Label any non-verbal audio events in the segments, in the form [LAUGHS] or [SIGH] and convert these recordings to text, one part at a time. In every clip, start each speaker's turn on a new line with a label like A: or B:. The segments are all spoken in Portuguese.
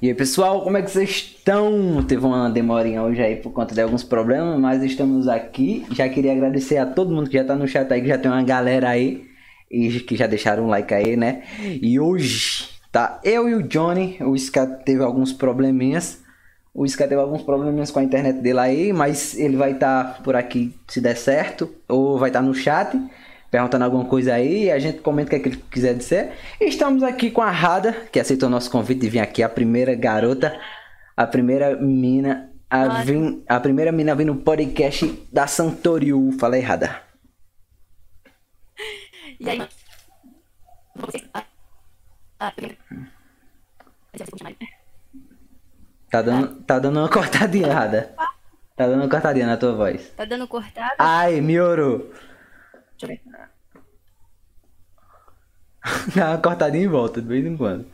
A: E aí, pessoal, como é que vocês estão? Teve uma demorinha hoje aí por conta de alguns problemas, mas estamos aqui. Já queria agradecer a todo mundo que já tá no chat aí, que já tem uma galera aí e que já deixaram um like aí, né? E hoje tá eu e o Johnny, o Scat teve alguns probleminhas. O Scat teve alguns probleminhas com a internet dele aí, mas ele vai estar por aqui se der certo, ou vai estar no chat perguntando alguma coisa aí, a gente comenta o que, é que ele quiser dizer. E estamos aqui com a Rada, que aceitou nosso convite de vir aqui, a primeira garota, a primeira mina a,
B: Nossa.
A: vir, a primeira mina a vir no podcast da Santoriu. Fala aí, Rada.
B: E aí, mano? Você- ah, ah, eu- Mas é eu vou continuar.
A: Tá dando, tá dando uma cortadinha, Rada. Tá dando uma cortadinha na tua voz.
B: Tá dando cortado?
A: Ai, miorou.
B: Deixa eu ver.
A: [LAUGHS] Dá uma cortadinha em volta, de vez em quando.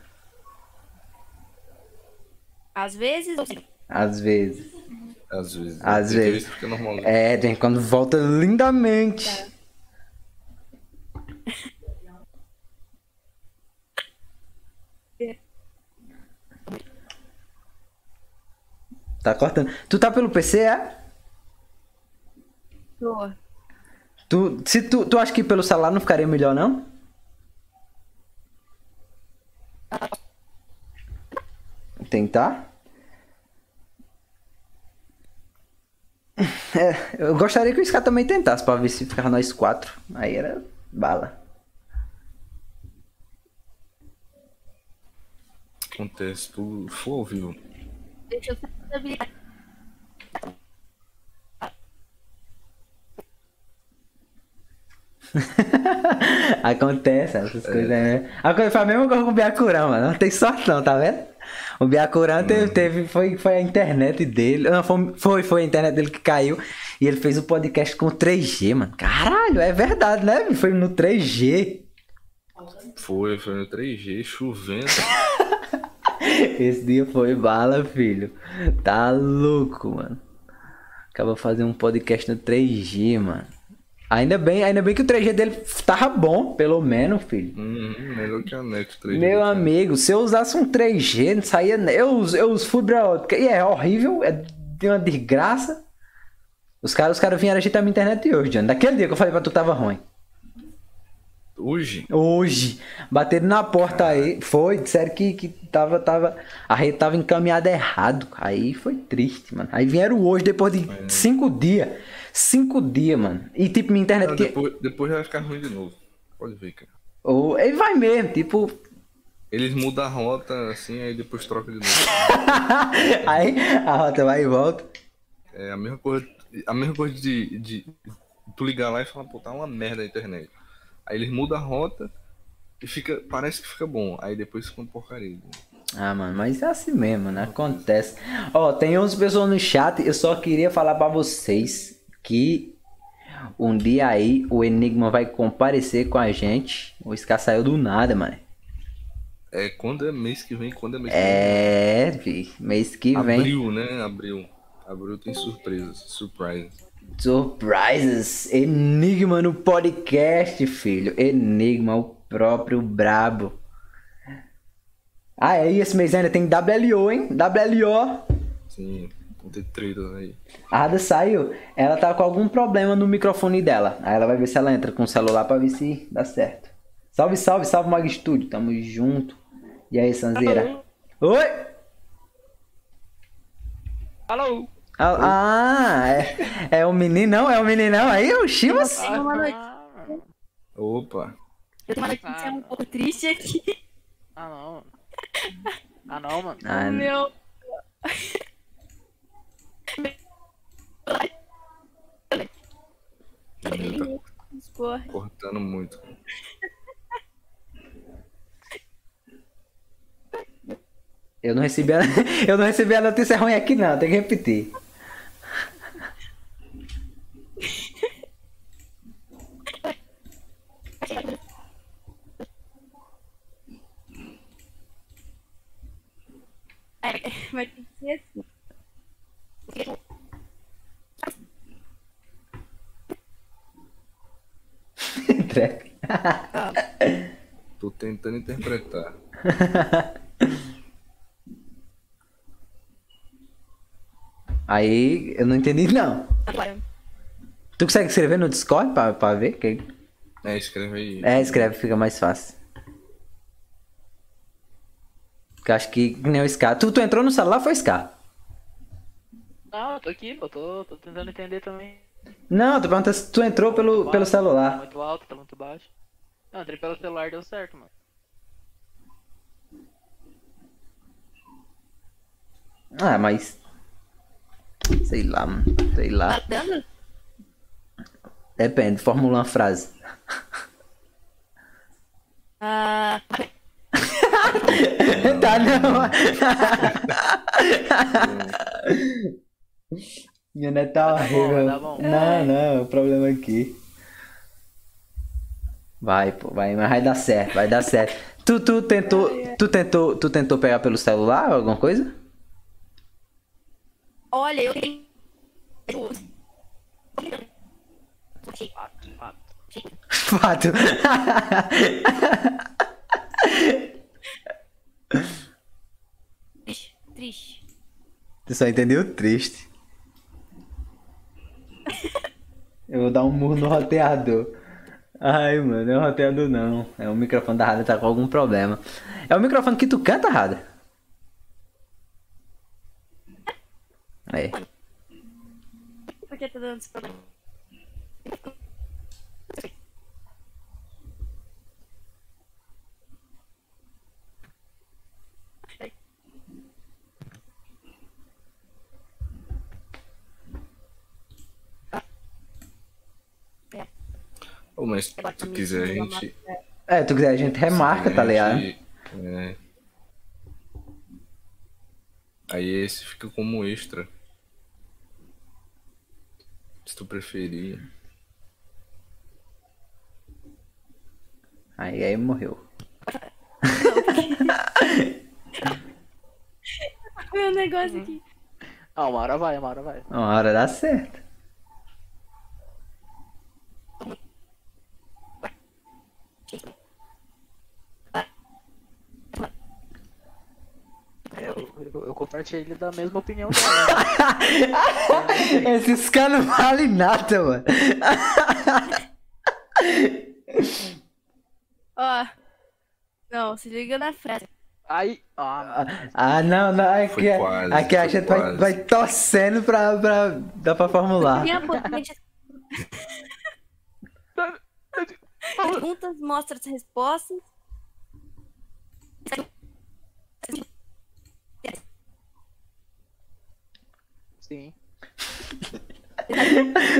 B: Às vezes. assim,
A: Às vezes.
C: Às vezes.
A: Às
C: Tem
A: vezes.
C: Fica normalmente.
A: É, tem quando volta lindamente. Tá cortando. Tu tá pelo PC, é?
B: Tô.
A: Tu, se tu, tu acha que pelo celular não ficaria melhor, não? Tentar? [LAUGHS] É, eu gostaria que o Scar também tentasse pra ver se ficava nós quatro. Aí era bala.
C: Acontece tudo. Foi ao vivo.
B: Deixa eu só habilitar.
A: Acontece essas coisas, né? A coisa foi a mesma coisa com o Biacurã, mano. Não tem sorte não, tá vendo? O Biacurã teve, teve- foi, foi a internet dele. Não, foi, foi, foi a internet dele que caiu. E ele fez o podcast com 3G, mano. Caralho, é verdade, né? bicho? Foi no 3G.
C: Foi, foi no 3G, chovendo.
A: Esse dia foi bala, filho. Tá louco, mano. Acaba fazendo um podcast no 3G, mano. Ainda bem, ainda bem que o 3G dele tava bom, pelo menos, filho.
C: Hum, melhor que a net 3G.
A: Meu
C: cara.
A: amigo, se eu usasse um 3G, não saía. Eu, uso- eu uso fibra ótica. E é horrível, é de uma desgraça. Os caras os cara vieram ajeitar minha internet de hoje, Johnny. Daquele dia que eu falei pra tu tava ruim.
C: Hoje?
A: Hoje, bateram na porta aí. Foi, disseram que, que tava, tava. A rede tava encaminhada errado. Aí foi triste, mano. Aí vieram hoje, depois de cinco dias. Cinco dias, mano. E tipo, minha internet.
C: Ah,
A: que...
C: depois, depois vai ficar ruim de novo. Pode ver, cara.
A: Ou- Ele vai mesmo, tipo, [LAUGHS]
C: Eles mudam a rota assim, aí depois troca de novo.
A: aí a rota vai e volta.
C: É a mesma coisa, a mesma coisa de, de tu ligar lá e falar, pô, tá uma merda a internet. Aí eles mudam a rota e fica, parece que fica bom. Aí depois fica uma porcaria.
A: Ah, mano, mas é assim mesmo, mano. Acontece. Ó, tem 11 pessoas no chat. Eu só queria falar pra vocês que um dia aí o Enigma vai comparecer com a gente. O Scar saiu do nada, mano.
C: É quando é mês que vem, quando é mês que vem.
A: É, vi. Mês que vem.
C: Abril, né? Abril. Abril tem surpresas. Surprise.
A: Surprises. Enigma no podcast, filho. Enigma, o próprio brabo. Ah, é, e esse mês ainda tem WLO, hein? WLO.
C: Sim, vão ter tretas aí.
A: A Ada saiu, ela tá com algum problema no microfone dela. Aí ela vai ver se ela entra com o celular pra ver se dá certo. Salve, salve, salve Mag Studio, tamo junto. E aí, Sanzeira? Oi!
D: Alô?
A: Ah, ah, é, é o meninão, é o meninão aí, o Chivas?
B: Eu tenho uma notícia,
D: Ah,
C: Opa,
B: eu tenho uma notícia um pouco triste aqui.
D: ah, não. Ah não, mano.
A: Ah,
B: Meu. Expor.
C: cortando muito.
A: eu não recebi a, [LAUGHS] eu não recebi a notícia ruim aqui não, tem que repetir. [LAUGHS]
B: É, mas tem que ser assim.
A: Entrega.
B: Ah.
C: Tô tentando interpretar.
A: Aí eu não entendi, não.
B: Agora.
A: Tu consegue escrever no Discord pra, pra ver? Que-
C: É, escreve aí.
A: É, escreve, fica mais fácil. Que eu acho que que nem o Scar. Tu, tu entrou no celular, foi Scar?
D: Não, eu tô aqui, pô, tô, tô tentando entender também.
A: Não, tu pergunta se tu entrou pelo, pelo
D: Tá
A: celular.
D: muito alto, tá muito baixo. Não, entrei pelo celular deu certo, mano.
A: Ah, mas. Sei lá, mano. Sei lá.
B: Tá dando?
A: Depende, formula uma frase.
B: Ah. tá.
A: tá, não. Minha net tá
D: Tá bom,
A: horrível.
D: tá bom.
A: Não, não, é o problema aqui. Vai, pô, vai, mas vai dar certo, vai dar certo. Tu, tu tentou, tu tentou, tu tentou pegar pelo celular ou alguma coisa? [LAUGHS]
B: Olha, eu tenho. eu- Aqui, ó.
D: Fato, fato.
A: Fato.
B: Triste. Triste.
A: Tu só entendeu triste. Eu vou dar um murro no roteador. Ai, mano, não é um roteador não. É o microfone da Rada tá com algum problema. É o microfone que tu canta, Rada? É.
B: Por que tá dando esse problema? [LAUGHS]
C: Ô, mas se
D: tá
C: tu quiser, a gente.
A: É, tu quiser, a gente remarca, tá
C: a
A: ligado?
C: gente- é. Aí esse fica como extra. Se tu preferir.
A: Aí, aí morreu.
B: Meu negócio aqui.
D: Ah, uma hora vai, uma hora vai.
A: Uma hora dá
C: [LAUGHS]
A: certo.
D: É, Eu, eu, eu compartilho da mesma opinião dela.
A: Esses caras não valem nada, mano.
B: Ó. Não, se liga na frase.
D: Aí. Ah,
A: Ah, não, não.
C: Foi
A: Aqui, é-
C: quase,
A: aqui a
C: foi
A: gente vai,
C: quase.
A: vai torcendo pra, pra dar pra formular.
B: Minha potente perguntas, mostra as respostas.
D: sim.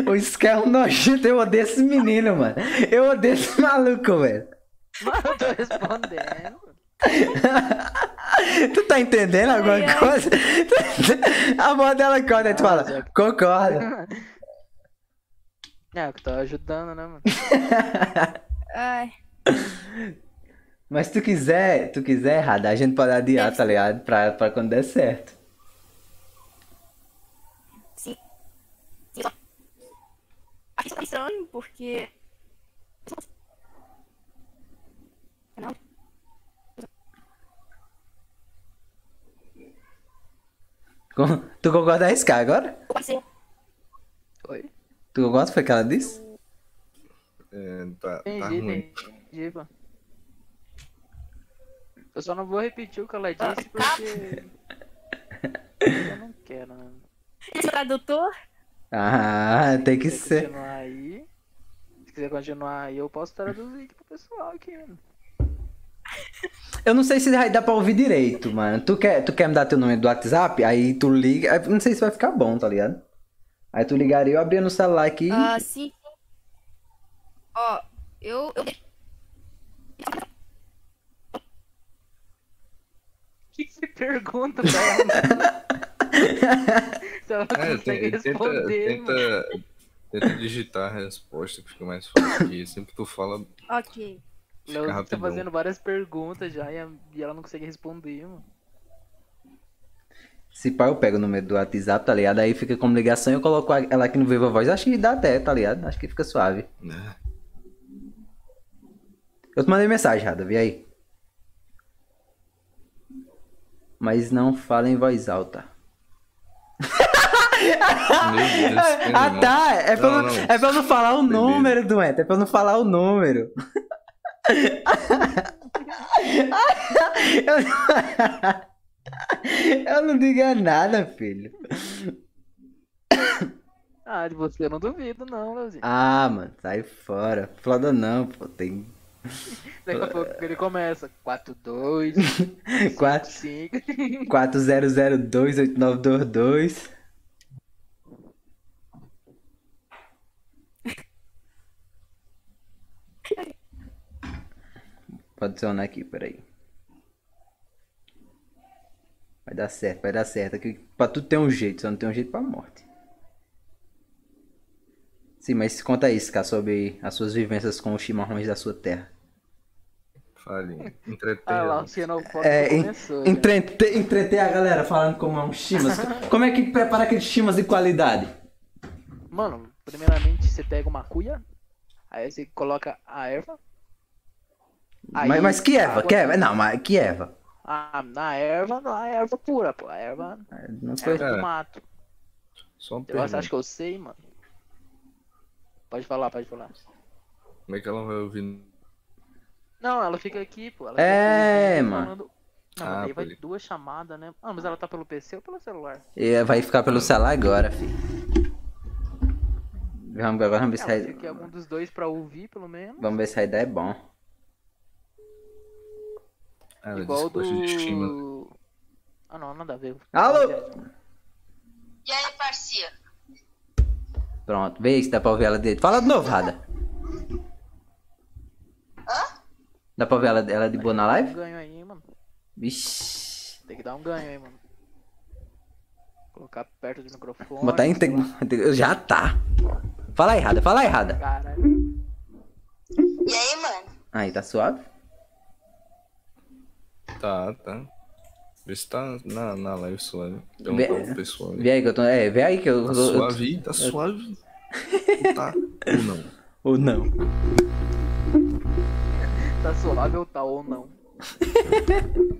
A: O Scar é um nojento, eu odeio esse menino, mano. Eu odeio esse maluco, velho.
D: Mas eu tô respondendo.
A: Tu tá entendendo alguma
B: Ai, ai.
A: coisa? [LAUGHS] A mão dela acorda e tu fala,
D: Nossa.
A: concorda.
D: É, que tô ajudando, né, mano?
B: Ai,
A: Mas se tu quiser, tu quiser errado, a gente pode adiar,
B: Deve
A: tá ligado? Pra, pra quando der certo.
B: sim. Sim, só. Aqui tá estranho, porque. Não.
A: Com- Tu concorda a Scar agora?
B: Pode ser.
D: Oi?
A: Tu concorda? Foi o que ela disse?
C: É, tá, tá
D: Entendi,
C: ruim.
D: entendi, pô. Eu só não vou repetir o que ela disse porque. tá. Eu não quero, né?
B: Esse é tradutor?
A: Ah, tem que
D: Se
A: ser.
D: quiser continuar aí. Se quiser continuar aí, eu posso traduzir aqui pro pessoal aqui, mano.
A: Eu não sei se vai dar pra ouvir direito, mano. Tu quer, tu quer me dar teu nome do WhatsApp? Aí tu liga. aí Não sei se vai ficar bom, tá ligado? Aí tu ligaria, eu abria no celular aqui.
B: Ah, sim. Ó, eu. eu...
D: O que que você pergunta pra ela? mano? Se [LAUGHS] ela
C: É,
D: consegue
C: tem- tenta,
D: responder, mano.
C: tenta, tenta digitar a resposta que fica mais fácil.
D: [LAUGHS]
C: Que sempre que tu fala,
B: Ok.
C: fica
D: Ela tá
C: rapidão.
D: fazendo várias perguntas já e, a- e ela não consegue responder, mano.
A: Se pá, eu pego o número do WhatsApp, tá ligado? Aí fica como ligação e eu coloco a- ela aqui no Viva Voz. Acho que dá até, tá ligado? Acho que fica suave.
C: né?
A: Eu te mandei mensagem, Rada, vi aí. Mas não fala em voz alta.
C: Meu Deus. tem
A: Ah
C: não.
A: tá, é pra,
C: Não,
A: não,
C: não.
A: é pra eu não falar o
C: Entendi.
A: número, doente, é pra eu não falar o número. [LAUGHS] Eu não- Eu não digo é nada, filho.
D: Ah, de você eu não duvido, não, Leozinho.
A: Ah, mano, sai fora. Foda não, pô, tem
D: Daqui a pouco ele começa. 4, 2,
A: 4,
D: 5.
A: 40028922. Pode adicionar aqui, peraí. Vai dar certo, vai dar certo. Aqui, pra tudo tem um jeito, só não tem um jeito pra morte. Sim, mas conta aí, Ska, sobre as suas vivências com os chimarrões da sua terra.
C: Fale. Entretenha.
D: Ah lá, o xenofóbico
A: É, en-
D: começou. já.
A: entrete- entreter a galera falando como é um chimas. como é que prepara aqueles chimas de qualidade?
D: Mano, primeiramente você pega uma cuia, aí você coloca a erva. Aí-
A: mas, mas que Eva?
D: água-
A: Que Eva? Não, mas que Eva?
D: Ah, na erva, não, a erva pura, pô. A erva,
A: Não foi.
D: erva
C: É.
D: do mato.
C: Só um uma
D: Eu acho,
C: pergunta.
D: acho que eu sei, mano. Pode falar, pode falar.
C: Como é que ela vai ouvir?
D: Não, ela fica aqui, pô. Ela
A: É,
D: fica aqui,
A: mano.
D: falando- Não,
C: Ah,
D: mas aí vai
C: pode-
D: duas chamadas, né? Ah, mas ela tá pelo PC ou pelo celular?
A: É, Vai ficar pelo celular agora, filho. Vamos, agora vamos ver
D: Ah,
A: se
D: mas
A: a-
D: tem que algum dos dois pra ouvir, pelo menos.
A: é- Vamos ver se a ideia é bom.
C: Ah, Ela
D: Igual
C: disse que gosta de estima.
D: do. Ah, não, nada a ver.
A: Alô?
B: E aí, parceiro?
A: Pronto, vê se dá pra ouvir ela direito. Fala de novo, Rada.
B: Hã?
A: Dá pra ouvir ela, ela de boa na
D: Dá um
A: live?
D: ganho aí, hein, mano.
A: Vixi.
D: Tem que dar um ganho aí, mano. Colocar perto do microfone.
A: Botar tá em.
D: sei lá.
A: [LAUGHS] Já tá. Fala aí, Rada, fala aí, Rada.
D: Caralho.
B: E aí, mano?
A: Aí, tá suave?
C: Tá, tá. Vê se tá na, na live suave. Então,
A: Vê-
C: pro pessoal. aí.
A: Vê aí que eu tô. É, vê aí que eu.
C: Tá
A: eu- eu-
C: suave,
D: É.
C: tá
D: [LAUGHS]
C: suave. Tá ou não?
A: Ou não.
D: Tá suave ou tá ou não?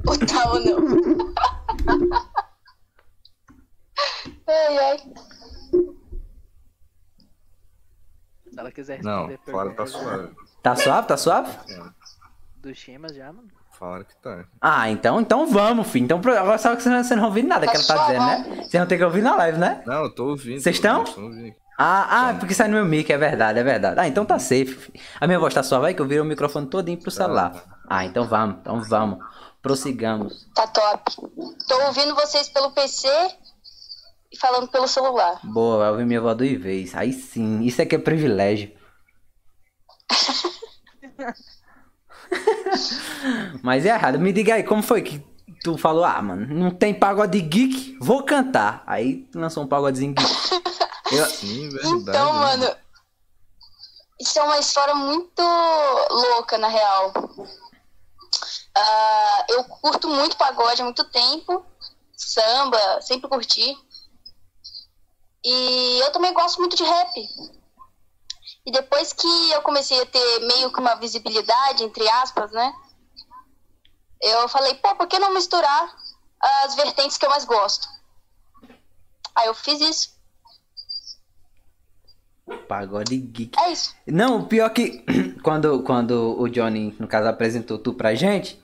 B: Ou tá ou não? [LAUGHS] ai, ai.
D: Se ela quiser responder
C: Não,
D: a
C: falaram que tá
D: pergunta
C: suave.
A: Tá suave? Tá suave?
D: do Shimas já, mano.
C: Falaram que tá.
A: Ah, então, então vamos, filho. Então, pro- agora só que vocês não- vocês não ouviram nada que ela tá dizendo, né? Vocês não tem que ouvir na live, né?
C: Não, eu tô ouvindo.
A: Vocês estão?
C: Eu tô ouvindo.
A: Ah,
C: Tá.
A: ah, é porque sai no meu mic, é verdade, é verdade. Ah, então tá safe. filho. A minha voz tá suave aí que eu virei o microfone todinho
C: Tá.
A: pro celular. Ah, então vamos, então vamos. Prossigamos.
B: Tá top. Tô ouvindo vocês pelo PC e falando pelo celular.
A: Boa, vai ouvir minha voz duas vezes. Aí sim, isso aqui é privilégio. Mas é errado. Me diga aí, como foi que tu falou? Ah, mano, não tem pagode geek? Vou cantar. Aí tu lançou um pagodezinho geek. Eu-
C: Sim, verdade.
B: Então,
C: né?
B: mano, isso é uma história muito louca, na real. Ah, eu curto muito pagode há muito tempo, samba, sempre curti. E eu também gosto muito de rap. E depois que eu comecei a ter meio que uma visibilidade, entre aspas, né? Eu falei, pô, por que não misturar as vertentes que eu mais gosto? Aí eu fiz isso.
A: Pagode geek.
B: É isso.
A: Não, o pior que [CLEARS THROAT] quando, quando o Johnny, no caso, apresentou tu pra gente,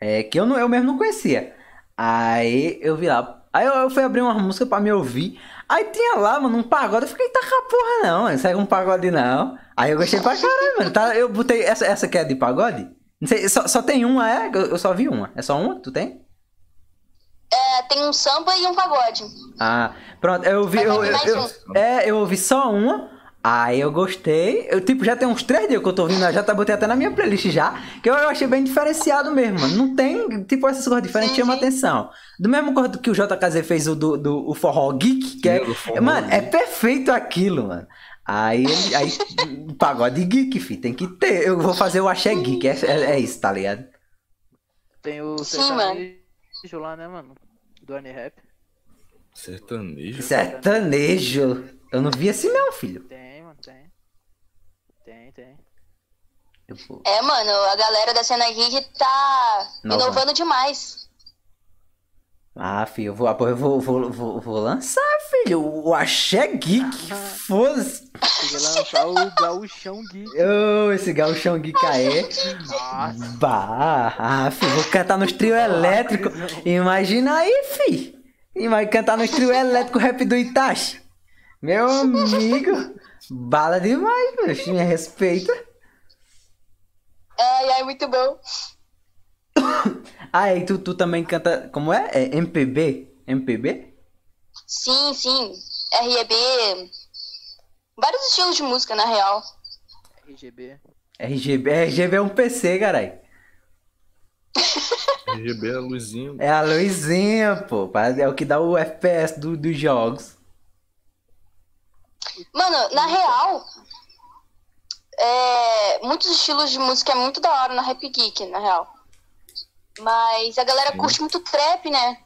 A: é que eu, não, eu mesmo não conhecia. Aí eu vi lá. Aí eu, eu fui abrir uma música pra me ouvir. Aí tinha lá, mano, um pagode. Eu fiquei, tá com a porra não, mano. Isso aí é um pagode não. Aí eu gostei pra caralho, mano. Tá, eu botei. Essa, essa que é de pagode? Não sei, só, só tem uma, é? Eu, eu só vi uma. É só uma? Tu tem?
B: É, tem um samba e um pagode.
A: Ah, pronto, eu ouvi. Eu, eu- eu- é, eu ouvi só uma. Aí eu gostei. Eu, tipo, já tem uns três dias que eu tô ouvindo, eu já tá botei até na minha playlist já. Que eu, eu achei bem diferenciado mesmo, mano. Não tem. Tipo, essas coisas diferentes
B: Sim,
A: chamam
B: sim.
A: atenção. Do mesmo jeito que o JKZ fez o do, do o Forró Geek, que é.
C: Meu, forró
A: mano, é
C: geek.
A: perfeito aquilo, mano. Aí, ele- aí pagode geek, fi, tem que ter. Eu vou fazer o axé geek, é, é, é isso, tá ligado?
D: Tem o
B: Sim, mano.
D: sertanejo lá, né, mano? Do Unirap.
C: Sertanejo.
A: Sertanejo. é Eu não vi esse não, filho.
D: Tem, mano, tem. Tem, tem.
A: Eu vou-
B: É, mano, a galera da cena geek tá
A: Nova.
B: inovando demais.
A: Ah, filho, eu vou, ah, pô, eu vou, vou, vou, vou lançar, filho. O Axé Geek. Foda-se.
D: Tem que
B: [LAUGHS]
D: lançar o Gaúchão Geek.
A: Ô, esse galchão Geek aí.
D: Nossa,
A: Bah, ah, filho, vou cantar nos trio elétrico. Imagina aí, filho. Imagina cantar nos trio elétrico rap do Itachi. Meu amigo. Bala demais, meu. filho, Me respeita.
B: Ai, ai, muito bom.
A: Ah, e tu, tu também canta. Como é? É MPB? MPB?
B: Sim, sim. REB. Vários estilos de música, na real.
D: RGB.
A: RGB, RGB é um PC, caralho.
C: RGB é luzinho.
A: É a luzinha, pô. É o que dá o FPS do, dos jogos.
B: Mano, na real, é, muitos estilos de música é muito da hora na Rap Geek, na real. Mas a galera curte muito trap, né?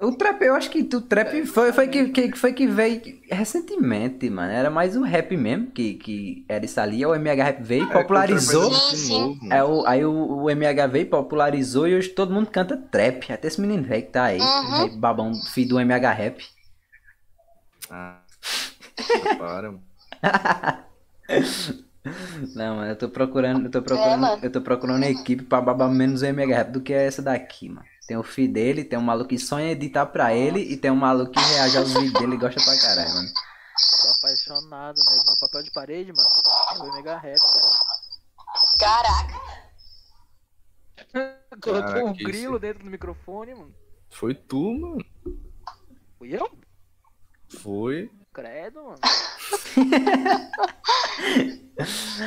A: O trap, eu acho que o trap foi, foi, que, que, foi que veio recentemente, mano. Era mais o rap mesmo, que, que era isso ali. O MH Rap veio,
C: É,
A: popularizou.
B: Sim, sim.
A: É, o, aí o, o MH veio, popularizou e hoje todo mundo canta trap. Até esse menino velho que tá aí,
B: Uhum.
A: velho babão, filho do MH Rap.
C: Ah, para, mano.
A: Não, mano, eu tô procurando, eu tô
B: É,
A: procurando,
B: mano.
A: eu tô procurando equipe pra babar menos o MH Rap do que essa daqui, mano. Tem o filho dele, tem um maluco que sonha editar pra ele e tem um maluco que reage aos vídeos dele e gosta pra caralho, mano.
D: Tô apaixonado, né? Meu papel de parede, mano. É o Mega Rap, cara.
B: Caraca.
D: Colocou um
C: que
D: grilo
C: isso.
D: dentro do microfone, mano.
C: Foi tu, mano.
D: Fui eu?
C: Foi.
D: Credo,
B: [LAUGHS]
D: mano.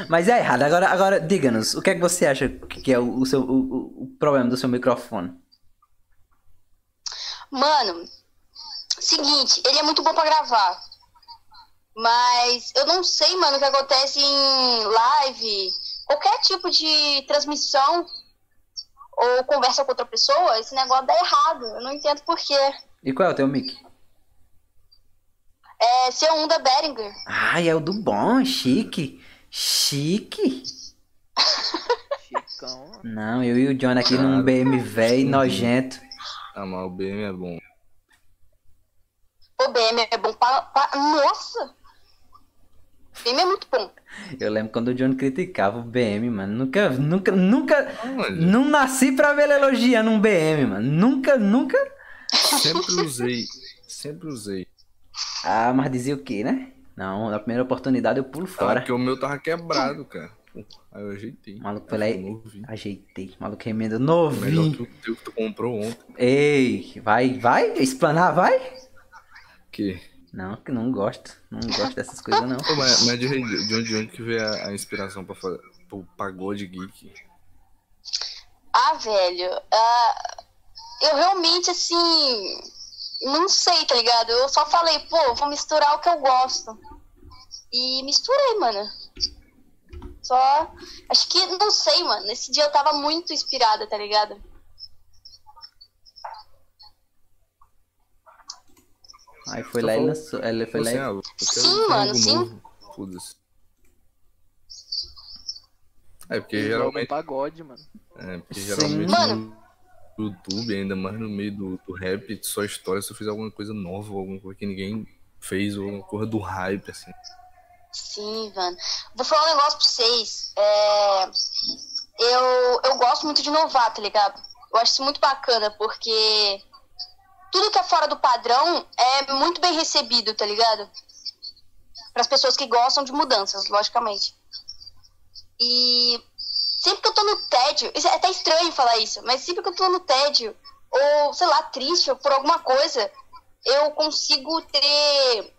A: Mas é errado. Agora, agora diga-nos, o que é que você acha que que é o, o seu, o, o- o problema do seu microfone?
B: Mano, seguinte, ele é muito bom pra gravar. Mas eu não sei, mano, o que acontece em live, qualquer tipo de transmissão ou conversa com outra pessoa, esse negócio dá errado. Eu não entendo por quê.
A: E qual é o teu mic?
B: É C1 da Behringer.
A: Ai, é o do bom, chique. Chique?
D: Chicão, mano.
A: Não, eu e o John aqui num
C: Claro.
A: BM velho nojento.
C: Ah, mas o BM é bom.
B: Pô, BM é bom pra. pra- Nossa! BM é muito bom.
A: Eu lembro quando o John criticava o BM, mano. Nunca, nunca, nunca.
C: Olha,
A: Não nasci pra ver ele elogiando um BM, mano. Nunca, nunca.
C: sempre usei. Sempre usei.
A: Ah, mas dizia o quê, né? Não, na primeira oportunidade eu pulo
C: Ah,
A: fora.
C: porque o meu tava quebrado, cara. Aí eu ajeitei.
A: Maluco,
C: Aí
A: pela aí.
C: ficou novinho.
A: Ajeitei. Maluco remenda
C: Melhor
A: novinho.
C: que o teu que tu comprou ontem.
A: Ei, vai, vai, explanar, vai.
C: Que...
A: Não, que não gosto. Não gosto dessas coisas, não.
C: Pô, mas, mas de, de onde, de onde que veio a, a inspiração pra fazer pro pagode geek?
B: Ah, velho, ah, eu realmente, assim, não sei, tá ligado? Eu só falei, pô, vou misturar o que eu gosto. E misturei, mano. Só. Acho que, não sei, mano. Nesse dia eu tava muito inspirada, tá ligado?
A: Aí foi
C: Só
A: lá e
C: Então falou-
A: lançou. Ele foi
C: Falou
A: lá e...
C: assim, ah, eu quero
B: Sim,
C: algo
B: mano, sim.
C: novo. Foda-se. É, porque
D: Eles jogam
C: geralmente.
D: um pagode, mano.
C: É, porque
A: Sim.
C: geralmente
B: Mano.
C: no YouTube, ainda mais no meio do, do rap, só história se eu fizer alguma coisa nova, ou alguma coisa que ninguém fez, ou alguma coisa do hype, assim.
B: Sim, mano. Vou falar um negócio pra vocês. É, eu, eu gosto muito de inovar, tá ligado? Eu acho isso muito bacana, porque tudo que é fora do padrão é muito bem recebido, tá ligado? Para as pessoas que gostam de mudanças, logicamente. E sempre que eu tô no tédio, isso é até estranho falar isso, mas sempre que eu tô no tédio, ou sei lá, triste ou por alguma coisa, eu consigo ter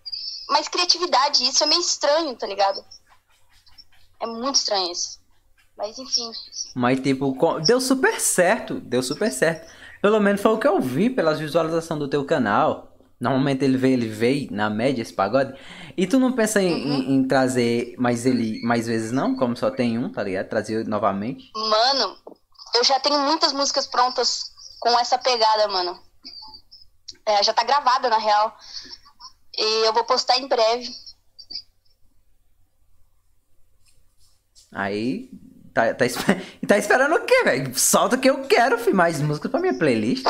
B: mas criatividade, isso é meio estranho, tá ligado? É muito estranho isso. Mas enfim.
A: Mas, tipo, co- deu super certo. Deu super certo. Pelo menos foi o que eu vi pelas visualizações do teu canal. Normalmente ele veio, ele veio, na média, esse pagode. E tu não pensa em, em- em trazer mais ele mais vezes, não? Como só tem um, tá ligado? Trazer novamente.
B: Mano, eu já tenho muitas músicas prontas com essa pegada, mano. É, já tá gravada, na real. E eu vou postar em breve.
A: Aí Tá, tá, esper- [LAUGHS] e tá esperando o quê, velho? Solta o que eu quero, fi. Mais músicas pra minha playlist.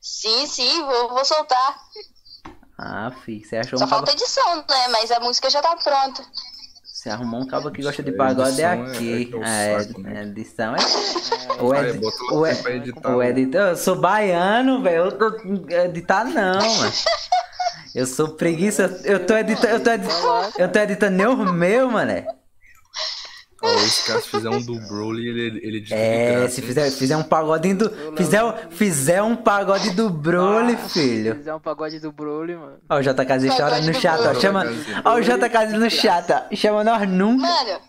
B: Sim, sim, vou, vou soltar.
A: Ah, fi. Você achou
B: Só
A: um cabo...
B: falta edição, né? Mas a música já tá pronta.
A: Você arrumou um cabo que gosta de
C: É,
A: pagode é
C: edição é- é
A: aqui.
C: que é o
A: É,
C: saco, né?
A: é, edição é. O,
C: Aí,
A: edi-
C: bota lá
A: o,
C: pra
A: ed-
C: editar,
A: o
C: né?
A: editor. Eu sou baiano, velho. Eu tô- Editar não, mano. Eu sou preguiça. É. Eu tô editando. Eu tô editando. Eu tô editando nem o meu, mané.
C: Ó, esse cara, se fizer um do Broly, ele, ele edita de
A: É,
C: graça,
A: se
C: hein?
A: fizer, fizer um pagodinho do. Fizer, um- fizer um pagode do Broly,
D: Se
A: filho.
D: fizer um pagode do Broly, mano.
A: Ó, o JKZ chora no chat, ó. Ah, tá, Chama.
C: assim,
A: Ó, o JKZ no chat, ó. Chama nós nunca.
B: Mano,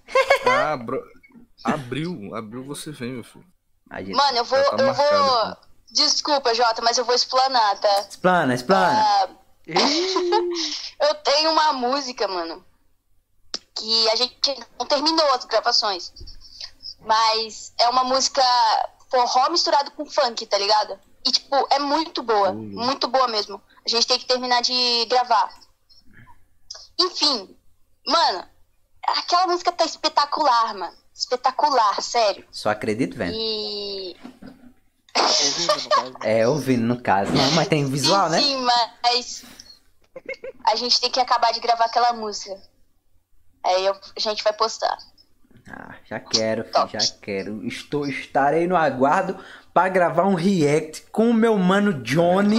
C: Ah, bro... Abril, abril você vem, meu filho.
A: A gente-
B: mano, eu vou.
C: Já tá
B: eu vou.
C: marcado.
B: Desculpa, Jota, mas eu vou explanar, tá?
A: Explana, explana.
B: Ah,
D: Ih,
B: Eu tenho uma música, mano, que a gente ainda não terminou as gravações. Mas é uma música forró misturado com funk, tá ligado? E, tipo, é muito boa.
A: Uhum.
B: Muito boa mesmo. A gente tem que terminar de gravar. Enfim, mano, aquela música tá espetacular, mano. Espetacular, sério.
A: Só acredito vendo.
B: E.
D: Tá ouvindo, no caso. né?
A: É, ouvindo no caso. Não, mas tem visual,
B: sim,
A: né?
B: Sim, mas. A gente tem que acabar de gravar aquela música. Aí eu- a gente vai postar.
A: Ah, já quero, filho, já quero. Estou, estarei no aguardo pra gravar um react com o meu mano Johnny.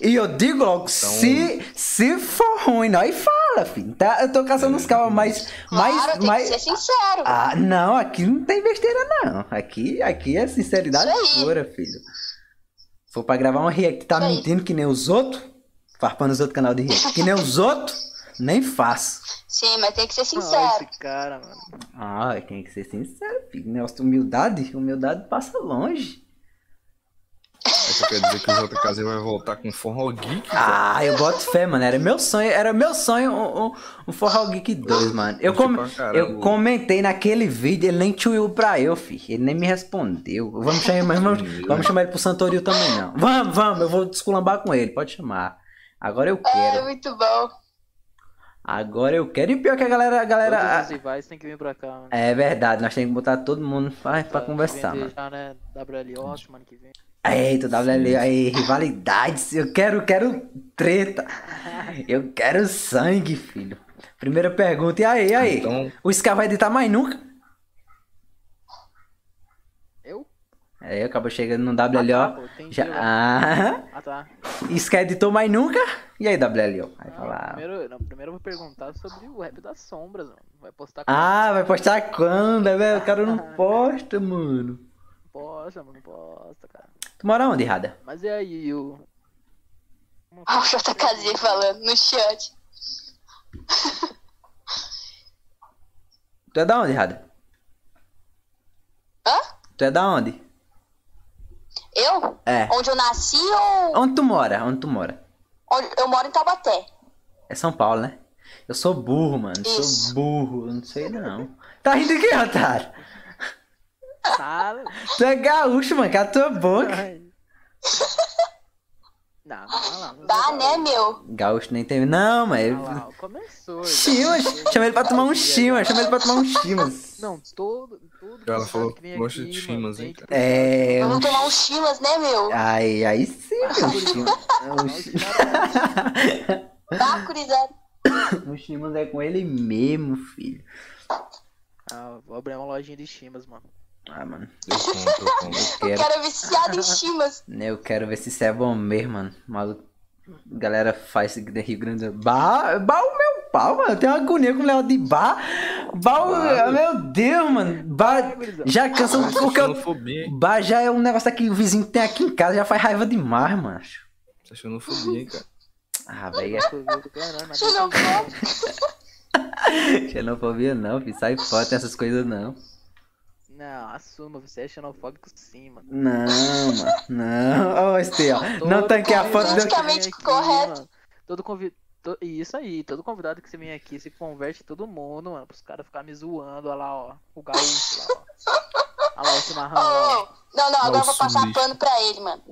A: E eu digo logo, se, se for ruim, nós fala, filho. Tá? Eu tô caçando os caras, mas.
B: Claro,
A: mas,
B: tem
A: mas...
B: que ser sincero.
A: Ah, não, aqui não tem besteira, não. Aqui, aqui é sinceridade
B: Isso aí.
A: pura, filho. Se for pra gravar um react, tá
B: Isso aí.
A: mentindo que nem os outros? Farpando os outros canal de react. Que nem os outros? Nem faço.
B: Sim, mas tem que ser
D: Não,
B: sincero.
D: esse cara, mano.
A: Ah, tem que ser sincero, filho. Negócio de humildade, humildade passa longe.
C: Aí tu quer dizer É que o JKZ vai voltar com forró geek?
A: Ah, eu boto fé, mano. Era meu sonho, era meu sonho um, um, um Forró Geek 2, mano. Eu,
C: Curti
A: com-
C: pra caramba.
A: eu comentei naquele vídeo, ele nem tchuiu pra eu, filho. Ele nem me respondeu. Vamos chamar, mas vamos, vamos chamar ele pro Santoril também, não. Vamos, vamos, eu vou desculambar com ele, pode chamar. Agora eu
B: É
A: quero.
B: muito bom.
A: Agora eu quero. E pior é que a galera. A
D: Todos
A: galera
D: os rivais tem que vir pra cá, mano.
A: é verdade, nós temos que botar todo mundo pra, pra conversar, mano.
D: Já, né? WLO, semana que vem.
A: Eita, WL, aí, rivalidades. Eu quero, quero [LAUGHS] treta. Eu quero sangue, filho. Primeira pergunta, e aí, e aí?
C: Então-
A: O Scar vai editar mais nunca?
D: Eu?
A: Aí, É, acabou chegando no
D: Ah, tá,
A: WLO.
D: pô, tem
A: Já...
D: que-
A: Ah,
D: Ah, tá.
A: Scar editou mais nunca? E aí, WLO? Vai
D: Ah,
A: falar.
D: primeiro, não, primeiro eu vou perguntar sobre o rap das sombras, mano. Vai postar com
A: Ah, vai postar quando? É, velho? O cara [LAUGHS] não posta, mano.
D: posta, mano, posta, cara.
A: Tu mora onde, Rada?
D: Mas e aí, o.
B: Olha o JKZ falando no chat.
A: Tu é da onde, Rada?
B: Hã?
A: Tu é da onde?
B: Eu?
A: É.
B: Onde eu nasci ou.
A: Onde tu mora? Onde tu mora?
B: onde- Eu moro em Taubaté.
A: É São Paulo, né? Eu sou burro, mano. Eu Sou
B: Isso.
A: burro. Eu não sei não. Tá rindo de quê, otário?
D: Nada.
A: Tu é gaúcho, mano. Cala a tua boca.
D: Não, olha lá.
B: Dá, né, meu?
A: Gaúcho nem tem... Não,
D: Olha
A: mas...
D: lá, começou. já.
A: Chimas. Chama ele pra tomar um chimas. Chama ele pra tomar um chimas.
D: Não, todo.
C: Ela
D: todo convidado
C: falou
D: que vem
C: que gosta
D: aqui,
C: de
D: mano,
C: chimas,
D: tem
C: hein,
D: que
C: cara.
A: É...
B: Vamos
A: Um...
B: tomar um chilas, né, meu?
A: Ai, aí sim, meu. O chimas- É,
D: um
A: o chi-
B: Dá, curizada.
A: O chimas é com ele mesmo, filho.
D: Ah, vou abrir uma lojinha de chimas, mano.
A: Ah, mano.
C: Eu conto, eu conto.
A: Eu quero...
B: Cara é viciado
A: [LAUGHS]
B: em chimas.
A: Eu quero ver se isso é bom mesmo, mano. Maluco. Galera faz isso aqui de Rio Grande do Sul. Bah, bah o meu pau, mano. Eu tenho uma agonia com o Léo de bar. Bah, o-
C: Claro. Ah,
A: meu Deus, mano. Bah, já cansa um pouco. eu-
C: Xenofobia, hein?
A: Bah já é um negócio que o vizinho tem aqui em casa. Já faz raiva demais, mano.
C: Isso é xenofobia, hein, cara?
A: Ah, velho.
D: Caramba,
B: Você não pode?
A: é Xenofobia não, filho. Sai fora, tem essas coisas não.
D: Não, assuma, você é xenofóbico sim, mano.
A: Não, mano. Não. Ó, oh, este, ó. Não
D: Todo
A: tanquei a foto do.
D: convidado que vem
B: Politicamente correto.
D: mano, Todo convidado. Isso aí, todo convidado que você vem aqui, você converte todo mundo, mano. Pros caras ficarem me zoando, olha lá, ó. O gaúcho lá, ó. Olha lá o
B: Ô, [LAUGHS]
D: chimarrão. ó.
B: ô, Não, não, agora eu vou
C: Nossa,
B: passar
C: bicho.
B: pano pra ele, mano.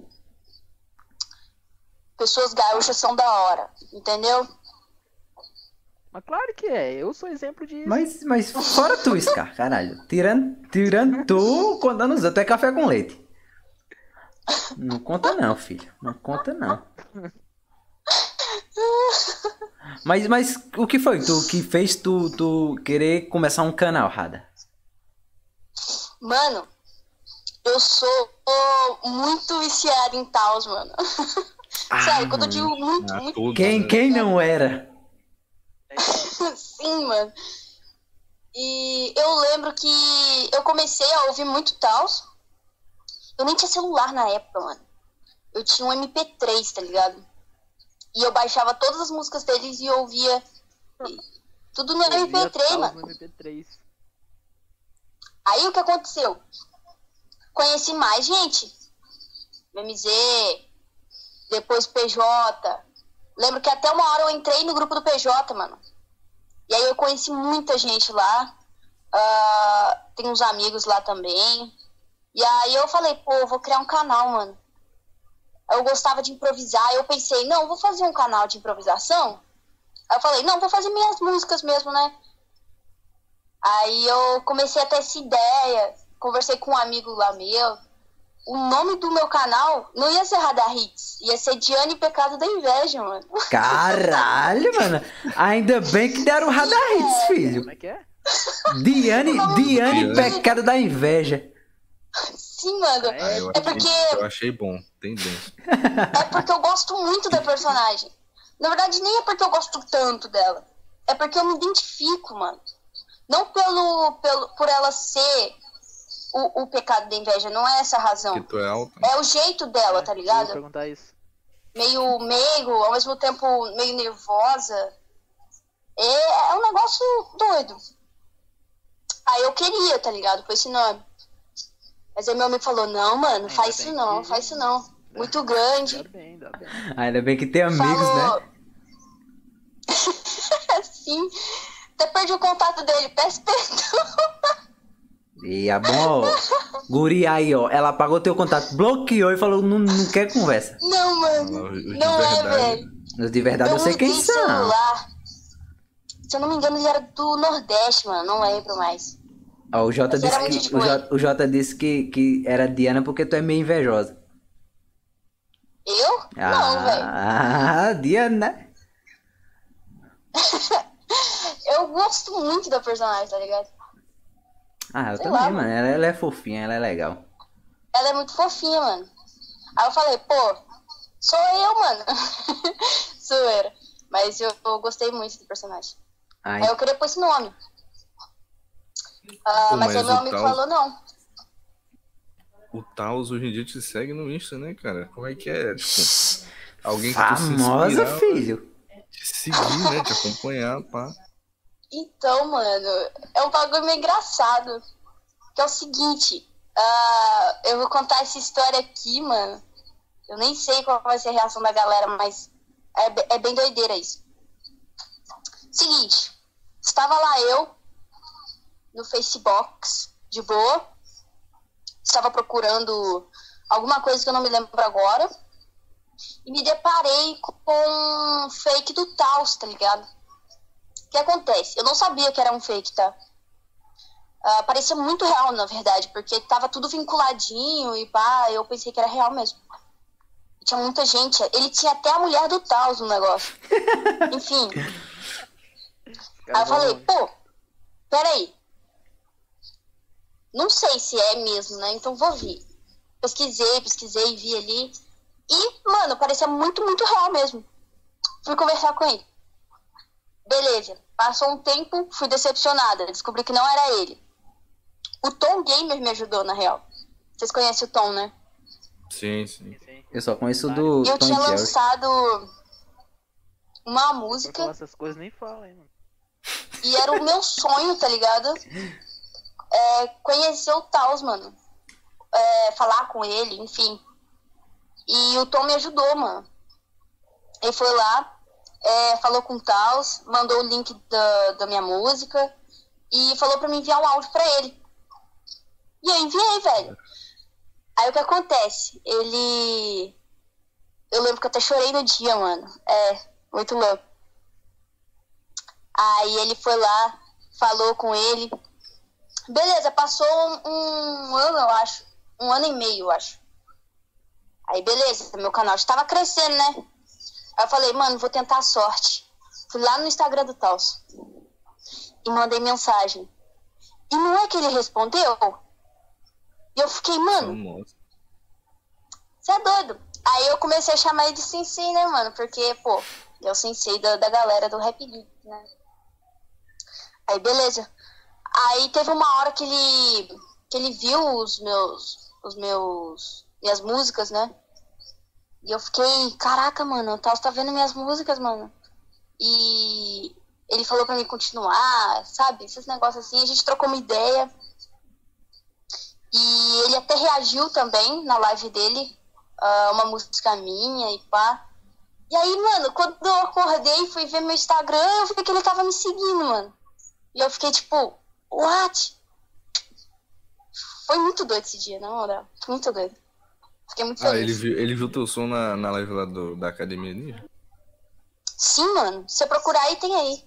B: Pessoas gaúchas são da hora, entendeu?
D: Mas claro que é, eu sou exemplo de.
A: Mas, mas fora tu, Scar, caralho. Tirando, tirando tu, contando os outros, é café com leite. Não conta não, filho. Não conta não. Mas, mas o que foi tu que fez tu, tu querer começar um canal, Rada?
B: Mano, eu sou ô, muito viciada em Taos, mano. [LAUGHS] Sério, quando eu digo muito,
C: Ah,
B: muito.
C: tudo,
A: Quem,
C: né?
A: quem não era?
D: É
B: Sim, assim, mano. E eu lembro que eu comecei a ouvir muito Taos. Eu nem tinha celular na época, mano. Eu tinha um MP3, tá ligado? E eu baixava todas as músicas deles e ouvia e- tudo no
D: Eu via
B: MP3,
D: tal
B: mano.
D: no MP3.
B: Aí o que aconteceu? Conheci mais gente. MZ, depois PJ. Lembro que até uma hora eu entrei no grupo do PJ, mano. E aí eu conheci muita gente lá. Ah, tem uns amigos lá também. E aí eu falei, pô, eu vou criar um canal, mano. Eu gostava de improvisar. Eu pensei, não, vou fazer um canal de improvisação. Aí eu falei, não, vou fazer minhas músicas mesmo, né? Aí eu comecei a ter essa ideia, conversei com um amigo lá meu. O nome do meu canal não ia ser Radar Hits, ia ser Diane Pecado da Inveja, mano. [LAUGHS]
A: Caralho, mano. Ainda bem que deram o radar hits, filho.
D: Como é que é?
A: Diane, Diane,
C: Diane.
A: pecado da inveja.
B: Sim, mano.
D: É,
C: Ah, eu,
B: É
C: achei,
B: porque-
C: eu achei bom, tem dentro.
B: É porque eu gosto muito da personagem. Na verdade, nem é porque eu gosto tanto dela. É porque eu me identifico, mano. Não pelo, pelo por ela ser o, o pecado da inveja, não é essa a razão.
C: Porque tu é alto.
B: É o jeito dela, tá
D: Eu ia
B: ligado?
D: perguntar isso.
B: meio meigo, ao mesmo tempo meio nervosa. É, é um negócio doido. Aí eu queria, tá ligado? Com esse nome. Mas aí meu amigo falou, não, mano, faz
D: bem
B: isso não,
D: que- É.
B: faz isso não. Muito grande.
D: Dá bem, dá bem.
A: Ainda bem que tem amigos,
B: falou. [LAUGHS]
A: né?
B: assim. Até perdi o contato dele, peço perdão. [LAUGHS]
A: E a bom, ó, guri aí, ó. Ela apagou teu contato, bloqueou e falou, não, não quer conversa.
B: Não, mano.
C: Não, os de
B: Não é,
C: verdade,
B: velho.
A: Os de verdade eu sei quem
B: mudei de
A: são.
B: celular. Se eu não me engano, ele era do Nordeste, mano. Não lembro mais.
A: Ó, o Jota disse,
B: Geralmente
A: que,
B: tipo
A: o Jota, o Jota disse que, que era Diana porque tu é meio invejosa.
B: Eu? Não, velho.
A: Ah, Diana.
B: Eu gosto muito da personagem, tá ligado?
A: Ah, eu
B: Sei
A: também,
B: lá.
A: mano. Ela, ela é fofinha, ela é legal.
B: Ela é muito fofinha, mano. Aí eu falei, pô, sou eu, mano. [LAUGHS] Zoeira. Mas eu, eu gostei muito do personagem.
A: Ai,
B: Aí eu queria pôr esse nome. Ah,
C: Pô,
B: mas aí
C: mas
B: meu
C: o
B: amigo
C: tal-
B: falou, não.
C: O Taos hoje em dia te segue no Insta, né, cara? Como é que é? Tipo, alguém que tu se
A: famosa,
C: inspirava,
A: filho.
C: te seguir, né? Te acompanhar, pá.
B: Então, mano, é um bagulho meio engraçado. Que é o seguinte, ah, eu vou contar essa história aqui, mano. Eu nem sei qual vai ser a reação da galera, mas é, be- é bem doideira isso. Seguinte, estava lá eu no Facebox, de boa. Estava procurando alguma coisa que eu não me lembro agora. E me deparei com um fake do Taos, tá ligado? O que acontece? Eu não sabia que era um fake, tá? Ah, parecia muito real, na verdade, porque tava tudo vinculadinho e pá, eu pensei que era real mesmo. Tinha muita gente. Ele tinha até a mulher do Taos no negócio. Enfim.
A: um
B: Aí eu
A: é
B: falei, pô, peraí. Não sei se é mesmo, né? Então vou ver. Pesquisei, pesquisei, vi ali. E, mano, parecia muito, muito real mesmo. Fui conversar com ele. Beleza. Passou um tempo, fui decepcionada. Descobri que não era ele. O Tom Gamer me ajudou, na real. Vocês conhecem o Tom, né?
C: Sim, sim.
A: Eu só conheço do
B: eu
A: Tom
B: tinha
A: e Jerry.
B: lançado uma
D: Pra
B: música.
D: falar essas coisas nem fala, hein, mano.
B: E era o meu sonho, tá ligado? É, conhecer o Taos, mano. É, falar com ele, enfim. E o Tom me ajudou, mano. Ele foi lá, é, falou com o Taos, mandou o link da, da minha música e falou pra me enviar um áudio pra ele. E eu enviei, velho. Aí o que acontece? Ele. Eu lembro que eu até chorei no dia, mano. É, muito louco. Aí ele foi lá, falou com ele. Beleza, passou um, um ano, eu acho. Um ano e meio, eu acho. Aí, beleza, meu canal estava crescendo, né? Aí eu falei, mano, vou tentar a sorte. Fui lá no Instagram do Taos e mandei mensagem. E não é que ele respondeu? E eu fiquei,
C: Só
B: mano,
C: mostra.
B: você é doido. Aí eu comecei a chamar ele de sensei, né, mano? Porque, pô, ele é o sensei da, da galera do Rap League, né? Aí, beleza. Aí teve uma hora que ele, que ele viu os meus, os meus, minhas músicas, né? E eu fiquei, caraca, mano, o Taos tá vendo minhas músicas, mano. E ele falou pra mim continuar, sabe? Esses negócios assim, a gente trocou uma ideia. E ele até reagiu também na live dele, a uma música minha e pá. E aí, mano, quando eu acordei e fui ver meu Instagram, eu vi que ele tava me seguindo, mano. E eu fiquei tipo, what? Foi muito doido esse dia, na moral. Foi muito doido. Fiquei muito feliz.
C: Ah, ele viu, ele viu teu som na, na live lá do, da Academia Ninja?
B: Sim, mano. Se eu procurar aí, tem aí.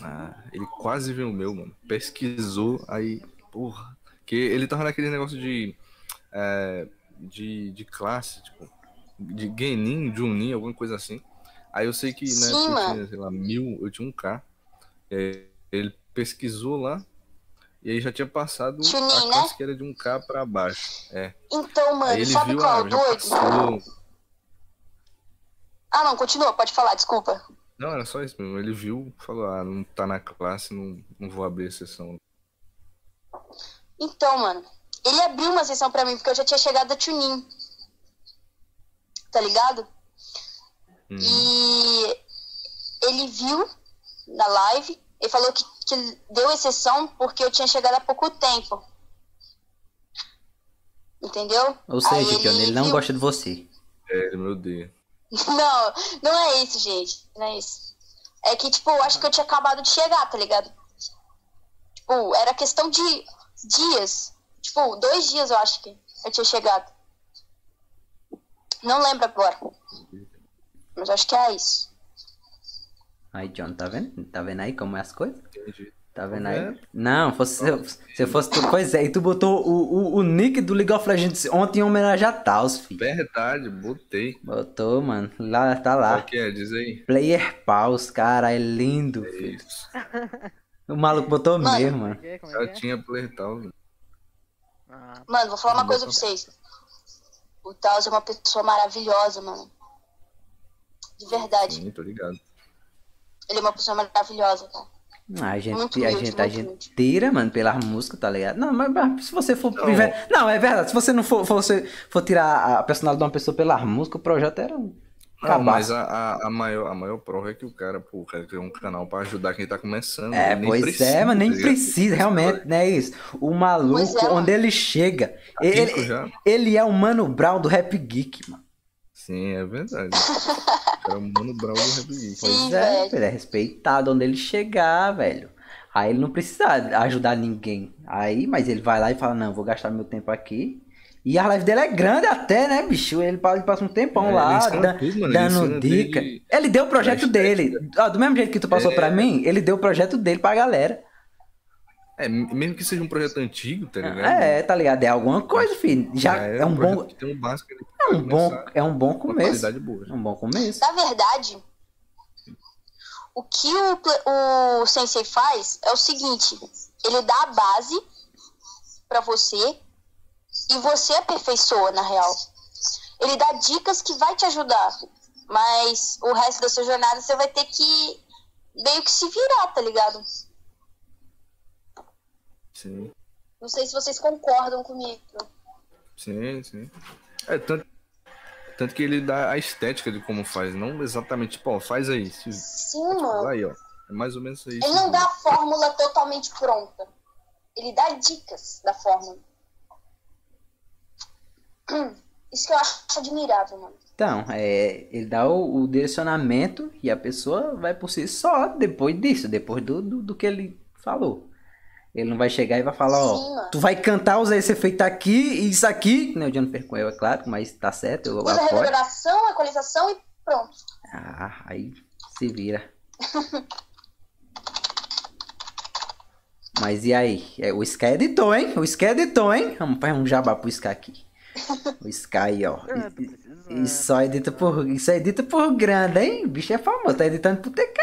C: Ah, ele quase viu o meu, mano. Pesquisou, aí, porra. Que ele tava naquele negócio de. é, de, de classe, tipo. De Genin, Junin, alguma coisa assim. Aí eu sei que na
B: Sim,
C: época eu
B: mano.
C: tinha, sei lá, mil, eu tinha um K. É, ele pesquisou lá. E aí já tinha passado
B: Junin,
C: a
B: né?
C: classe que era de um K pra baixo. É.
B: Então, mano,
C: aí ele
B: sabe
C: viu,
B: qual é
C: ah,
B: o
C: já
B: doido?
C: passou.
B: Ah, não, continua, pode falar, desculpa.
C: Não, era só isso mesmo. Ele viu, falou, ah, não tá na classe, não, não vou abrir a sessão. Hum,
B: Então, mano, ele abriu uma sessão pra mim, porque eu já tinha chegado a Tunin. Tá ligado?
C: Hum.
B: E ele viu na live, ele falou que, que deu exceção porque eu tinha chegado há pouco tempo. Entendeu?
A: Ou
B: Aí
A: seja, Tiana, ele não
B: viu.
A: gosta de você.
C: É, ele me odeia.
B: Não, não é isso, gente. Não é isso. É que, tipo, eu acho que eu tinha acabado de chegar, tá ligado? Tipo, era questão de dias. Tipo, dois dias eu acho que eu tinha chegado. Não lembro agora. Mas acho que é isso.
A: Aí, John, tá vendo? Tá vendo aí como é as coisas?
C: Entendi.
A: Tá vendo
C: Tá
A: aí?
C: vendo?
A: Não, fosse, se, eu, se eu fosse tu. Pois é, e tu botou o, o, o nick do League of Legends ontem em homenagem a Taos, filho.
C: Verdade, botei.
A: Botou, mano. Lá, tá
C: Qual
A: lá.
C: que é? Diz aí.
A: Player Pause, cara, é lindo,
C: É
A: filho.
C: isso.
A: O maluco botou
B: Mano.
A: mesmo, mano.
D: Como é que é? Como é
C: Já
D: que é?
C: tinha player tal. né?
D: Ah,
B: Mano, vou falar uma
C: Não,
B: coisa
C: não.
B: pra vocês. O Taos é uma pessoa maravilhosa, mano. De verdade.
C: Sim, tô ligado.
B: Ele é uma pessoa maravilhosa, cara.
A: Ah, A gente,
B: Muito
A: a
B: humilde,
A: gente, a
B: muito
A: gente
B: humilde.
A: tira, mano, pela música, tá ligado? Não, mas, mas se você for.
C: Não.
A: Não. não, é verdade. Se você não for, for, você for tirar a personalidade de uma pessoa pela música, o projeto era um.
C: Não,
A: cabaço.
C: mas a, a, a maior, a maior prova é que o cara, pô, o cara criou um canal pra ajudar quem tá começando.
A: É,
C: Ele nem
A: pois
C: precisa,
A: é, mas nem
C: tá ligado?
A: precisa, realmente, né? Isso. O maluco,
B: Pois é.
A: onde ele chega, ele,
C: Tá Rico já.
A: ele é o Mano Brown do Rap Geek, mano.
C: Sim, é verdade. O cara é o Mano Brown do Rap Geek.
B: Sim.
A: Pois é,
B: velho.
A: ele é respeitado onde ele chegar, velho. Aí ele não precisa ajudar ninguém. Aí, mas ele vai lá e fala: Não, vou gastar meu tempo aqui. E a live dele é grande até, né, bicho? Ele pa- ele passa um tempão
C: É, ele
A: lá,
C: ensina
A: dan-
C: tudo, mano, ele
A: dando
C: ensina
A: dica.
C: desde-
A: Ele deu o projeto
C: da
A: dele. Ó, do mesmo jeito que tu passou pra mim, ele deu o projeto dele pra galera.
C: É, mesmo que seja um projeto antigo, tá ligado?
A: É, tá ligado? É alguma coisa, filho. Já é, um
C: projeto
A: bom.
C: que tem um básico ali
A: É um
C: pra
A: bom,
C: começar,
A: é um bom
C: uma
A: começo.
C: qualidade boa.
A: É um bom começo.
B: Na verdade, o que o, ple- o sensei faz é o seguinte: ele dá a base pra você e você aperfeiçoa, na real. Ele dá dicas que vai te ajudar, mas o resto da sua jornada você vai ter que meio que se virar, tá ligado?
C: Sim,
B: Não sei se vocês concordam comigo.
C: sim, sim. É, tanto, tanto que ele dá a estética de como faz, não exatamente, tipo, ó, faz aí. se-
B: Sim,
C: Tipo,
B: mano.
C: aí, ó. É mais ou menos isso.
B: Ele não dá a fórmula totalmente pronta. Ele dá dicas da fórmula. Hum, Isso que eu acho admirável, mano.
A: Então, é, ele dá o, o direcionamento e a pessoa vai por si só depois disso, depois do, do, do que ele falou. Ele não vai chegar e vai falar,
B: Sim,
A: ó,
B: mano.
A: tu vai cantar, usar esse efeito aqui e isso aqui. Não, o John Percoel, é claro, mas tá certo, eu
B: Usa a
A: apoio.
B: reverberação, a equalização e pronto.
A: Ah, aí se vira. Mas e aí? É, o Sky editou, hein? O Sky editou, hein? Vamos fazer um jabá pro Sky aqui. O Sky, aí, ó.
D: Ah, tô
A: E- e-
D: precisando.
A: E só edita por, isso é edita por grande, hein? O bicho é famoso, tá editando pro TK.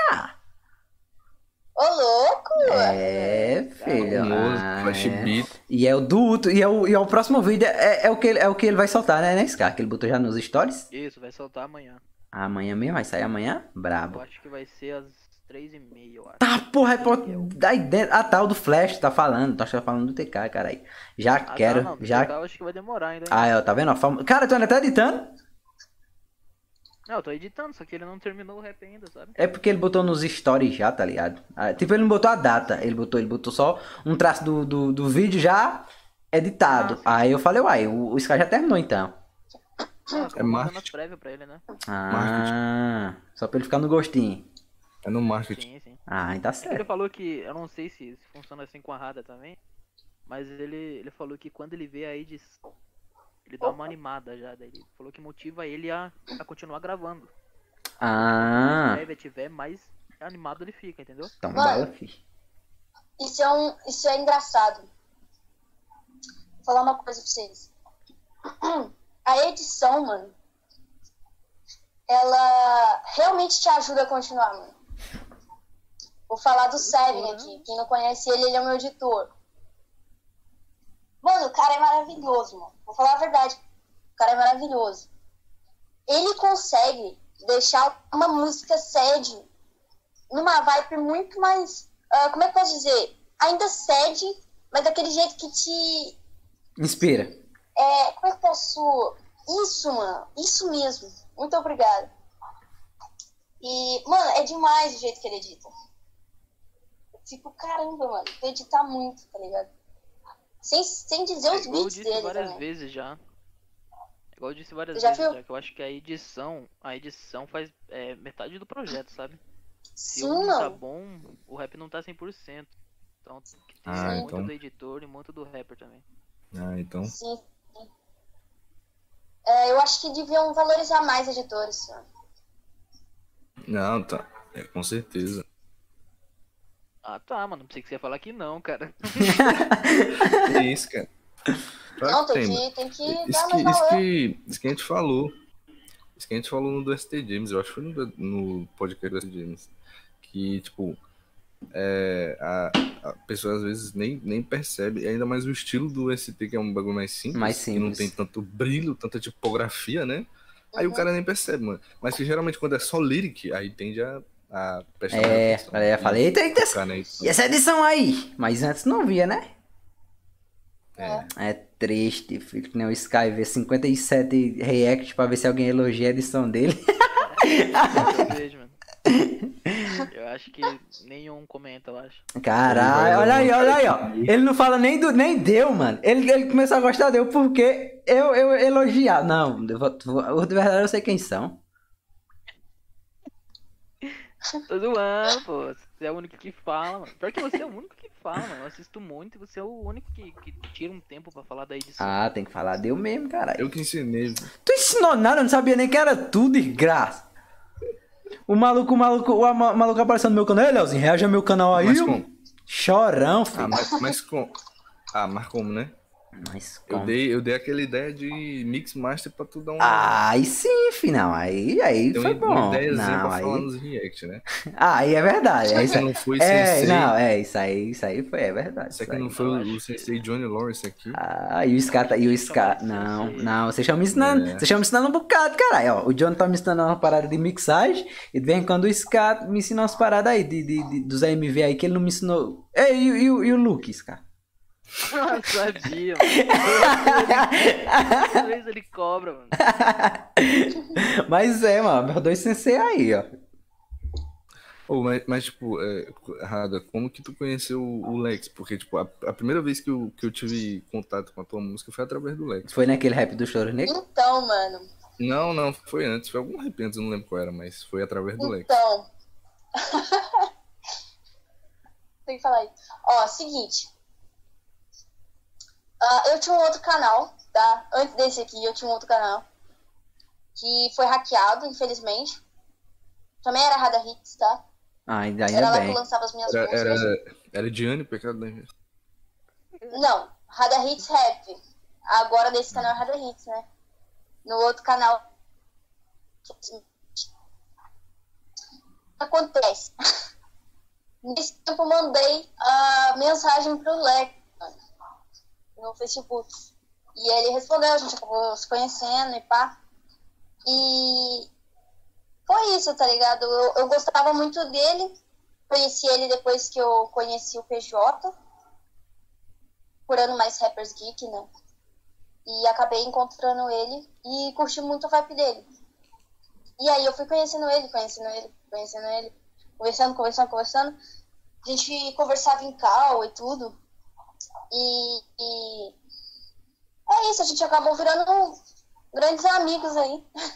B: Ô, louco!
A: É, filho.
C: Famoso,
A: ah,
C: Flash
A: é.
C: Beat.
A: E é o do outro, e é o, e é o próximo vídeo, é, é o que ele, é o que ele vai soltar, né, né, Scar? Que ele botou já nos stories.
D: Isso, vai soltar amanhã.
A: Amanhã mesmo, vai sair amanhã?
D: Eu
A: Brabo.
D: acho que vai ser às 3h30, eu acho.
A: Tá, porra, é pra... daí dentro. Ah, tá, o do Flash tá falando, tá falando do TK, caralho. Já
D: Ah, tá,
A: quero,
D: não,
A: já...
D: Eu acho que vai demorar ainda. hein?
A: Ah, é, ó, tá vendo? a fama- Cara, tu ainda tá editando?
D: Não, eu tô editando, só que ele não terminou o rap ainda, sabe?
A: É porque ele botou nos stories já, tá ligado? Ah, Tipo, ele não botou a data, ele botou, ele botou só um traço do, do, do vídeo já editado. Aí eu falei, uai, o, o Sky já terminou então.
D: Ah,
C: É marketing.
D: prévia pra ele, né?
A: Ah, só pra ele ficar no gostinho.
C: É no marketing.
D: Sim, sim.
A: Ah, aí tá
D: É que Ele
A: certo.
D: falou que, eu não sei se se funciona assim com a Rada também, mas ele, ele falou que quando ele vê a edição, ele dá uma animada já, daí ele falou que motiva ele a, a continuar gravando. Se a
A: Ah,
D: prévia tiver, mais animado ele fica, entendeu?
A: então
B: Mano.
A: bala, fi.
B: Isso é, um, isso é engraçado. Vou falar uma coisa pra vocês. [CLEARS THROAT] A edição, mano, ela realmente te ajuda a continuar, mano. Vou falar do Seven aqui. Quem não conhece ele, ele é o meu editor. Mano, o cara é maravilhoso, mano. Vou falar a verdade. O cara é maravilhoso. Ele consegue deixar uma música sede numa vibe muito mais. ah, como é que eu posso dizer? Ainda sede, mas daquele jeito que te.
A: Inspira.
B: É, como é que eu posso. Isso, mano. Isso mesmo. Muito obrigada. E, mano, é demais o jeito que ele edita. Eu fico, caramba, mano. Vou editar muito, tá ligado? Sem, sem dizer os
D: É Igual eu
B: beats
D: disse
B: dele
D: várias
B: também.
D: vezes já. É Igual eu disse várias
B: né? Já
D: vezes
B: viu?
D: já, que eu acho que a edição, a edição faz é, metade do projeto, sabe? Se um
B: Sim,
D: não tá
B: mano.
D: bom, o rap não tá 100%. Então tem que ter
C: Ah,
D: muito
C: então.
D: do editor e muito do rapper também.
C: Ah, então.
B: Sim. É, eu acho que deviam valorizar mais editores, mano.
C: Não, tá. É, com certeza.
D: Ah tá, mano, pensei que você ia falar que não, cara.
C: É isso, cara. Claro
B: Não,
C: que
B: tem
C: tem, mano.
B: que, tem que
C: Isso
B: dar né?
C: que,
B: mais
C: isso,
B: valor.
C: que, isso que a gente falou. Isso que a gente falou no do ST James, eu acho que foi no, no podcast do ST James. Que, tipo, é, a, a pessoa às vezes nem, nem percebe, ainda mais o estilo do ST, que é um bagulho mais simples,
A: Mais
C: que não
A: simples.
C: tem tanto brilho, tanta tipografia, né? Aí o cara nem percebe, mano. Mas que geralmente quando é só lyric, aí tende a, a prestar mais
A: É,
C: atenção.
A: aí eu falei, eita, eita,
C: Focar, né?
A: e essa edição aí? Mas antes não via, né?
C: É.
A: É triste, filho, que nem o Sky vê 57 react pra ver se alguém elogia a edição dele.
D: Eu vejo, mano. Eu acho que nenhum comenta, eu acho.
A: Caralho, olha aí, olha aí, ó. Ele não fala nem do, nem deu, mano. Ele, ele começou a gostar de eu porque eu, eu elogiar. Não, eu vou- vou- de verdade eu sei quem são.
D: Tô zoando, pô. Você é o único que fala, mano. Pior que você é o único que fala, mano. Eu assisto muito e você é o único que, que tira um tempo pra falar da edição.
A: Ah, tem que falar deu mesmo, caralho.
C: Eu que ensinei, mano.
A: Tu ensinou nada, eu não sabia nem que era tudo, desgraça. O maluco, o maluco, o, ama- o maluco apareceu no meu canal. Ei, Leozinho, reage ao meu canal aí.
C: Mas
A: ô.
C: como?
A: Chorão,
C: Ah,
A: filho.
C: mas, mas com. Ah, mas como, né?
A: Mas
C: Eu
A: como?
C: dei, eu dei aquela ideia de mix master pra tu dar um, uma,
A: Ah, Aí sim, filho, não. Aí, aí
C: ter uma,
A: foi
C: uma
A: bom.
C: ideiazinha
A: Não,
C: pra falar
A: aí...
C: nos react, né?
A: Ah, aí é verdade. É
C: Será
A: [LAUGHS] isso
C: que
A: aí.
C: não foi
A: É,
C: sensei?
A: não, é isso aí, isso aí foi, é verdade.
C: Será
A: Isso
C: que
A: aí.
C: não foi
D: eu
C: o,
D: acho
C: o sensei Johnny Lawrence aqui?
A: Ah, e o Ska, tá- e o Ska, não,
B: né?
A: não, vocês estão me ensinando,
C: É.
A: vocês estão me ensinando um bocado, caralho, ó, o John tá me ensinando uma parada de mixagem, e de vez em quando o Ska me ensina umas paradas aí, de, de- de- dos AMV aí, que ele não me ensinou, Ei, e, o- e, o- e o Luke, Ska?
D: [LAUGHS]
A: [LAUGHS]
D: Eu sabia, mano. Toda vez ele cobra, mano.
A: Mas é, mano, meus dois sensei aí, ó,
C: Ô, mas, mas, tipo, é, Rada, como que tu conheceu o Lex? Porque, tipo, a, a primeira vez que eu, que eu tive contato com a tua música foi através do Lex.
A: foi naquele rap do Choro Negro?
B: Então, mano.
C: Não, não, foi antes, foi algum rap antes, eu não lembro qual era, mas foi através do Lex.
B: Então. [LAUGHS] Tem que falar aí. Ó, seguinte. Ah, eu tinha um outro canal, tá? Antes desse aqui, eu tinha um outro canal. Que foi hackeado, infelizmente. Também era Rada Hits, tá?
A: Ah, ainda, ainda
B: Era lá que eu
A: bem,
B: lançava as minhas
C: Era,
B: músicas.
C: era, Era Diane, pecado né? da inversão.
B: Não, Rada Hits Rap. Agora desse canal é Rada Hits, né? No outro canal. Acontece. [LAUGHS] Nesse tempo eu mandei a mensagem pro Leco mano, no Facebook. E ele respondeu, a gente acabou se conhecendo e pá. E foi isso, tá ligado? Eu, eu gostava muito dele. Conheci ele depois que eu conheci o PJ procurando mais rappers geek, né? E acabei encontrando ele e curti muito o vibe dele. E aí eu fui conhecendo ele, conhecendo ele, conhecendo ele, conversando, conversando, conversando. A gente conversava em cal e tudo. E, e é isso, a gente acabou virando grandes amigos aí. [LAUGHS]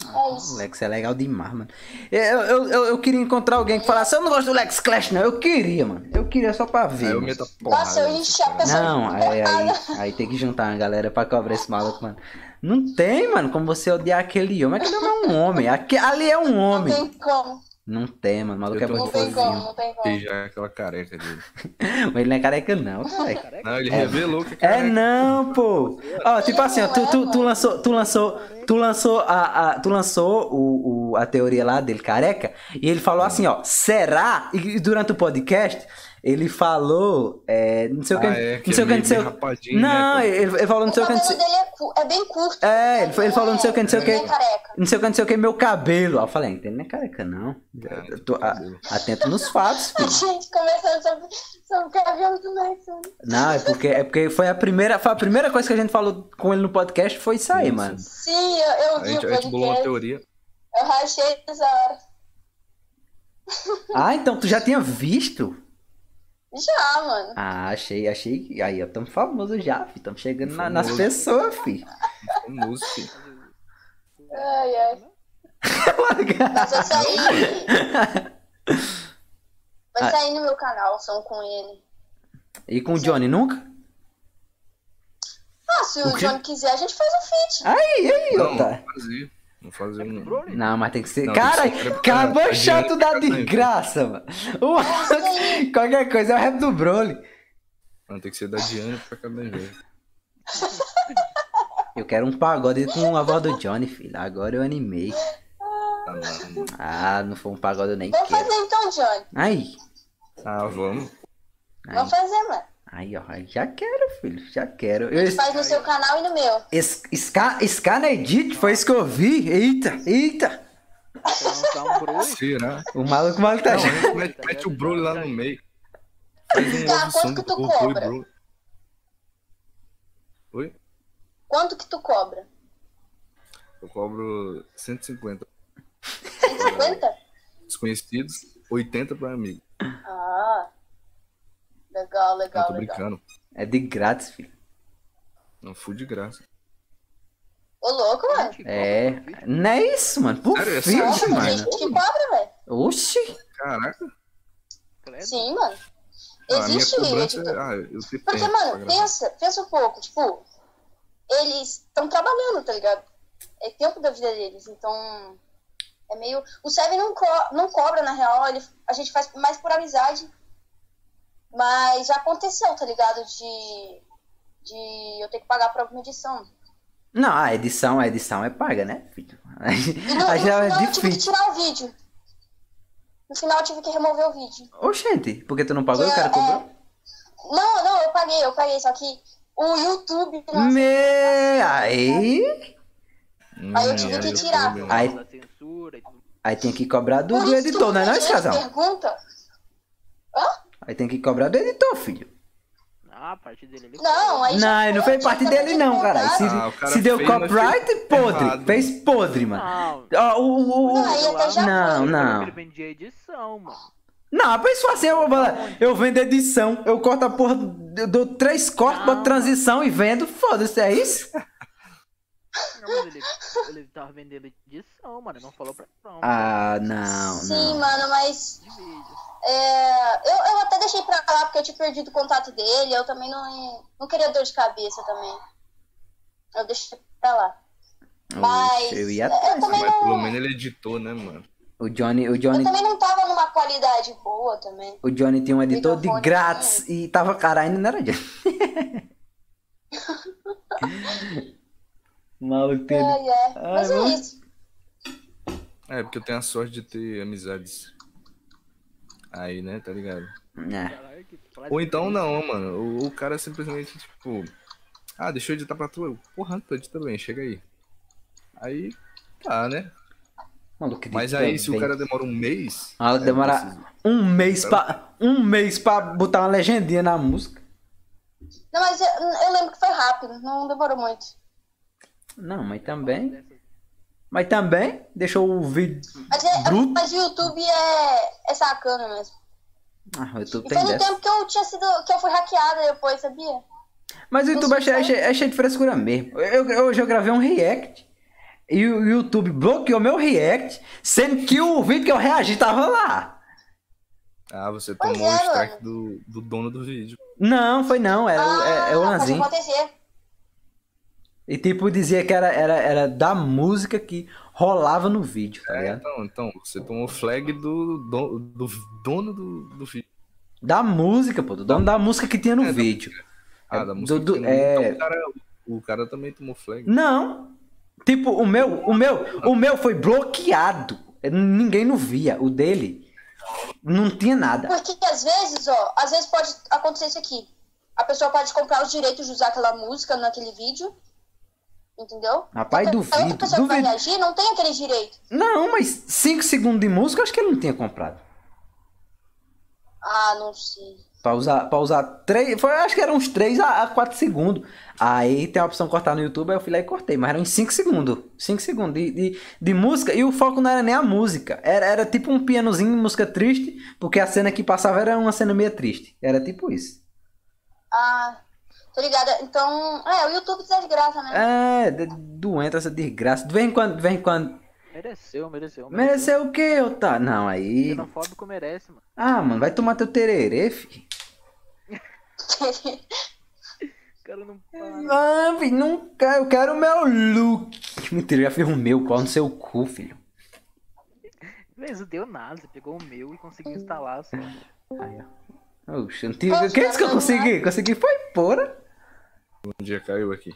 B: É
A: O
B: isso.
A: Lex é legal demais, mano. É, Eu, eu, eu, eu queria encontrar alguém que falasse, eu não gosto do Lex Clash, não. Eu queria, mano. Eu queria só pra ver.
C: Aí É, eu
A: mano.
C: meto a porrada.
B: Nossa, eu enchi a pessoa
A: Não,
B: de
A: aí, aí, aí tem que juntar uma galera pra cobrar esse maluco, mano. Não tem, mano, como você odiar aquele homem. Aquele homem é um homem. Aque- ali é um
B: Não
A: homem.
B: tem como,
A: Não tem, mano. O maluco
C: Eu
A: é
C: tô
B: não tem
A: bonitozinho.
B: como, não tem como.
C: Beijar aquela careca dele.
A: Mas ele não é careca,
B: [LAUGHS]
A: não, cara.
D: Careca?
C: Não, ele revelou que
A: É
C: é careca.
A: não, pô. Ó, tipo assim, ó, tu, tu, tu
B: Não é,
A: lançou, tu lançou, tu lançou a, a- tu lançou o, o- a teoria lá dele careca e ele falou assim, ó, será? E e durante o podcast ele falou, é, não sei o que,
C: Ah, é, que
A: não sei o que,
C: é
A: não sei
C: meio
A: o que.
C: rapadinho,
A: Não,
C: né, pô?
A: ele, ele falou
B: O
A: não sei o que, não sei-
B: cabelo dele é, cu- é bem curto.
A: É, ele, fa- ele falou não sei o que, não sei o que.
B: Ele é careca.
A: Não sei o que, não sei o que, meu cabelo. Aí eu falei, entende, não é careca, não.
C: Ah,
A: Eu tô a-
C: cabelo.
A: atento nos fatos,
B: A
A: filho.
B: gente conversando sobre, sobre cabelo do Nelson.
A: Não, é porque, é porque foi, a primeira, foi a primeira coisa que a gente falou com ele no podcast, foi isso tá aí, mano.
B: Sim, eu, eu
C: A
B: vi
C: gente, a
B: o
C: gente bolou uma
B: Tá podcast.
C: teoria.
B: Eu rachei nessa hora.
A: Ah, então tu já tinha visto?
B: Já, mano.
A: Ah, achei, achei. que- Aí, ó, tamo famoso já, fi. Tamo chegando na- nas
C: Famoso.
A: pessoas, fi.
C: Famoso, um filho.
B: Ai, ai. Mas
A: [LAUGHS]
B: vai sair.
A: Ah.
B: Vai sair no meu canal, som com ele.
A: E com o Johnny nunca?
B: Ah, se o,
A: O quê?
B: Johnny quiser, a gente faz um feat.
A: Aí, aí,
C: Não,
A: otário.
C: não fazia. Não fazia,
D: Não.
C: não.
D: Brolin?
A: Não, mas tem que ser.
C: Não, tem que
A: cara,
C: ser preparado.
A: acabou
C: A
A: chato
C: Diana
A: da
C: fica doida.
A: desgraça, mano. O maluco- Qualquer coisa é o rap do Broly.
C: Não, tem que ser da Diana pra cada vez.
A: Eu quero um pagode com a voz do Johnny, filho. Agora eu animei.
C: Ah, não.
A: Ah, não foi um pagode eu nem
B: Vamos
A: quero.
B: fazer então, Johnny.
A: Aí,
C: Ah, vamos.
A: aí,
B: Vamos fazer, mano.
A: aí, ó. aí Já quero, filho. Já quero. Eu,
B: A gente faz no seu canal e no meu.
A: es, ska, ska na Edit, foi isso que eu vi. Eita, eita.
D: Pra lançar um Brolin.
C: Será?
A: O maluco, o maluco tá
C: Não, a
A: já.
C: gente né? mete, mete o Broly lá no meio. Faz um
B: [LAUGHS] Tá,
C: novo
B: quanto
C: som
B: que
C: do
B: tu
C: Goku e
B: cobra?
C: Broly. Oi?
B: Quanto que tu cobra?
C: Eu cobro 150
B: 50?
C: desconhecidos, 80 pra amigo.
B: Ah. Legal,
C: Não,
B: legal,
C: Ah, tô
B: legal.
C: brincando.
A: É de grátis, filho.
C: Não fui de graça.
B: Ô, louco, mano.
A: É. Não é isso, mano. Por
C: Sério, é
A: feed,
C: sério,
B: Nossa, tem
A: mano.
B: gente que cobra, velho.
A: Oxi.
C: Caraca,
D: É
B: Sim, mano.
C: Ah, a minha
B: Existe
C: cobrança.
B: editor.
C: Ah, eu te pego
B: Porque,
C: pra
B: mano,
C: gravar.
B: pensa, pensa um pouco, tipo, eles estão trabalhando, tá ligado? É tempo da vida deles, então é meio. O Seven não, co- não cobra, na real, ele, a gente faz mais por amizade. Mas já aconteceu, tá ligado? De. De eu ter que pagar pra alguma edição.
A: Não, a edição, a edição é paga, né, filho?
B: E no,
A: A
B: e no
A: já é
B: final eu tive que
A: difícil.
B: tirar o vídeo. No final eu tive que remover o vídeo.
A: Oxente, porque tu não pagou e o cara
B: É,
A: cobrou?
B: Não, não, eu paguei, eu paguei, só que o YouTube. nossa,
A: Me... Aí...
B: Aí É, eu tive
C: Hum,
B: que
C: aí
B: tirar.
C: eu-
A: Aí-
D: Da censura e tudo.
A: Aí tem que cobrar do,
B: por
A: do
B: isso que
A: editor, não é
B: muita
A: nós,
B: gente
A: casal?
B: pergunta
A: Aí tem que cobrar do editor, filho.
D: Ah, a parte dele ele
B: Não, aí
A: Não, ele não fez parte dele não, caralho. Se,
C: Ah, o cara
A: se deu
C: fez, mas
A: copyright,
C: fez
A: podre.
C: errado.
A: Fez podre, mano.
D: Não,
A: Ó, o- o- o-
B: Não, aí até já
A: não,
B: foi.
A: não.
D: Ele vendia edição, mano.
A: Não, a pessoa assim, eu, vou lá, eu vendo edição, eu corto a porra, eu dou três cortes,
D: Não.
A: boto transição e vendo, foda-se, é isso?
D: Não, mas ele, ele tava vendendo edição, mano. ele Não falou pra não.
A: Ah, não,
B: Sim,
A: não.
B: mano, mas
D: De vídeo.
B: é, eu, eu até deixei pra lá porque eu tinha perdido o contato dele. Eu também não, não queria dor de cabeça também. Eu deixei pra lá.
A: Oxe,
B: Mas
A: eu ia
B: eu também
C: Mas
B: não.
C: pelo menos ele editou, né, mano?
A: O Johnny, o Johnny,
B: Eu também não tava numa qualidade boa também.
A: o Johnny tem um editor de
B: Microfone.
A: grátis e tava caralho, não era Johnny. [LAUGHS] Maluco tem.
B: Ai, ai. Mas é
A: vamos-
B: isso.
C: É, porque eu tenho a sorte de ter amizades. Aí, né, tá ligado?
A: É.
D: Caralho, que frase
C: Ou então não,
D: diferente.
C: mano. O, o cara simplesmente, tipo, ah, deixa eu editar pra tu. Eu, Porra, tu edita bem, chega aí. Aí, tá, né?
A: Maluco que
C: Mas
A: editor
C: aí, se o
A: bem.
C: cara demora um mês.
A: Ah,
C: aí eu
A: demora
C: preciso-
A: um mês pra. Um mês pra botar uma legendinha na música.
B: Não, mas eu, eu lembro que foi rápido, não demorou muito.
A: Não, mas também. Mas também deixou o vídeo.
B: Mas, é,
A: Bruto.
B: mas o YouTube é, é sacana mesmo.
A: Ah, o YouTube
B: E foi
A: tem
B: no
A: dessa.
B: tempo que eu tinha sido. que eu fui hackeada depois, sabia?
A: Mas o YouTube é, che- é, che- é cheio de frescura mesmo. Eu, eu- hoje eu gravei um react e o YouTube bloqueou meu react, sendo que o vídeo que eu reagi tava lá.
C: Ah, você
B: Pois
C: tomou o
B: é,
C: strike do, do dono do vídeo.
A: Não, foi não, era, o- é, é o
B: Ah, pode
A: Lanzin.
B: acontecer.
A: E tipo, dizia que era, era, era da música que rolava no vídeo, tá
C: É,
A: ligado?
C: então, então, você tomou o flag do, do, do dono do, do vídeo.
A: Da música, pô, do dono da música que tinha no
C: É, da
A: vídeo.
C: Ah,
A: É,
C: da música.
A: do- do-
C: que tem no
A: é.
C: vídeo. Então, o, cara, o cara também tomou flag.
A: Não. Tipo, o meu, o meu, o meu foi bloqueado. Ninguém não via. O dele não tinha nada.
B: Porque às vezes, ó, às vezes pode acontecer isso aqui. A pessoa pode comprar os direitos de usar aquela música naquele vídeo. Entendeu?
A: Rapaz,
B: Então, A
A: duvido,
B: outra pessoa que
A: duvido.
B: vai reagir não tem aquele direito.
A: Não, mas 5 segundos de música eu acho que ele não tinha comprado.
B: Ah, não sei.
A: Pra usar, pra usar três, foi, eu acho que eram uns 3 a 4 segundos. Aí tem a opção cortar no YouTube, aí eu fui lá e cortei, mas eram uns 5 segundos. 5 segundos de, de, de música, e o foco não era nem a música. Era, era tipo um pianozinho, música triste, porque a cena que passava era uma cena meio triste. Era tipo isso.
B: Ah, tô ligada. Então, é, o YouTube tá de graça, né?
A: É, de- doente essa desgraça. De vez em quando, de vez em quando.
D: Mereceu, mereceu.
A: Mereceu o quê, otário? Não, aí.
D: Xenofóbico merece, mano.
A: Ah, mano, vai tomar teu tererê, fi.
D: O cara não né? para.
A: Ah, filho, nunca. Eu quero o meu look. Mentira, eu já fiz o meu, qual no seu cu, filho.
D: Mas deu nada, você pegou o meu e conseguiu instalar. assim, Só.
A: Aí, ó. Oxe, eu não tive... O que é isso que eu consegui? Consegui foi porra.
C: Um dia caiu aqui.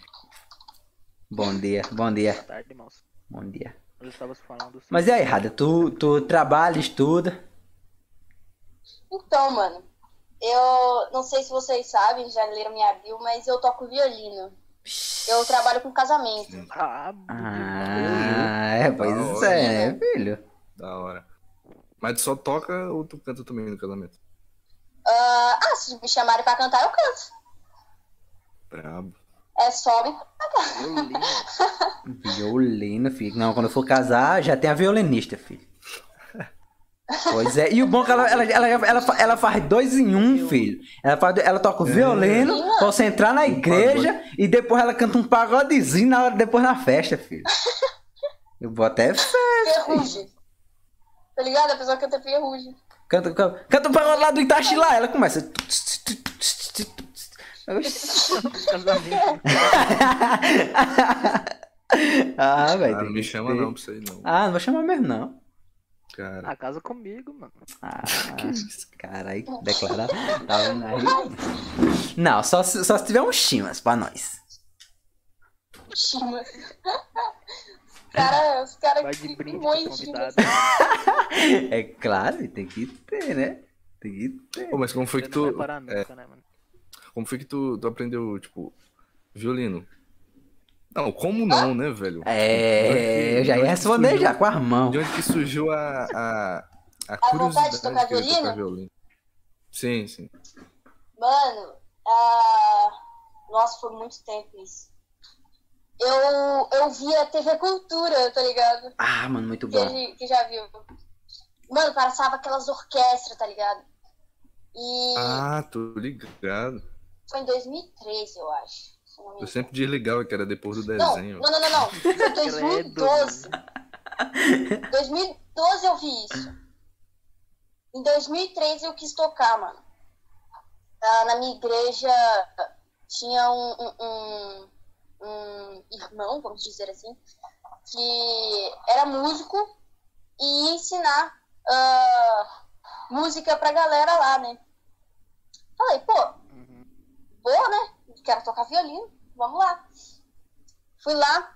A: Bom dia, bom dia,
D: Boa tarde, irmãos.
A: bom dia.
D: Nós estávamos falando sobre...
A: Mas é- e aí, Rada? Tu, tu trabalha, estuda?
B: Então, mano, eu não sei se vocês sabem, já leram minha bio, mas eu toco violino. Eu trabalho com casamento.
D: Ah, ah.
A: Ah, é, pois é, filho.
C: Da hora. Mas tu só toca ou tu canta também no casamento?
B: Ah, ah, se me chamarem pra cantar, eu canto.
C: Brabo.
B: É só me.
A: Ah. Violino, filho. Não, quando eu for casar, já tem a violinista, filho. Pois é, e o bom é que ela, ela, ela, ela, fa- ela faz dois em um, filho. Ela, faz, ela toca o violino pra você entrar na igreja e depois ela canta um pagodezinho na hora, depois na festa, filho. Eu vou até
B: Ferrugem. Tá ligado? A pessoa canta ferrugem.
A: Canta, canta, canta o pagode lá do Itachi lá. Ela começa.
D: Casamento.
A: ah, velho.
C: Ah,
A: tem
C: não
A: que
C: me chama
A: ter.
C: não pra isso aí, não.
A: Ah, não vou chamar mesmo, não.
C: Cara.
D: Ah, casa comigo, mano.
A: Ah, caralho, declarar. Tá vendo aí? Não, só se, só se tiver um chimas pra nós.
B: Chima. [LAUGHS] Cara, os caras
D: Vai de brinde pro
B: muito chimas.
D: convidado.
A: É claro, tem que ter, né? Tem que ter.
C: Pô, mas como foi que
D: Você não
C: tu.
D: vai parar
A: é.
D: nunca, né, mano?
C: Como foi que tu, tu aprendeu, tipo, violino? Não, como não, né, velho?
A: É, eu já ia responder já com as mãos.
C: De onde que surgiu a, a, a
B: A
C: curiosidade
B: vontade de tocar
C: querer
B: violino?
C: Sim, sim.
B: Mano, ah, nossa, foi muito tempo isso. Eu, eu via TV Cultura, tá ligado?
A: Ah, mano, muito
B: que,
A: bom.
B: ele- que já viu. Mano, passava aquelas orquestras, tá ligado? E
C: Ah, tô ligado.
B: foi em 2013, eu acho. se não me
C: Eu
B: engano.
C: sempre desligava que era depois do
B: Não,
C: desenho.
B: não, não, não, não. Foi 2012. 2012 eu vi isso. Em 2013 eu quis tocar, mano. Ah, na minha igreja tinha um, um- um- um irmão, vamos dizer assim, que era músico e ensinar ah, música pra galera lá, né? Falei, pô, vou, né? Quero tocar violino, vamos lá. Fui lá,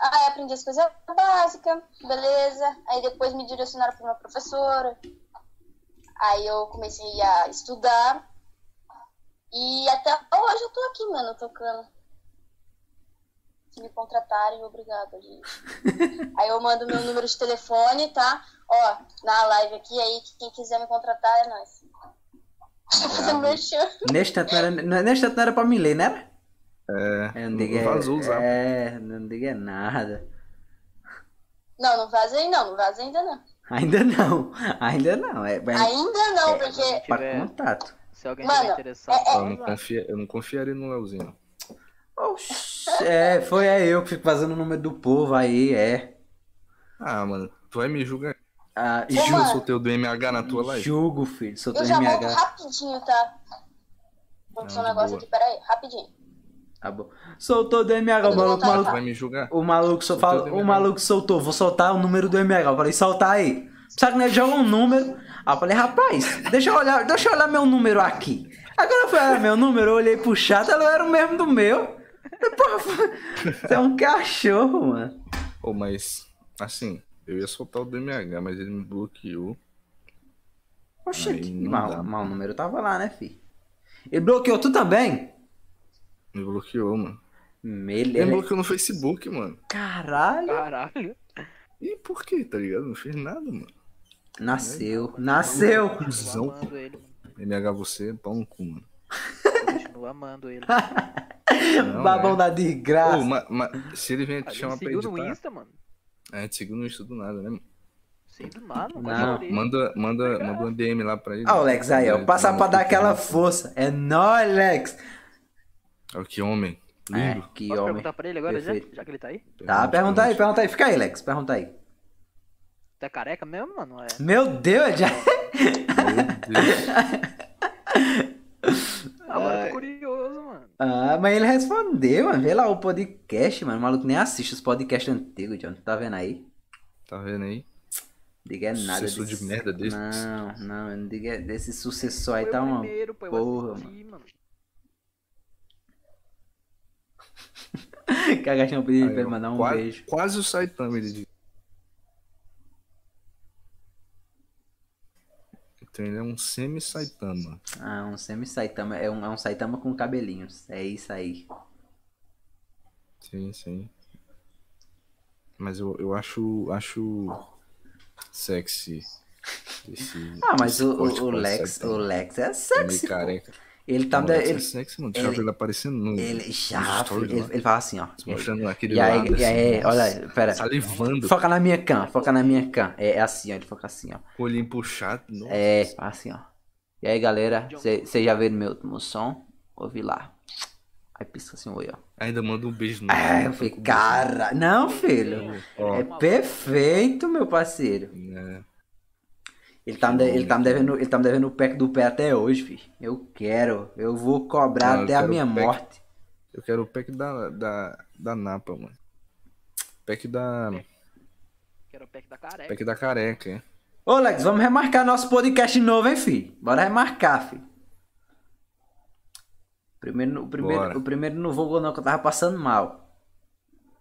B: aí aprendi as coisas básicas, beleza. Aí depois me direcionaram para uma professora. Aí eu comecei a estudar. E até hoje eu tô aqui, mano, tocando. Se me contratarem, obrigada, gente. aí eu mando meu número de telefone, tá? Ó, na live aqui, aí quem quiser me contratar é nós. Tô fazendo merchan.
A: Nesta não era, nesta não era pra me ler, né?
C: É,
A: Eu
C: não
A: não digo é,
C: vazou o zap.
A: é, não digo é nada.
B: Não, não vaza ainda não, não vaza ainda não.
A: Ainda não, ainda não. É, mas
B: Ainda não,
A: É,
B: porque.
A: pra
D: tiver-
A: contato.
D: Se alguém
B: Mano,
D: tiver interessado,
B: é- é-
C: Eu não, confia, eu não confiaria no Leozinho.
A: Oxi, é, foi aí eu que fico fazendo o número do povo aí, é.
C: Ah, mano, tu vai me julgar.
A: Ah,
B: Ô,
C: Eu
B: mano.
A: ju,
C: soltei o do MH na tua live.
A: julgo, filho, sou teu
B: Eu já volto
A: MH.
B: rapidinho, tá? Vou fazer um
C: de
B: negócio
C: boa.
B: aqui, peraí, rapidinho.
A: Tá bom. Soltou do MH, o
B: Todo mundo
A: maluco,
B: tá
A: o
C: Tu
A: maluco,
C: vai me julgar.
A: o maluco só
C: Soltou
A: fala-
C: do
A: o
C: MH.
A: maluco soltou, vou soltar o número do MH. Eu falei, solta aí. Sabe que ele joga um número? Aí eu falei, rapaz, deixa eu olhar, deixa eu olhar meu número aqui. Agora foi olhar meu número, eu olhei pro chat, ela era o mesmo do meu. Pô, [LAUGHS] Você é um cachorro, mano.
C: Ô, mas, assim, eu ia soltar o do MH, mas ele me bloqueou.
A: Oxente,
C: Aí não
A: mal,
C: dá.
A: mal número tava lá, né, filho? Ele bloqueou tu também?
C: Me bloqueou, mano.
A: Mele-
C: Ele me bloqueou no Facebook, mano.
A: Caralho.
D: caralho.
C: E por quê, tá ligado? Não fez nada, mano.
A: Nasceu, nasceu.
D: Continuo amando ele, mano.
C: MH você, é pau no
A: [LAUGHS]
C: cu, mano.
D: Continuo amando ele.
C: Não,
A: [LAUGHS] Babão
C: é.
A: da Ah, desgraça.
C: Ô, ma- ma- se ele vier te
D: Ele
C: chamar é pra
D: seguiu no
C: editar,
D: Insta, mano.
C: é, te seguiu no Insta do nada, né, mano?
D: Sei do nada, não,
A: Não,
D: quase chorei.
C: Manda, manda, manda um DM lá pra ele.
A: Ah, Alex, aí, ó.
C: Ele
A: Passar
C: tá
A: pra dar
C: maluco,
A: aquela
C: né?
A: força. É nóis, Alex.
C: Olha que homem.
A: É,
C: Lindo.
A: que
D: Posso
A: homem.
D: perguntar pra ele agora, já,
A: Perfeito.
D: já que ele tá aí?
A: Tá, pergunta aí, pergunta aí. Fica aí, Alex. Pergunta aí.
D: Tá careca mesmo, mano? É.
A: [LAUGHS] Meu Deus, é já...
C: Meu Deus.
D: Agora eu tô curioso, mano.
A: Ah, mas ele respondeu, mano. Vê lá o podcast, mano. O maluco nem assiste os podcasts antigos, John. Tá vendo aí?
C: Tá vendo aí?
A: Diga é nada
C: Sucessor de merda desse.
A: Não, não. eu Não diga desse sucessor
D: Foi
A: aí. Tá
D: o
A: uma...
D: primeiro, pô, eu
A: porra,
D: assisti, mano.
A: [LAUGHS] Que a Gastinha pediu pra
C: Aí,
A: ele
C: ó.
A: mandar um
C: quase,
A: beijo.
C: Quase o Saitama, ele diz. Então ele é um semi-Saitama.
A: Ah, um semi-saitama. É um, é um saitama com cabelinhos. É isso aí.
C: Sim, sim. Mas eu, eu acho, acho sexy. Esse,
A: Ah, mas
C: esse
A: o,
C: corte
A: o, o
C: com
A: Lex,
C: Saitama.
A: o Lex é
C: Ele
A: sexy. pô.
C: careca.
A: Ele tá.
C: Não,
A: da-
C: Lex é
A: ele,
C: sexy, mano. Deixa eu
A: ele-
C: ver ele aparecendo no.
A: Ele já.
C: nos stories
A: Ele,
C: lá. tá
A: ele fala assim, ó.
C: Mostrando aquele
A: E aí,
C: lado,
A: e aí,
C: assim,
A: olha,
C: nossa,
A: aí, pera.
C: Salivando,
A: Foca na minha cam, foca na minha cam. É, é assim, ó. Ele foca assim, ó.
C: com o olhinho puxado. nossa.
A: É, assim, ó. E aí, galera, vocês já viram meu último som? Ouvi lá. Aí pisca assim, oi, ó.
C: Ainda manda um beijo no.
A: Ah, eu falei, cara. Não, filho.
C: Ó,
A: É perfeito, meu parceiro.
C: né?
A: Ele tá, me de- ele tá me devendo, ele tá me devendo o pack do pé até hoje, filho. Eu quero, eu vou cobrar
C: Ah, eu
A: até a
C: quero
A: minha
C: o pack.
A: morte.
C: Eu quero o pack da, da, da Napa, mano. Pack da.
D: Que era o pack da careca.
C: Pack da
A: [LAUGHS]
C: careca, hein?
A: Ô, Lex, vamos remarcar nosso podcast novo, hein, filho? Bora remarcar, filho. Primeiro, o, primeiro,
C: Bora.
A: o primeiro não vou, não, que eu tava passando mal.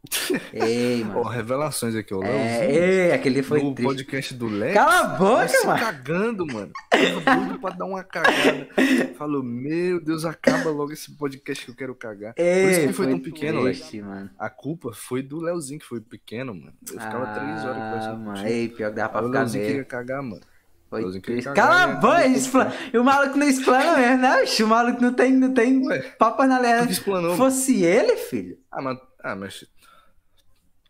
C: [LAUGHS]
A: Ei,
C: Ó,
A: mano.
C: revelações aqui, ó.
A: é,
C: Leozinho,
A: ei, aquele foi
C: no
A: triste.
C: podcast do Lex.
A: Cala a
C: tava
A: boca,
C: se
A: mano.
C: cagando, mano. Tava doido pra dar uma cagada. Falou, meu Deus, acaba logo esse podcast que eu quero cagar.
A: Ei,
C: Por isso que foi tão pequeno, Lex.
A: triste, mano.
C: A culpa foi do Leozinho, que foi pequeno, mano. Eu ficava três horas
A: ah,
C: conversando
A: mano.
C: contigo.
A: Ei, pior que dava pra
C: Aí o
A: ficar
C: Leozinho
A: mesmo.
C: queria cagar, mano.
A: Foi
C: Leozinho queria
A: triste.
C: cagar,
A: Cala a
C: né?
A: boca, expla- E o maluco não explana mesmo, né? Oxe, O maluco não tem, não tem
C: Ué,
A: papo na
C: Tu
A: lera.
C: que explanou.
A: Fosse ele, filho.
C: Ah, mas, ah, mas.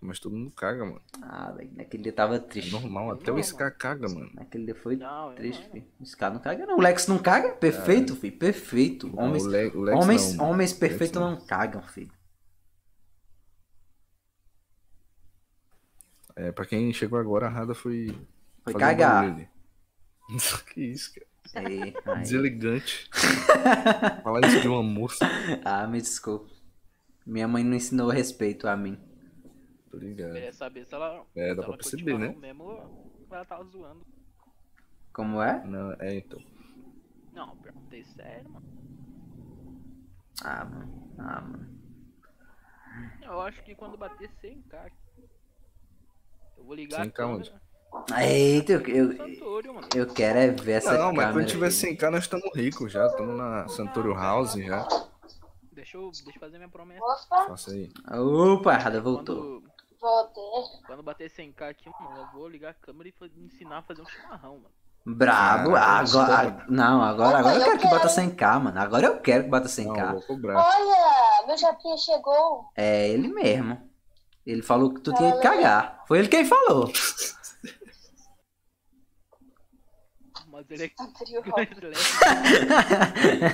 C: Mas todo mundo caga, mano.
A: Ah, velho, naquele dia tava
C: É
A: triste.
C: normal. Até o SK caga, mano.
A: Naquele dia foi
D: Não, eu
A: triste,
D: não.
A: filho. Os caras não cagam, não. O Lex não caga? Perfeito, filho. Perfeito.
C: Ah,
A: Homens,
C: o Le- o Lex
A: homens,
C: não, mano.
A: homens
C: O Lex
A: perfeitos
C: não.
A: não. cagam, filho.
C: É, pra quem chegou agora, a Rada foi.
A: Foi
C: fazer um
A: cagar.
C: barulho ali. [LAUGHS] que isso, cara.
A: Ei,
C: [LAUGHS]
A: ai. [LAUGHS]
C: Deselegante. Falar isso de um uma moça.
A: Ah, me desculpa. Minha mãe não ensinou respeito a mim.
C: Tô ligado.
D: Queria saber se ela.
C: É, dá
D: se
C: pra
D: ela
C: perceber,
D: continuava
C: né?
D: Mesmo, ela tava zoando.
A: Como é?
C: Não, é então.
D: Não, perguntei sério, mano.
A: Ah, mano. Ah, mano.
D: Eu acho que quando bater 100k, eu vou ligar.
C: 100K onde?
A: Eita, eu,
D: Eu...
A: eu,
D: Santuário, mano.
A: eu quero é ver essa
C: não, mas
A: câmera
C: quando tiver
A: aí.
C: 100k nós estamos ricos já, estamos na Santorio House já.
D: Deixa eu, deixa eu fazer minha promessa.
B: Opa,
C: Faça aí.
A: Opa, Rada voltou.
D: Quando,
B: voltei.
D: quando bater 100k aqui, mano, eu vou ligar a câmera e fa- ensinar a fazer um chimarrão, mano.
A: Brabo.
C: Cara,
A: agora,
C: gostou.
A: a- não, agora, agora eu
B: Eu
A: quero que bata
B: quero.
A: 100k, mano. Agora eu quero que bata
C: Não,
A: 100k.
C: eu vou cobrar.
B: Olha, meu japinha chegou. [LAUGHS]
A: É ele mesmo. Ele falou que tu tinha que cagar. Foi ele quem falou. [LAUGHS]
D: Mas
B: [LAUGHS]
D: ele é
B: Santorio Hall.
D: grande, ele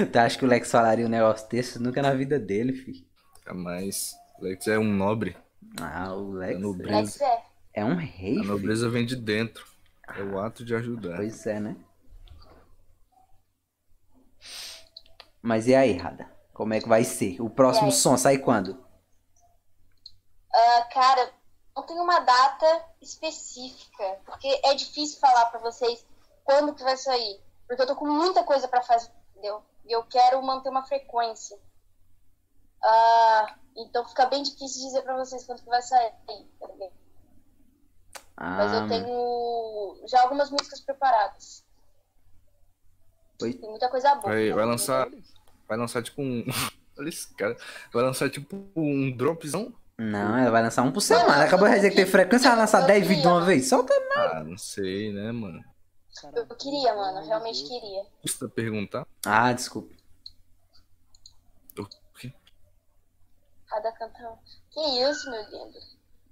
D: é-
A: tu acha que o Lex falaria um negócio desse nunca na vida dele, fi?
C: Mas Lex é um nobre.
A: Ah, o Lex
C: É nobreza.
B: Lex é.
A: é um rei,
C: A
A: fi.
C: nobreza vem de dentro. É o ato de ajudar.
A: Pois é, né? Mas e aí, Rada? Como é que vai ser? O próximo
B: E aí?
A: som sai quando?
B: Ah, cara, não tem uma data específica, porque é difícil falar pra vocês quando que vai sair, porque eu tô com muita coisa pra fazer, entendeu? E eu quero manter uma frequência. Ah, então fica bem difícil dizer pra vocês quando que vai sair, tá ligado? Mas
A: Ah,
B: eu tenho já algumas músicas preparadas.
A: Oi?
B: Tem muita coisa boa.
C: Vai,
A: um
C: vai lançar. Vai lançar tipo um. [LAUGHS] Olha esse cara. Vai lançar tipo um dropzão?
A: Não, ela vai lançar um por semana. Acabou de dizer que tem frequência, ela vai lançar 10 vídeos de uma vez. Solta
C: Ah, não sei, né, mano?
B: Eu queria, mano, eu realmente queria.
C: Custa perguntar?
A: Ah, desculpa.
B: Cada cantão. Que isso, meu lindo.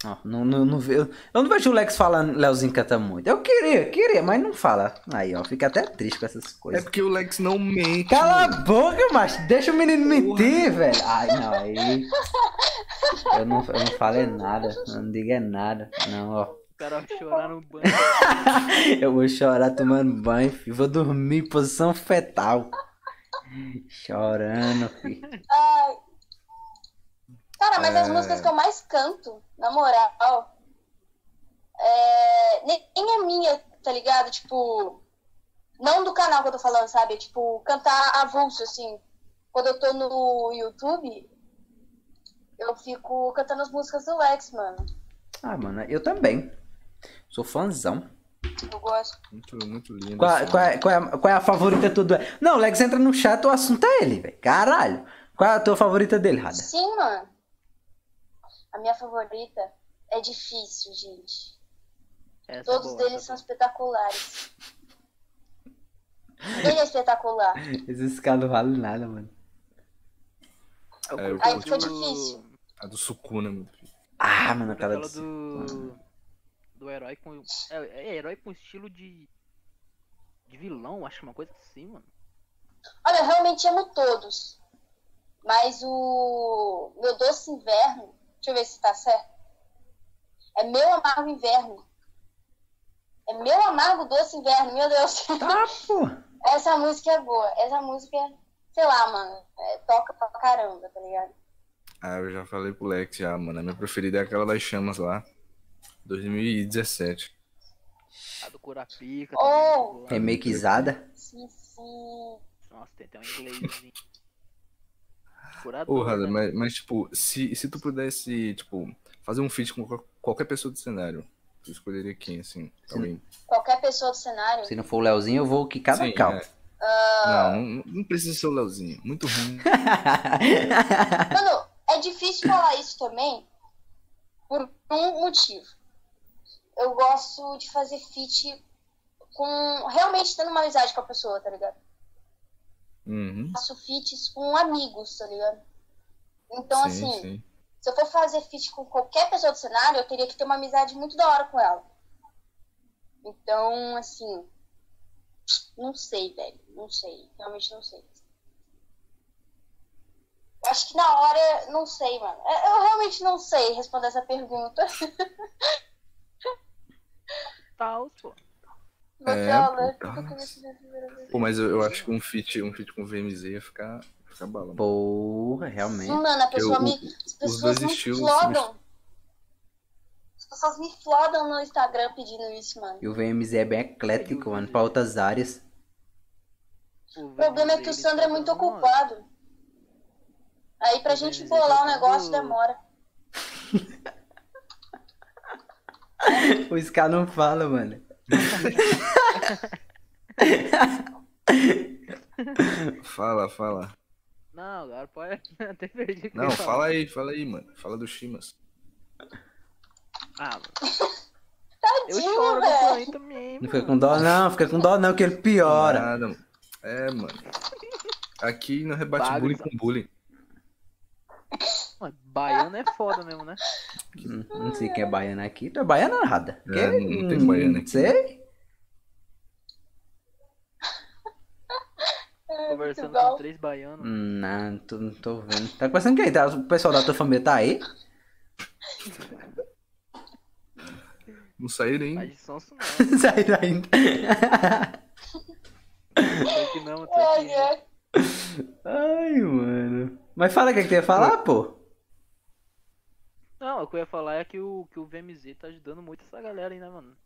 A: Ó, não, não, não vê- eu não vejo o Lex falando, Leozinho canta muito. Eu queria, queria, mas não fala. Aí, ó, fica até triste com essas
C: É
A: coisas.
C: porque o Lex não mente.
A: Cala a
C: mano.
A: boca, macho. Deixa o menino
C: Porra.
A: mentir, velho. Ai, não, aí. Eu não, eu não falo é nada. Eu não digo é nada. Não, ó.
D: O cara vai chorar no banho.
A: Eu vou chorar tomando banho, filho. Vou dormir em posição fetal. Chorando, filho.
B: Ai. Cara, mas as
C: É.
B: músicas que eu mais canto, na moral, é... nem nem é minha, tá ligado? Tipo, não do canal que eu tô falando, sabe? Tipo, cantar avulso, assim. Quando eu tô no YouTube, eu fico cantando as músicas do Lex, mano.
A: Ah, mano, eu também. Sou fãzão.
B: Eu gosto.
C: Muito, muito lindo.
A: Qual,
C: assim.
A: qual é, qual é a- qual é a favorita tudo? Não, o Lex entra no chat, o assunto é ele, velho. Caralho. Qual é a tua favorita dele, Rada?
B: Sim, mano. A minha favorita é difícil, gente.
D: Essa é
B: Todos
D: boa,
B: deles
D: essa
B: são
D: é boa.
B: espetaculares.
D: [LAUGHS]
B: Ele é espetacular.
A: [LAUGHS] Esses caras não valem nada, mano.
D: Eu
C: É, eu
D: curto
B: Aí fica
D: do-
B: difícil.
C: A do Sukuna, meu filho.
A: Ah, mano, aquela
D: Aquela
A: do...
D: do. Do herói com. É, é herói com estilo de. De vilão, acho que uma coisa assim, mano.
B: Olha, eu realmente amo todos. Mas o meu doce inverno, deixa eu ver se tá certo. É meu amargo inverno. É meu amargo doce inverno, meu Deus. [LAUGHS]
A: Tá, pô.
B: Essa música é boa. Essa música, sei lá, mano, é, toca pra caramba, tá ligado?
C: Ah, eu já falei pro Lex já, mano. A minha preferida é aquela das chamas lá. 2017.
D: A Ah, do Curapica.
B: Oh!
D: também é muito
A: Remakeizada.
B: Sim, sim.
D: boa. Nossa, tem até um inglesinho. Curador.
C: Porra,
A: Uhum.
D: né?
C: mas, mas, tipo, se, se tu pudesse, tipo, fazer um feat com qual- qualquer pessoa do cenário, tu escolheria quem, assim? Alguém?
B: Qualquer pessoa do cenário.
A: Se não for o Leozinho, eu vou quicar na
C: Sim,
A: calma.
C: é. Não, não, não precisa ser o Leozinho. Muito ruim.
B: Mano, é difícil falar isso também por um motivo. Eu gosto de fazer feat com. Realmente tendo uma amizade com a pessoa, tá ligado?
C: Uhum.
B: Faço feats com amigos, tá ligado?
C: sim,
B: Então, assim,
C: sim.
B: se eu for fazer feat com qualquer pessoa do cenário, eu teria que ter uma amizade muito da hora com ela. Então, assim. Não sei, velho. Não sei. Realmente não sei. Acho que na hora. Não sei, mano. É, Eu realmente não sei responder essa pergunta. [LAUGHS]
D: Taos, pô.
B: Botola,
C: É, pô,
B: eu
C: nossa.
B: comecei na primeira vez.
C: Pô, mas eu, eu acho que um feat, um feat com VMZ ia ficar, ia ficar bala. mano.
A: [LAUGHS] Porra, realmente.
B: Mano, a pessoa
C: eu-
B: me. As
C: os
B: pessoas
C: dois
B: me
C: estilos
B: flodam. As pessoas me flodam no Instagram pedindo isso, mano.
A: E o VMZ é bem eclético, mano, pra outras áreas.
B: O problema é que o
D: tá
B: Sandro é muito ocupado. Aí pra gente bolar o negócio demora.
A: Os caras não falam, mano.
C: Fala, fala.
D: Não, agora pode [LAUGHS] até perdi. o que eu
C: Não,
D: ia falar.
C: fala aí, fala aí, mano. Fala do Shimas.
D: Ah, mano. Eu
B: Tadinho,
D: choro com isso
B: velho.
D: aí também,
A: Não fica
D: mano.
A: com dó não, fica com dó não, que ele piora.
C: Nada, mano. É, mano. Aqui não rebate
D: Paga,
C: bullying
D: sabe?
A: então.
C: com bullying.
D: Mano, Baiano é foda mesmo, né?
A: Hum, Não sei quem é baiana aqui. Tu é baiana nada.
C: Uhum. É,
A: Que-
C: não tem baiana aqui.
A: Sei.
D: Conversando
B: É, bom.
D: com três baianos.
A: Hum, Não, tô, não tô vendo. Tá conversando quem? Tá, o pessoal da tua família tá aí? [LAUGHS]
C: Não saíram
D: Mas
C: ainda.
D: de sonso não,
A: Sai daí.
D: tô que não, tô aqui.
B: Ai, ai.
A: Ai, mano. Mas fala o que, é que tu ia falar, pô.
D: Não, o que eu ia falar é que o, que o VMZ tá ajudando muito essa galera aí, né, mano?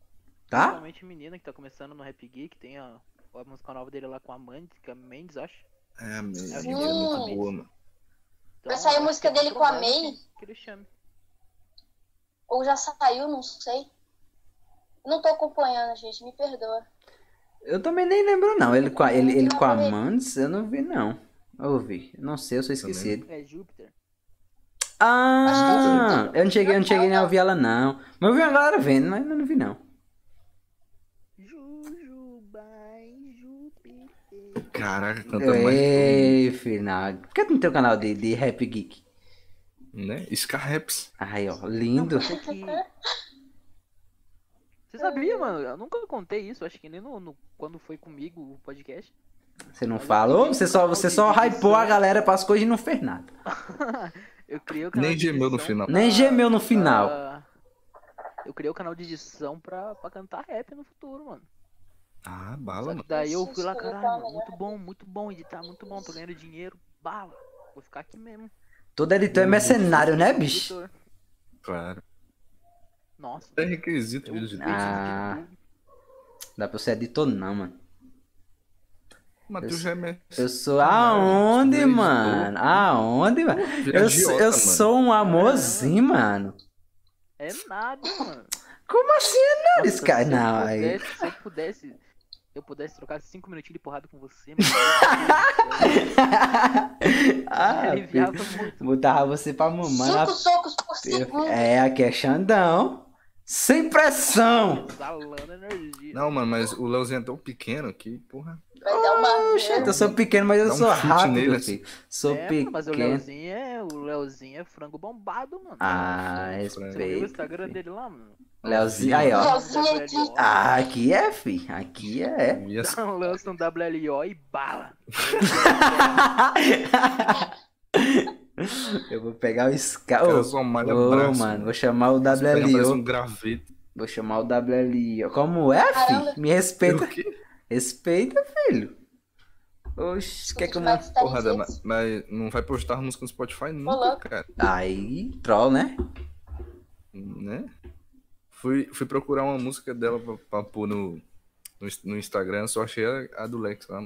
A: Tá?
D: Principalmente menina que tá começando no Rap Geek, tem a, a música nova dele lá com a Mandy, que é Mendes, acho.
C: É, mano.
D: Sim.
C: É muito boa, mano.
D: Então,
B: Vai sair a
D: acho
B: música
D: que é
B: dele com a
D: provável
B: Mandy?
D: Que, que ele chame.
B: Ou já saiu, não sei. Não tô acompanhando, gente, me perdoa.
A: Eu também nem lembro, não. Ele com a, ele, ele com a Mandes, eu não vi, não. Eu ouvi. Não sei, eu sou esquecido.
D: É Júpiter.
A: Ah, eu não cheguei, eu não cheguei nem a ouvir ela, não. Mas eu vi uma galera vendo, mas eu não vi, não.
D: Jujubai, Júpiter.
C: Caraca, canta
A: É.
C: mais.
A: Ei, final. Por que tu não tem um canal de, de Rap Geek?
C: Né? Scarraps.
A: Aí, ó, lindo.
D: Isso
C: assim.
D: aqui. Você sabia, mano? Eu nunca contei isso, acho que nem no, no- quando foi comigo o podcast. [LAUGHS]
A: Você não falou? Você só, você só hypou a galera pras coisas e não fez nada.
D: Eu criei o canal
C: Nem
D: de
C: gemeu no
D: edição
C: final.
A: Nem gemeu no final.
D: pra- Eu criei o canal de edição pra, pra cantar rap no futuro, mano.
C: Ah,
D: Só
C: bala,
D: que
C: mano.
D: daí eu fui lá,
B: Isso,
D: caralho,
B: tá
D: mano,
B: melhor.
D: muito bom, muito bom editar, muito bom, tô ganhando dinheiro, bala. Vou ficar aqui mesmo.
A: Todo editor é mercenário, né, bicho?
D: Editor.
C: Claro.
D: Nossa.
C: É requisito de editor.
A: Ah, dá pra eu ser editor, não, mano.
C: Mas tu já é mestre.
A: Eu sou aonde,
C: Editor.
A: mgiota, mano? Aonde, mano?
C: Tu é
A: Eu,
C: agiota,
A: sou- eu
C: mano.
A: sou um amorzinho, mano.
D: É nada, mano.
A: Como assim [LAUGHS] é nada, esse
D: Nossa,
A: cara?
D: se
A: Não,
D: eu
A: aí.
D: pudesse, Se eu pudesse, se eu pudesse trocar cinco minutinhos de porrada com
A: [LAUGHS]
D: você, mano.
A: Ah,
D: aliviava
A: filho.
D: muito.
A: Botava você pra mamãe na
B: Cinco socos por segundo.
A: É, aqui é Xandão. Sem pressão.
D: Exalando energia.
C: Não, mano, mas o Leozinho é tão pequeno que, porra.
B: Vai dar uma
A: Gente, eu sou pequeno, mas eu
C: Dá um
A: sou
C: chute
A: rápido,
C: nele, assim.
A: filho. Sou
D: É, mano,
A: pequeno.
D: mas o Leozinho é. O Leozinho é frango bombado, mano.
A: Ah,
D: Você viu o
A: respeito.
D: Instagram
A: filho.
D: dele lá, mano? é
A: Leozinho, aí, ó.
B: Leozinho aqui.
D: WLO. [LAUGHS]
A: Ah, aqui é, fi. Aqui
C: [LAUGHS]
A: é.
C: E essa
D: Lança um WLO e bala.
A: Eu vou pegar o Scar.
C: cara
A: Ô,
C: só malha
A: ô,
C: braço.
A: mano, vou chamar o
C: Esse cara Parece
A: WLO.
C: um graveto.
A: Vou chamar o WLO. Como é,
B: Caramba.
A: fi? Me
C: O
A: respeita.
C: quê?
A: Respeita, filho. Oxi, quer que eu não...
C: Porra, Adam, mas, mas não vai postar música no Spotify nunca,
B: louco.
C: cara.
A: Aí, troll, né?
C: Né? Fui, fui procurar uma música dela pra, pra pôr no, no, Ins- no Instagram, só achei a, a do Lex lá.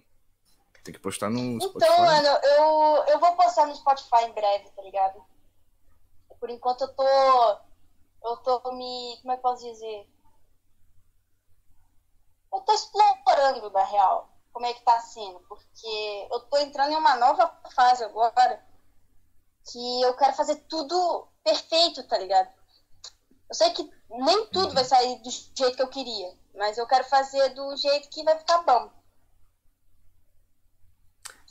C: Tem que postar no Spotify.
B: Então, mano, eu, eu vou postar no Spotify em breve, tá ligado? Por enquanto eu tô. Eu tô me. Como é que eu posso dizer? Eu tô explorando, na real, como é que tá sendo. Porque eu tô entrando em uma nova fase agora que eu quero fazer tudo perfeito, tá ligado? Eu sei que nem tudo
C: Uhum.
B: vai sair do jeito que eu queria, mas eu quero fazer do jeito que vai ficar bom.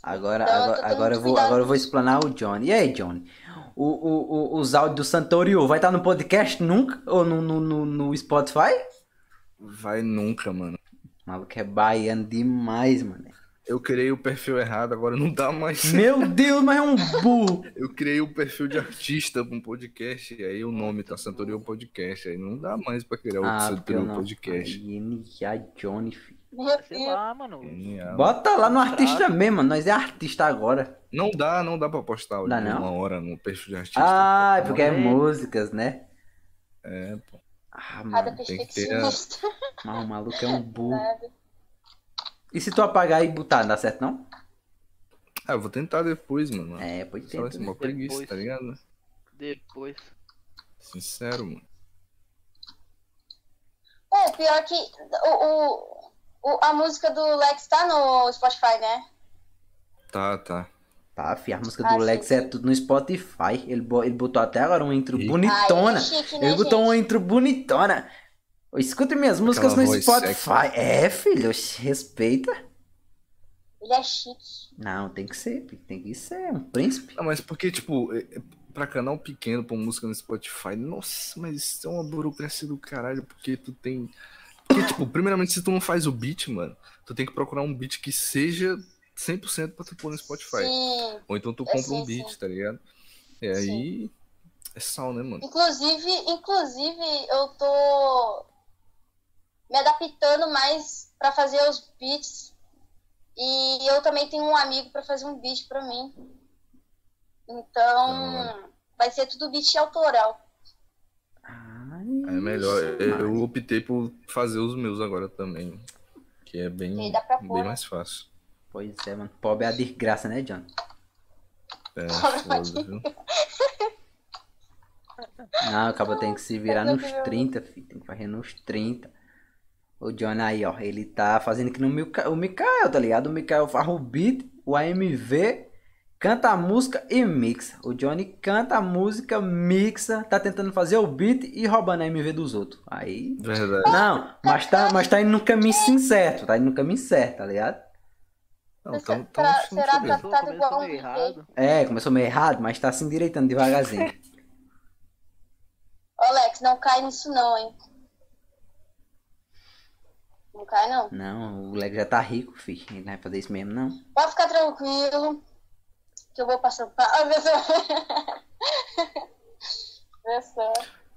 A: Agora,
B: Então, eu tô
A: agora,
B: tendo
A: agora, eu vou,
B: cuidado.
A: agora eu vou explanar o Johnny. E aí, Johnny? O, o, o- os áudios do Santorio vai estar no podcast nunca? Ou no, no, no, no Spotify?
C: Vai nunca, mano.
A: O maluco é baiano demais, mano.
C: Eu criei o perfil errado, agora não dá mais.
A: Meu Deus, mas é um burro.
C: Eu criei o perfil de artista pra um podcast, e aí o nome tá Santorio Podcast. Aí não dá mais pra criar É o
A: Ah, pelo
C: Santorio
A: não.
C: Podcast.
A: Ai, NA Johnny, filho.
B: Meu
D: Sei
B: Deus.
D: lá, mano.
C: Genial.
A: Bota lá no artista
D: Contrato.
A: mesmo, mano. Nós é artista agora.
C: Não dá, não dá pra postar
A: Dá
C: de
A: não?
C: uma hora no perfil de artista.
A: Ah, é porque é
D: Olha aí.
A: músicas, né?
C: É, pô.
A: Ah,
B: Cada
A: mano.
C: tem que ter
B: perfeccionista.
A: Mas o maluco é um burro.
B: sabe?
A: E se tu apagar e botar, não dá certo não?
C: Ah, eu vou tentar depois, mano.
A: É, pode
C: Só vai
A: ter.
C: ser uma
D: Depois.
C: preguiça, tá ligado?
D: Depois.
C: Sincero, mano.
B: É, pior que o, o- o- a música do Lex tá no Spotify, né?
C: Tá, tá.
A: Tá, fi, a música
B: Ah,
A: do Lex
B: sim.
A: é tudo no Spotify. Ele, bo- ele botou até agora um intro bonitona.
B: Ai, que chique, né,
A: Ele botou uma
B: gente?
A: intro bonitona. Escuta minhas músicas
C: Aquela
A: no
C: voz
A: Spotify. É, filho, oxe, respeita. um
B: Ele é chique.
A: Não, tem que ser, pi, tem que ser um príncipe.
C: Ah, mas porque, tipo, é- é- pra canal pequeno, pra música no Spotify, nossa, mas isso é uma burocracia do caralho, porque tu tem. Porque, tipo, primeiramente, se tu não faz o beat, mano, tu tem que procurar um beat que seja 100% pra tu pôr no Spotify.
B: Sim.
C: Ou então tu
B: É,
C: compra
B: sim,
C: um beat, tá ligado? E aí. É sal, né, mano?
B: Inclusive, inclusive, eu tô me adaptando mais pra fazer os beats. E eu também tenho um amigo pra fazer um beat pra mim.
C: Da
B: Então, vai ser tudo beat autoral.
C: É melhor. Eu, eu optei por fazer os meus agora também. Que é bem,
B: E dá pra pôr,
C: bem
B: né?
C: mais fácil.
A: Pois é, mano. Pobre é a desgraça, né, John?
B: [LAUGHS]
C: É,
B: Fala,
C: foda, viu?
A: Não, o cabo tem que se virar
B: Meu
A: nos
B: Deus.
A: 30, filho. Tem que fazer nos 30. O John aí, ó. Ele tá fazendo que no Mica... o Mikael, tá ligado? O Mikael faz o beat, o AMV, canta a música e mixa. O Johnny canta a música, mixa, tá tentando fazer o beat e roubando a MV dos outros. Aí.
C: Verdade.
A: Não, mas tá, mas tá indo no caminho certo, tá indo no caminho certo, tá ligado?
C: Não,
B: Mas
C: tão, tão
B: será-
C: achando
B: será
C: foder.
D: Começou,
B: Tá
D: começou
B: igual um
D: meio errado.
A: É, começou meio errado, mas tá se endireitando devagarzinho.
B: Ô, Alex, não cai nisso não, hein? Não cai não.
A: Não, o Leg já tá rico, filho. Ele não vai fazer isso mesmo, não.
B: Pode ficar tranquilo. Que eu vou passando. [LAUGHS] pa- Ah, meu Deus. Meu Deus.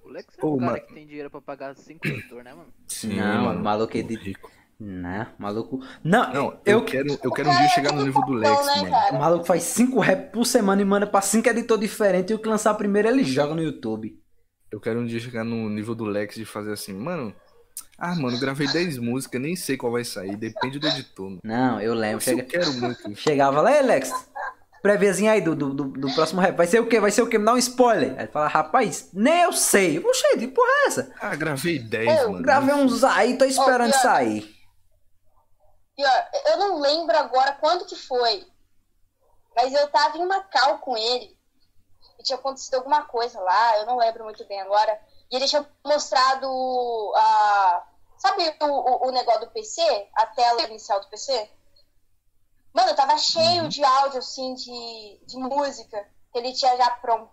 D: O Lex é
C: Ô,
D: um cara
C: mas-
D: que tem dinheiro pra pagar 5 editor, né, mano?
C: Sim,
A: Não,
C: mano,
A: maluco
C: pô,
A: edita.
C: rico.
A: Não, Né? maluco. Não,
C: Não, eu,
A: eu,
C: quero, eu
B: O
C: quero um
B: cara
C: dia
B: é
C: chegar no
B: muito
C: nível do
B: bom,
C: Lex,
B: né,
C: mano.
B: cara?
A: o maluco faz 5 rap por semana e manda pra 5 editor diferente e o que lançar primeiro ele joga no YouTube.
C: Eu quero um dia chegar no nível do Lex de fazer assim, mano. Ah, mano, gravei 10 músicas, nem sei qual vai sair, depende do editor, mano.
A: Não, É, eu lembro.
C: Nossa,
A: Chega,
C: eu quero muito. isso.
A: chegava lá, "Ei, Alex, prevezinha aí do, do, do, do próximo rap. Vai ser o quê? Vai ser o quê? Me dá um spoiler. Aí ele fala, rapaz, nem eu sei. Oxe, de porra é essa?
C: Ah, gravei 10,
B: Eu
C: mano.
A: Gravei uns aí, tô esperando
B: Ô, Piara.
A: sair.
B: Pior, eu não lembro agora quando que foi. Mas eu tava em Macau com ele. E tinha acontecido alguma coisa lá, eu não lembro muito bem agora. E ele tinha mostrado a. Sabe o, o- o negócio do PC? A tela inicial do PC? Mano, eu tava cheio de áudio, assim, de, de música que ele tinha já pronto.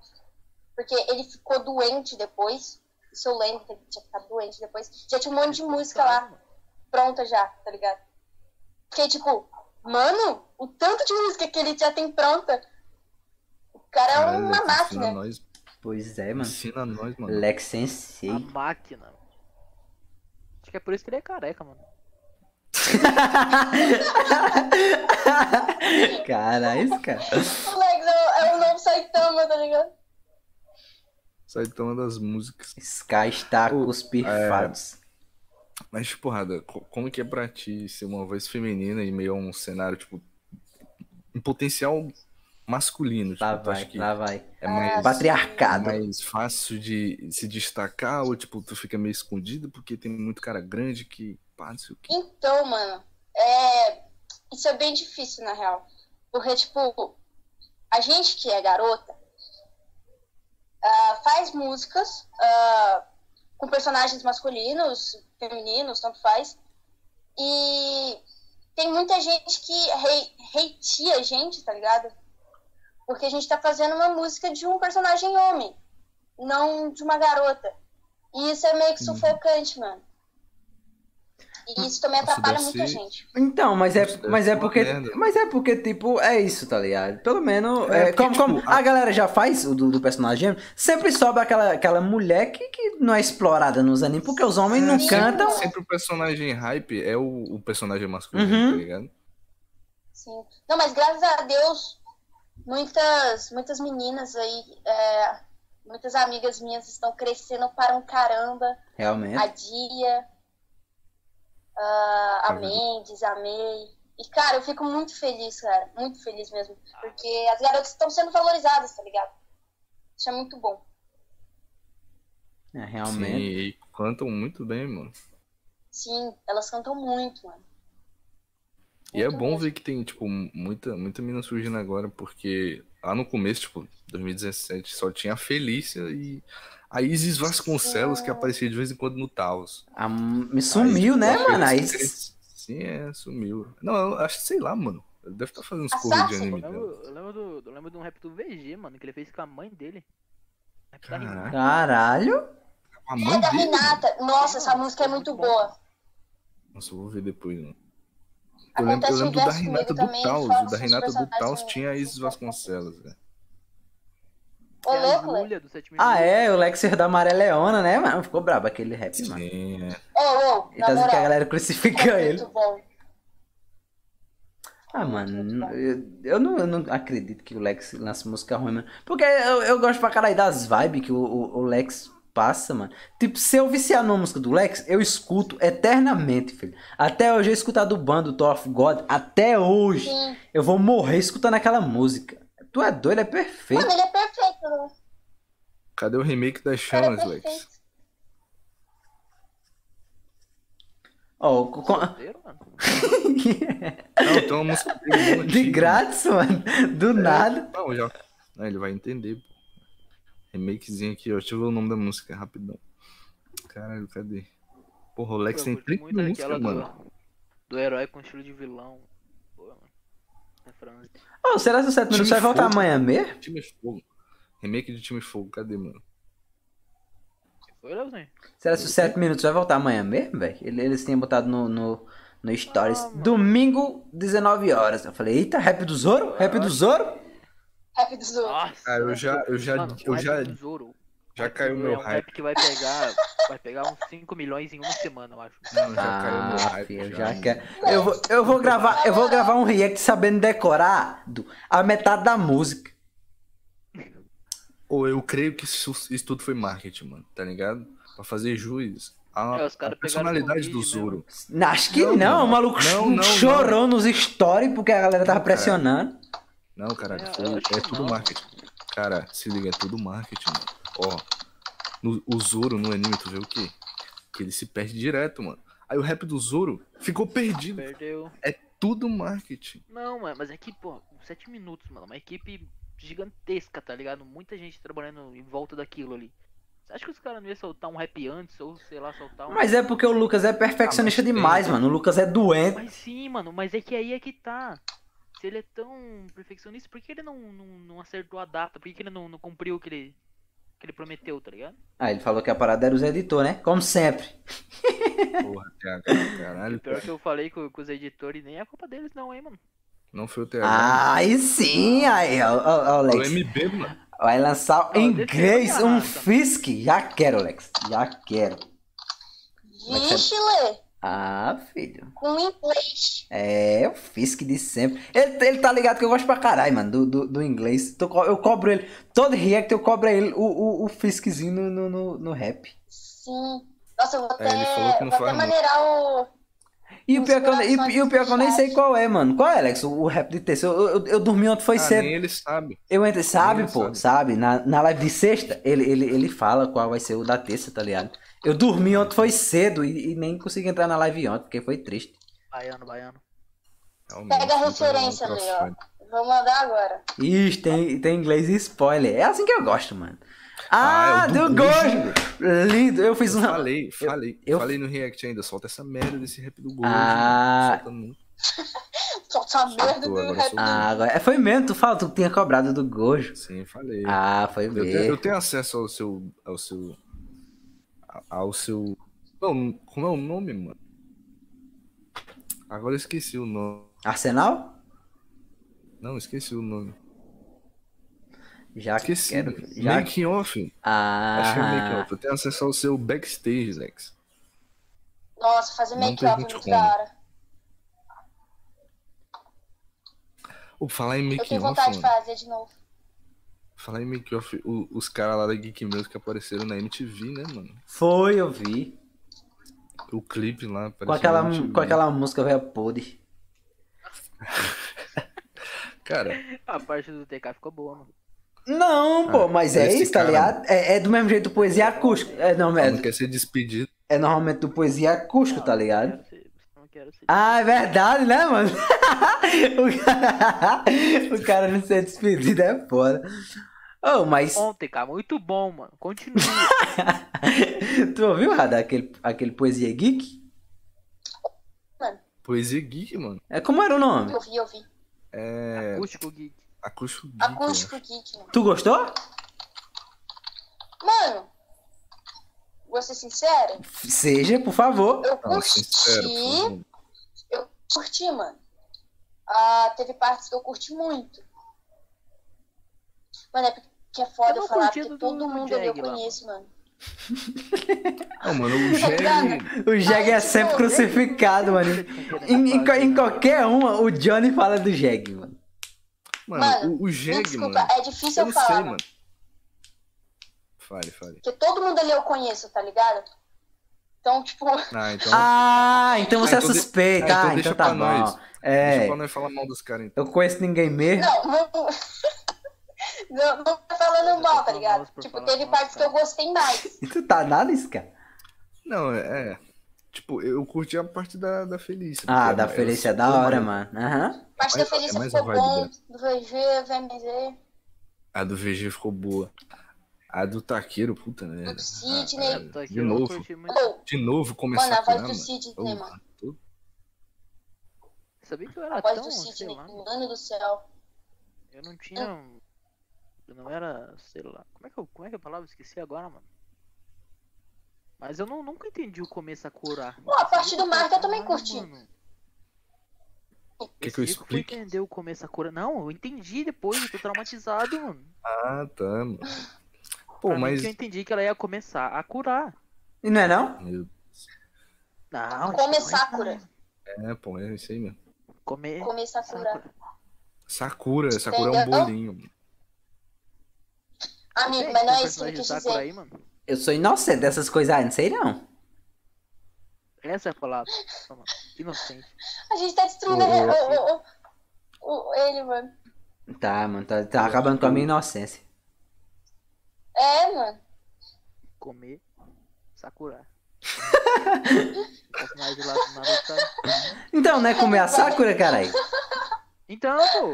B: Porque ele ficou doente depois. Isso eu lembro que ele tinha ficado doente depois. Já tinha um monte de música lá pronta já, tá ligado? Fiquei tipo, mano, o tanto de música que ele já tem pronta. O cara é
C: Caralho, né,
B: uma
C: Lex, Ensina
B: máquina.
C: nós,
A: Pois é, mano.
C: ensina nós, mano.
A: Lex Sensei. [LAUGHS]
D: A máquina. Acho que é por isso que ele é careca, mano.
A: Caralho, esse cara.
B: O Lex é o, é o novo Saitama, tá ligado?
C: Sai tomando as músicas.
A: Esse cara está com
C: Ô,
A: os perfados.
C: é, Mas, porrada, co- como que é pra ti ser uma voz feminina em meio a um cenário, tipo, um potencial masculino?
A: Lá
C: tipo, tu acha
A: Tá, vai,
C: que
A: lá vai.
C: é mais,
A: Patriarcado.
C: mais fácil de se destacar ou, tipo, tu fica meio escondido porque tem muito cara grande que, pá, não sei o quê.
B: Então, mano, é... isso é bem difícil, na real. Porque, tipo, a gente que é garota ah, faz músicas ah, com personagens masculinos, femininos, tanto faz. E tem muita gente que rei- hateia a gente, tá ligado? Porque a gente tá fazendo uma música de um personagem homem, não de uma garota. E isso é meio que
C: Uhum.
B: sufocante, mano. E isso também
C: Nossa,
B: atrapalha
C: deve
B: muita
C: ser-
B: gente.
A: Então, mas é,
C: Isso deve
A: mas é
C: ser uma
A: porque,
C: merda.
A: mas é porque tipo, é isso, tá ligado? Pelo menos,
C: É,
A: é, como,
C: porque,
A: como
C: tipo,
A: a galera já faz o do, do personagem, sempre sobe aquela, aquela mulher que, que não é explorada nos animes, porque os homens não
C: É.
A: um-
B: Sim.
A: cantam.
C: Sempre o personagem hype é o, o personagem masculino,
A: Uhum.
C: tá ligado?
B: Sim. Não, mas graças a Deus, muitas, muitas meninas aí é, Muitas amigas minhas estão crescendo para um caramba.
C: É.
B: A
A: Realmente.
B: Dia, ah, a
C: Tá vendo?
B: Mendes, a May. E, cara, eu fico muito feliz, cara. Muito feliz mesmo. Porque as garotas estão sendo valorizadas, tá ligado? Isso é muito bom.
A: É,
C: Sim,
A: realmente.
C: e cantam muito bem, mano.
B: Sim, elas cantam muito, mano.
C: E é
B: Muito
C: bom
B: mesmo.
C: ver que tem, tipo, muita, muita mina surgindo agora, porque lá no começo, tipo, 2017, só tinha a Felícia e a Isis Vasconcelos, que aparecia de vez em quando no Taos.
A: A- Ah, me sumiu, né,
C: Aí, tipo,
A: mano?
C: a [LAUGHS]
A: Aí,
C: Felícia- Sim, é, sumiu. Não, eu acho, sei lá, mano. Ele deve estar fazendo uns
B: Assassin,
C: covers de
D: Eu
C: anime
D: lembro,
C: dela.
D: eu, lembro do, eu lembro de um rap do VG, mano, que ele fez com a mãe dele. Rap da
C: Caraca.
D: Rihanna.
A: caralho.
C: A
B: É
C: mãe
B: da
C: dele? né?
B: Renata. Nossa, essa música é muito boa.
C: Nossa, eu vou ver depois, mano. Eu lembro,
B: Acontece
C: eu lembro do da
B: diversos
C: Renata
B: comigo
C: do
B: também,
C: Taos.
B: fora
C: O da
B: dos
C: Renata do
B: personagens
C: Taos
B: que-
C: tinha a Isis Vasconcelos, velho.
B: Ô,
D: É a
B: louco, velho.
D: Júlia do 7 mil.
A: Ah, é, o Lexer da Maria Leona, né, mano? Ficou brabo aquele rap, mano.
C: Sim, é.
B: Ô, ô,
A: Ele tá dizendo que
B: na
A: a
B: moral.
A: galera
B: [LAUGHS]
A: crucifica
B: é
A: ele.
B: muito bom.
A: Ah, mano, eu, eu não, eu não acredito que o Lex lance música ruim, mano. Porque eu, eu gosto pra caralho das vibes que o, o- o Lex passa, mano. Tipo, se eu viciar numa música do Lex, eu escuto eternamente, filho. Até hoje eu escuto a do bando Thor of God. Até hoje
B: Sim.
A: eu vou morrer escutando aquela música. Tu é doido, é
B: Mano,
A: perfeito.
B: ele é perfeito. né?
C: Cadê o remake das
B: O cara é
C: chamas, Lex?
B: perfeito.
A: Ó, o
D: [LAUGHS]
A: co-
D: Solteiro, mano.
C: Não, tem uma música
A: [LAUGHS]
C: dele,
A: [LAUGHS]
C: uma
A: de
C: antiga.
A: grátis, mano. Do nada.
C: Não, já. Ah, ele vai entender, pô. Remakezinho aqui, ó. Deixa eu ver o nome da música rapidão. Caralho, cadê? Porra, o Lex
D: Eu
C: tem
D: curto
C: 30
D: muito
C: músicas,
D: aquela
C: mano.
D: Do, do herói com estilo de vilão. Pô, mano. É Refrãozinho.
A: Ô, será que o Sete Minutos vai
C: Time
A: voltar
C: Fogo.
A: amanhã mesmo?
C: Time é Fogo. Remake de Time Fogo, cadê, mano?
D: Foi, Leozinho?
A: Será que os 7 minutos vai voltar amanhã mesmo, velho? Ele- Eles tinham botado no, no, no Stories.
D: Ah, mano.
A: Domingo, 19 horas. Eu falei, eita, rap do Zoro? Rap do Zoro?
B: Rap do Zorro.
D: Nossa,
C: Ah, eu já. Eu já.
D: mano,
C: eu
D: o
C: já.
D: rap do Zoro.
C: Já caiu
D: É
C: meu
D: um
C: hype.
D: rap que vai pegar, vai pegar uns 5 milhões em uma semana,
C: [LAUGHS]
D: eu acho.
C: Não, já caiu meu
A: Ah,
C: hype.
A: filho, já quer. Eu vou, eu vou gravar, eu vou gravar um react sabendo decorar do- a metade da música.
C: Ou eu creio que isso, isso tudo foi marketing, mano, tá ligado? Pra fazer juiz. A,
D: É, os
C: a
D: caras pegaram né,
C: personalidade do
D: Covid mesmo.
C: Zoro.
A: Acho que não,
C: Não, mano. É.
A: o maluco [LAUGHS]
C: Não, não,
A: chorou nos stories porque a galera tava pressionando.
C: Não, caralho,
D: É,
C: foi-
D: eu acho
C: é
D: que
C: tudo
D: não.
C: marketing. Cara, se liga, é tudo marketing, mano. Ó, no- o Zoro no anime, tu vê o quê? Que ele se perde direto, mano. Aí o rap do Zoro ficou perdido.
D: Perdeu.
C: Tudo marketing.
D: Não, mano, mas é que, pô, 7 minutos, mano. Uma equipe gigantesca, tá ligado? Muita gente trabalhando em volta daquilo ali. Você acha que os caras não iam soltar um rap antes, ou sei lá, soltar um.
A: Mas é porque o Lucas é perfeccionista
C: Ah, mas tem,
A: demais,
C: né?
A: mano. O Lucas é doente.
D: Mas sim, mano, mas é que aí é que tá. Se ele é tão perfeccionista, por que ele não, não, não acertou a data? Por que que ele não, não cumpriu o que ele, que ele prometeu, tá ligado?
A: Ah, ele falou que a parada era os editores, né? Como sempre.
C: Porra, TH,
D: E
C: caralho.
D: pior que eu falei com, com os editores, nem é culpa deles não, hein, mano.
C: Não foi o TH.
A: Aí sim, aí, ó, ó, ó,
C: mano. Foi o
A: Lex.
C: MB, mano.
A: Vai lançar em
D: deixa eu
A: inglês
D: olhar,
A: um
D: tá?
A: Fisk. Já quero, Lex. Já quero.
C: é-
B: Vixe, Lê.
A: Ah, filho.
B: Com inglês.
A: É, o Fisk de sempre. Ele, ele tá ligado que eu gosto pra caralho, mano, do, do, do inglês. Tô co- eu cobro ele. Todo react eu cobro ele, o, o, o Fiskzinho no, no, no, no rap.
B: Sim. Nossa, eu vou até,
C: É, ele falou que não
B: vou
C: faz muito.
B: até maneirar o.
A: E o,
B: Os
A: pior é que eu, e,
B: corações
A: e o pior que eu nem sei
B: fechados.
A: qual é, mano. Qual é, Lex? O, o rap de terça. Eu, eu, eu dormi ontem, foi
C: Ah,
A: cedo.
C: nem ele sabe.
A: Eu entrei, sabe,
C: Ele
A: pô,
C: sabe.
A: sabe? Na, na live de sexta, ele, ele, ele fala qual vai ser o da terça, tá ligado? Eu dormi ontem, foi cedo e, e nem consegui entrar na live ontem, porque foi triste.
D: Baiano, baiano.
C: Realmente,
B: Pega a
C: não tá
B: referência,
C: no
B: Leo.
C: crossfire.
B: Vou mandar agora.
A: Ixi, tem, tem inglês e spoiler. É assim que eu gosto, mano. Ah,
C: Ah, é o do
A: deu
C: Gojo.
A: gojo! Lindo, eu fiz um.
C: Falei, falei.
A: eu-
C: Falei no React ainda. Solta essa merda desse rap do Gold.
A: Ah.
C: Solta nunca.
B: Só essa
C: Soltou,
B: merda do
C: agora
B: rap.
C: soltou.
A: Ah, agora. é, Foi mesmo, tu fala, tu tinha cobrado do gojo.
C: Sim, falei.
A: Ah, foi
C: Eu tenho, eu
A: mesmo.
C: tenho acesso ao seu. ao seu. a- ao seu. Não, como é o nome, mano? Agora eu esqueci o nome.
A: Arsenal?
C: Não, esqueci o nome.
A: Já
C: Esqueci.
A: quero. Já...
C: Making off. Achei é o making
A: Ah,
C: off. Eu tenho acesso ao seu backstage, Lex.
B: Nossa, fazer
C: Não
B: make-up é
C: pergunte
B: muito
C: como.
B: da hora.
C: Ou falar em
B: Eu
C: making
B: tenho
C: off,
B: vontade de
C: mano.
B: fazer de novo.
C: falar em Make Off, o- os caras lá da Geek Music apareceram na MTV, né, mano?
A: Foi, eu vi.
C: O clipe lá apareceu
A: Com aquela,
C: na MTV.
A: com aquela música velha podre.
C: Cara,
D: A parte do TK ficou boa, mano.
A: Não, pô,
C: Ah,
A: mas é
C: esse
A: isso, tá
C: cara-
A: ligado? É, é do mesmo jeito do poesia acústica. É, não, é,
C: não quer ser despedido.
A: é normalmente do poesia acústico,
D: Não,
A: tá
D: não
A: ligado?
D: quero ser- Não quero ser.
A: Ah, é verdade, né, mano? [LAUGHS] o, cara... o cara não ser despedido é foda. Oh, mas [LAUGHS]
D: Bom, TK, muito bom, mano. Continua.
A: tu ouviu, Radar, aquele, aquele poesia geek?
C: Poesia Geek, mano.
A: É como era o nome?
B: Eu vi, eu vi.
C: É.
D: Acústico Geek.
C: Acústico Geek. eu
B: Acústico geek, mano.
A: Tu gostou?
B: Mano, vou ser sincera,
A: Seja, por favor.
B: eu
C: acho. Não, sincero,
B: curti.
C: pô, mano.
B: eu curti, mano. Ah, teve partes que eu curti muito. Mano, é porque é
D: Eu
B: foda
D: não
B: eu falar,
D: curti
B: porque
D: do-
B: todo
D: do
B: mundo ali eu
D: Jag lá,
B: conheço, mano.
C: Não, mano,
B: [LAUGHS]
C: o Jeg.
A: O Jeg é
B: Ai,
A: sempre
B: pô,
A: crucificado, mano. Em, em co- em qualquer uma, o Johnny fala do Jeg, mano.
B: Mano,
C: Mano, o, o
B: Me
C: Jeg,
B: desculpa,
C: mano.
B: é difícil
C: Eu
B: eu,
C: não
B: falar,
C: sei,
B: mano,
C: mano. Fale, fale.
B: Porque todo mundo ali eu conheço, tá ligado?
C: [LAUGHS]
B: Então, tipo,
C: Ah, então.
A: Ah, então você
C: Ah,
A: é
C: então de-
A: suspeito.
C: ah, então
A: Ah,
C: deixa
A: então tá
C: pra nós.
A: bom. É,
C: Deixa pra não falar mal dos caras, então.
A: eu conheço ninguém mesmo.
B: não, não, não, não tá falando
D: Eu tô
B: mal, tá
D: falando
B: ligado?
D: mal por
B: Tipo,
D: falar
B: teve
D: mal,
B: partes que
D: cara.
B: eu gostei mais.
C: É
A: Tu tá nada isso, cara.
C: Não, é. é. Tipo, eu curti a parte da, da Felícia.
A: Ah,
C: porque
A: da
C: ela-
A: Felícia é
C: ela-
A: da hora, mano. Aham.
B: Parte
C: mais-
B: da
C: é
B: Felícia
C: mais
B: ficou
C: a vibe
B: assim,
C: né?"
B: bom, do VG, VMZ,
C: A do VG ficou boa. A do Taqueiro, puta merda.
B: do Sidney.
C: Ah,
D: Tô É, tá aqui,
C: de
D: eu não
C: novo.
D: curti muito.
B: Pô,
C: De novo começar
B: mano, a
C: a
B: voz
C: curar,
B: do
C: mano.
B: Sidney, mano.
C: Porra, tô-
D: Sabia que eu
B: A
D: era
B: voz
D: Tá tão,
B: do
D: sei
B: Sidney,
D: lá,
B: mano do céu.
D: eu não tinha... um- Eu não era, sei lá, como é que eu, como é que é a palavra? Esqueci agora, mano. Mas eu não, nunca entendi o começo a curar.
B: a parte do Marco eu também curti.
C: Quer que eu
D: fui
C: explique?
D: entender o começo a curar. Não, eu entendi depois, eu tô traumatizado, mano.
C: Ah, tá, mano.
D: Pra
C: Pô,
D: mim
C: mas.
D: que eu entendi que ela ia começar a curar.
A: E não é não?
C: Meu,
D: Não,
B: Começar a
D: não é-
B: curar.
C: é, pô, é isso aí mesmo. É.
D: Come...
C: Ah,
B: Começar a curar.
C: Sakura, Sakura é um
B: Entendeu?
C: bolinho. mano.
B: Amigo, mas não é isso que eu quis dizer.
D: Aí, mano.
A: Eu sou inocente dessas coisas aí, não sei não.
D: Essa é a palavra. Toma. Inocente.
B: A gente tá destruindo
C: Ô,
B: ele, ô, ô, ô, ô, ele, mano.
A: Tá, mano, tá, tá acabando com a minha inocência.
B: É, mano.
D: Comer. Sakura. O personagem lá do Naruto. tá-
A: Então, né, comer a Sakura, caralho?
D: Então, pô.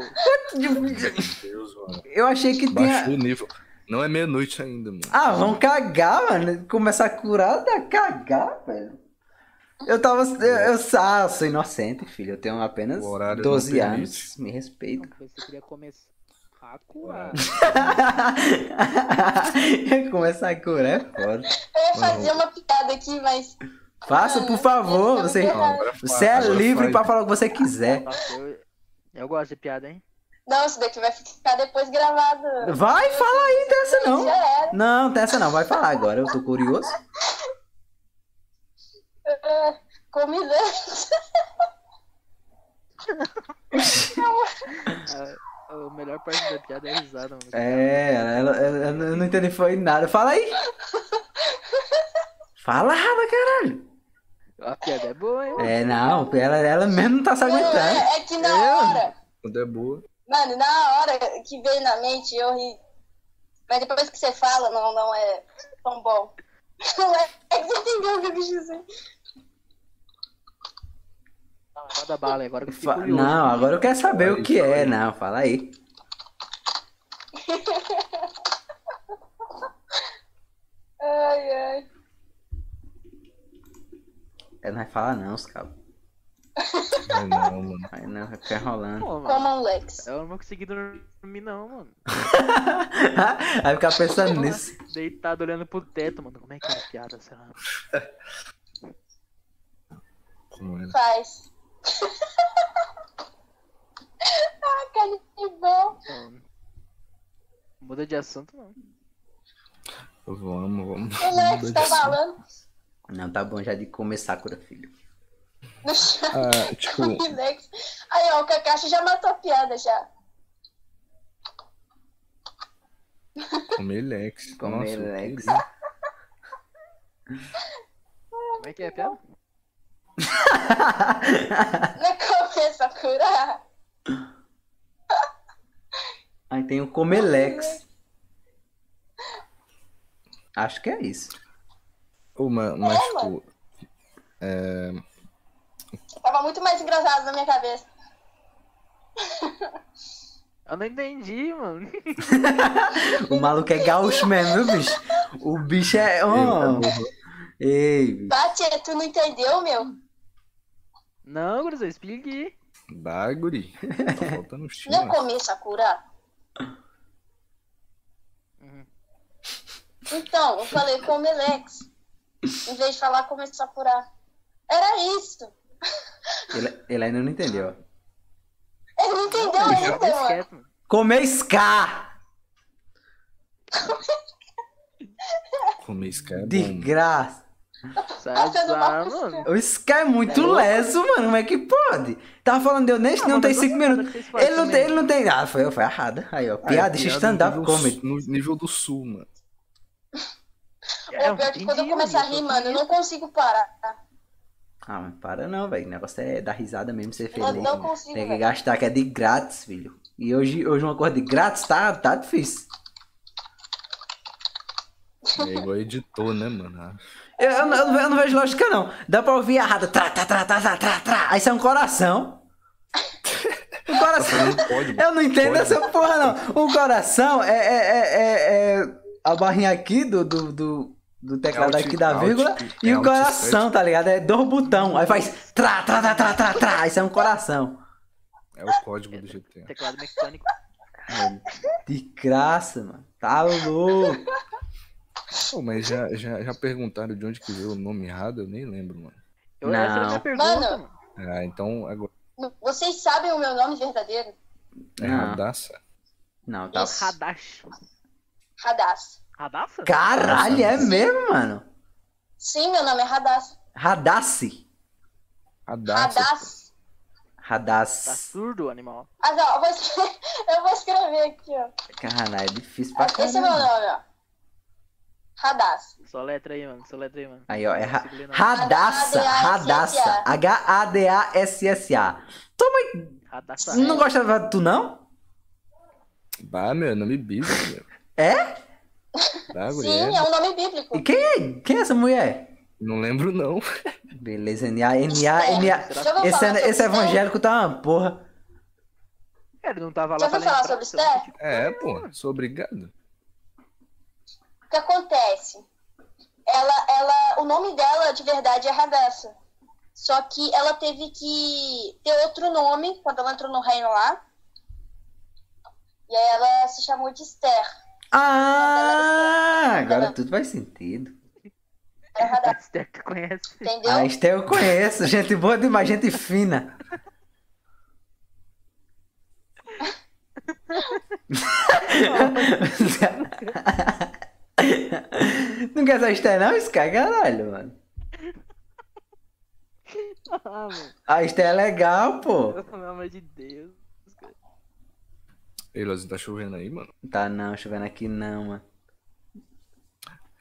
C: Meu Deus, mano.
A: Eu achei que
C: Baixou
A: tinha...
C: o nível. Não é meia-noite ainda, mano.
A: Ah, vão cagar, mano. Começar a curar, dá cagar, velho. Eu tava... Eu, eu ah, sou inocente, filho. Eu tenho apenas
C: O horário não
A: 12
C: permite.
A: anos. Me respeita.
D: Não, você queria começar a
B: Ah,
D: curar.
A: [LAUGHS] começar a curar é foda.
B: Eu ia fazer uma piada aqui, mas.
A: Faça, por favor, você...
C: Agora
A: Você é
C: faz, agora
A: livre
C: faz.
A: pra falar o que você quiser.
D: Nossa, Eu, eu gosto de piada, hein?
B: Não, isso daqui vai ficar depois gravado.
A: Vai, fala aí dessa não.
B: Já era.
A: Não, tem essa não, vai falar agora, eu tô curioso.
B: É, Comilante.
D: A, a é melhor parte da piada é a risada, mano.
A: É, ela, ela- ela não entendi foi nada. Fala aí! Fala, Raba, caralho!
D: A piada é boa, hein? mano?
A: É, não, ela, ela mesmo não tá se aguentando.
B: É, é que na
D: Eu?
B: hora.
C: Quando é boa.
B: Mano, na hora que veio na mente, eu ri. Mas depois que você fala, não, não é tão bom. [LAUGHS] Não é, é que você entendeu o que eu quis dizer.
D: Não, Manda bala aí, agora que eu fiquei
A: Fa-
D: curioso.
A: Não, agora eu quero saber
C: Fala
A: o
C: aí,
A: que
C: fala
A: é,
C: aí.
A: não, fala aí.
B: Ai, ai.
A: Ela não vai falar não, os cabos.
C: Ai, não, mano.
A: Aí não, vai ficar enrolando. [LAUGHS]
D: Pô, mano,
B: Common um Lex.
D: eu não vou conseguir dormir, não, mano.
A: Aí ficar pensando nisso.
D: Deitado olhando pro teto, mano. Como é que é a piada, sei lá.
C: Como é? era?
B: Faz. [LAUGHS] ah, canibal.
D: Não. Então, Muda de assunto, não.
C: Vamos, vamos.
B: O Lex tá falando.
A: Não, tá bom já de comer Sakura, filho.
B: No chão,
C: Ah,
B: [LAUGHS]
C: tipo,
B: o Lex. Aí, ó, o Kakashi já matou a piada já.
C: Comelex.
A: Comelex.
C: Nossa, eu
D: Como é que é, piada?
B: [LAUGHS] Não começa a curar.
A: Aí tem o Comelex. Acho que é isso.
C: queria- Ô, ma- mas, tipo,
B: Tava muito mais engraçado na minha cabeça.
D: Eu não entendi, mano. [LAUGHS]
A: O maluco é gaúcho mesmo, viu, bicho? O bicho é. Oh. Ei, bicho.
B: Bate, é, tu não entendeu, meu?
D: Não, gurizão, explique.
C: dá, guri. Tá faltando chino.
B: Não começa a curar.
D: Uhum.
B: Então, eu falei comelex. Em vez de falar começa a curar. Era isso.
A: Ele, ele ainda não entendeu.
B: Ele não entendeu
D: Fica
B: ainda, mano.
D: quieto, mano.
A: Comer ska!
C: Comer esse cara é
A: De
C: bom.
A: graça.
B: Tá
D: Sai de lá,
B: Nossa,
D: mano.
A: O Sky é muito leso, mano. Como é que pode? Tava falando de honesto, não,
D: mas
A: tem
D: Ah, eu
A: 5
D: gosto
A: minutos.
D: do que vocês fazem
A: Ele não,
D: também.
A: tem, ele não tem. Ah, foi, foi errada. Aí, ó.
C: Ah,
A: Piada,
C: piada
A: stand-up
C: no nível
A: comedy.
C: su- No nível do sul, mano.
D: É,
B: O pior é que quando eu
D: entendi,
B: começo a
D: mano,
B: rir,
D: tô
B: mano, eu não consigo parar.
A: Ah, mas para não, velho. O negócio é dar risada mesmo, ser
B: Eu
A: feliz.
B: não consigo,
A: Tem que
B: velho.
A: gastar, que é de grátis, filho. E hoje, hoje uma coisa de grátis tá, tá difícil.
C: É igual editor, né, mano?
A: [LAUGHS]
C: Ah,
A: Eu, eu não- eu não, eu não vejo lógica, não. Dá pra ouvir errado. Tra, tra, tra, tra, tra, tra, tra. Aí sai um coração. Um coração.
C: Não pode, mano.
A: Eu não entendo
C: Pode.
A: essa porra, não. O coração é, é- é- é- é a barrinha aqui do, do, do, do teclado
C: É alt-
A: aqui da
C: alt-
A: vírgula e
C: é
A: o
C: alt
A: coração,
C: set.
A: tá ligado? É dois botão. Aí faz tra, tra, tra, tra, tra, tra. Isso é um coração.
C: É o código do GTA.
D: Teclado mecânico.
A: De graça, mano. Tá louco.
C: Pô, mas já, já, já perguntaram de onde que veio o nome errado, eu nem lembro, mano.
D: Eu, Essa era a minha
A: Não.
D: pergunta,
B: Mano.
D: mano.
C: Ah, então agora.
B: Vocês sabem o meu nome verdadeiro?
C: É
A: Não.
C: radaça.
A: Não, tá.
B: Isso.
D: Hadash.
B: Radassa.
D: Radassa?
A: Caralho, é mesmo, mano.
B: Sim, meu nome é Radassa.
A: Radassi.
C: Radaça.
B: Radassa.
D: Tá
A: Radassi.
D: surdo, animal.
B: Ah, não, eu vou escrever, [LAUGHS] eu vou escrever aqui, ó.
A: Caralho, é difícil pra
B: Esse é meu
A: caralho.
B: nome, ó. Radassa.
D: Só letra aí, mano. Só letra aí, mano.
A: Aí, ó, é ra
D: Sigla não.
A: Radassa, Radassa.
B: H-A-D-A-S-S-A.
A: H-A-D-A-S-S-A. Toma.
D: Radassa.
A: Não gostava de tu, não?
C: Bah, meu, nome bíblico, meu.
A: [LAUGHS] É?
C: Bah,
B: Sim,
C: guria.
B: é um nome bíblico.
A: E quem é? Quem é essa mulher?
C: Não lembro,
B: [LAUGHS]
C: não.
A: Beleza, NA, NA, NA.
B: Já
A: Esse,
B: ouviu
A: é,
B: falar sobre
A: esse
B: Esther?
A: evangélico tá uma porra.
D: Ele não tava lá
B: Já
D: pra
B: ouviu falar
D: lembrar,
B: sobre
D: sei lá,
B: Esther?
D: que tipo-
C: É, pô, sou obrigado.
B: O que acontece? Ela, ela, o nome dela de verdade é Radassa. Só que ela teve que ter outro nome quando ela entrou no reino lá. E aí ela se chamou de Esther.
A: Ah, agora tudo faz sentido. [LAUGHS]
B: É Radassa,
D: A Esther que conhece. [LAUGHS]
B: entendeu?
A: A Esther eu conheço, gente boa demais, gente fina. não quer essa Esther não, Sky? Caralho, mano.
D: Ah, mano.
A: A Esther é legal, pô.
D: Pelo amor de Deus.
C: Ei, Lozinho, tá chovendo aí, mano?
A: Tá não, chovendo aqui não, mano.